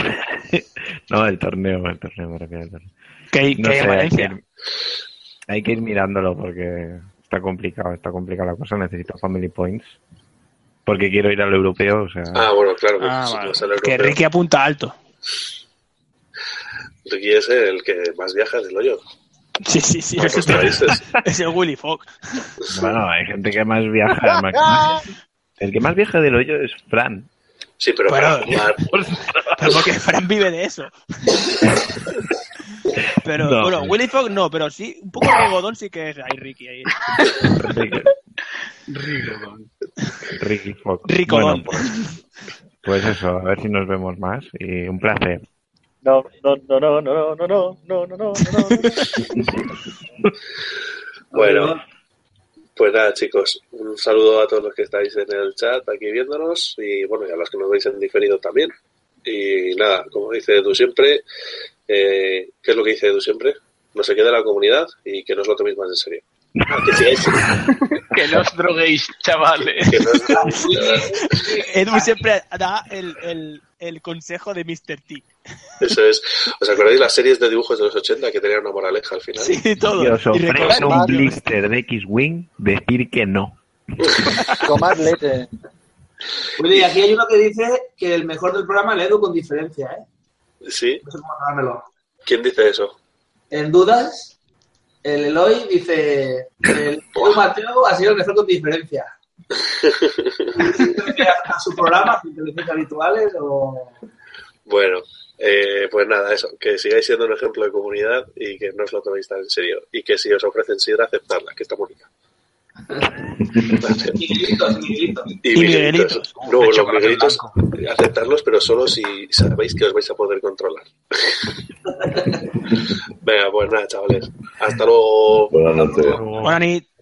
Speaker 7: *laughs* no, el torneo, el torneo, me refiero al torneo.
Speaker 4: Que,
Speaker 7: No
Speaker 4: que
Speaker 7: sé, hay que,
Speaker 4: Valencia.
Speaker 7: ir, hay que ir mirándolo porque está complicado, está complicada la cosa. Necesito family points porque quiero ir al europeo, o sea,
Speaker 1: Ah, bueno, claro, que
Speaker 4: Ah,
Speaker 1: si
Speaker 4: vale.
Speaker 1: vas al
Speaker 4: Que
Speaker 1: europeo.
Speaker 4: Ricky apunta alto.
Speaker 1: Ricky es el que más viaja del
Speaker 4: *laughs*
Speaker 1: hoyo.
Speaker 4: Sí, sí, sí.
Speaker 1: a
Speaker 4: Es,
Speaker 1: otros países.
Speaker 4: es el Willy Fox.
Speaker 7: bueno, hay gente que más viaja. más- el que más viaja del hoyo es Fran.
Speaker 1: Sí, pero para
Speaker 4: Bueno.
Speaker 1: jugar,
Speaker 4: Pero porque Fran vive de eso. Pero,
Speaker 7: No.
Speaker 4: bueno, Willy Fox no, pero sí, un poco de algodón sí que es ahí, Ricky. Ahí.
Speaker 7: Ricky, Ricky Fox.
Speaker 4: Ricodón.
Speaker 7: Bueno, pues, pues eso, a ver si nos vemos más y un placer.
Speaker 2: No, no, no, no, no, no, no, no, no, no, no, *laughs* no.
Speaker 1: Bueno, pues nada, chicos, un saludo a todos los que estáis en el chat aquí viéndonos y bueno, y a los que nos veis en diferido también. Y nada, como dice Edu siempre, eh, ¿qué es lo que dice Edu siempre? No se quede la comunidad y que no os lo toméis más en serio. Ah, Que sigáis-
Speaker 6: Que no os droguéis, chavales.
Speaker 1: que no os-
Speaker 4: Edu siempre da el, el, el consejo de Mr. T.
Speaker 1: Eso es. ¿Os acordáis las series de dibujos de los 80 que tenían una moraleja al final?
Speaker 4: Sí, todo.
Speaker 7: Y os
Speaker 4: Y recordar-
Speaker 7: ofrecen un
Speaker 2: varios.
Speaker 7: blister de X-Wing, decir que no.
Speaker 2: Tomad leche.
Speaker 5: *laughs* Oye, y aquí hay uno que dice que el mejor del programa es Edu con diferencia, ¿eh?
Speaker 1: ¿Sí?
Speaker 5: No sé cómo dármelo.
Speaker 1: ¿Quién dice eso?
Speaker 5: En dudas, el Eloy dice el Edu Mateo ha sido el mejor con diferencia. a su programa, sus televisiones habituales o...
Speaker 1: Bueno, eh, pues nada, eso, que sigáis siendo un ejemplo de comunidad y que no os lo toméis tan en serio. Y que si os ofrecen sidra, aceptarla, que está bonita. Vale.
Speaker 5: Miguelitos, Miguelitos.
Speaker 1: Y,
Speaker 4: Miguelitos.
Speaker 1: No,
Speaker 6: De
Speaker 1: los
Speaker 6: chocolate
Speaker 1: miguelitos,
Speaker 6: blanco.
Speaker 1: aceptarlos, pero solo si sabéis que os vais a poder controlar. *laughs* Venga, pues nada, chavales. Hasta luego.
Speaker 3: Buenas noches.
Speaker 4: Buena nit.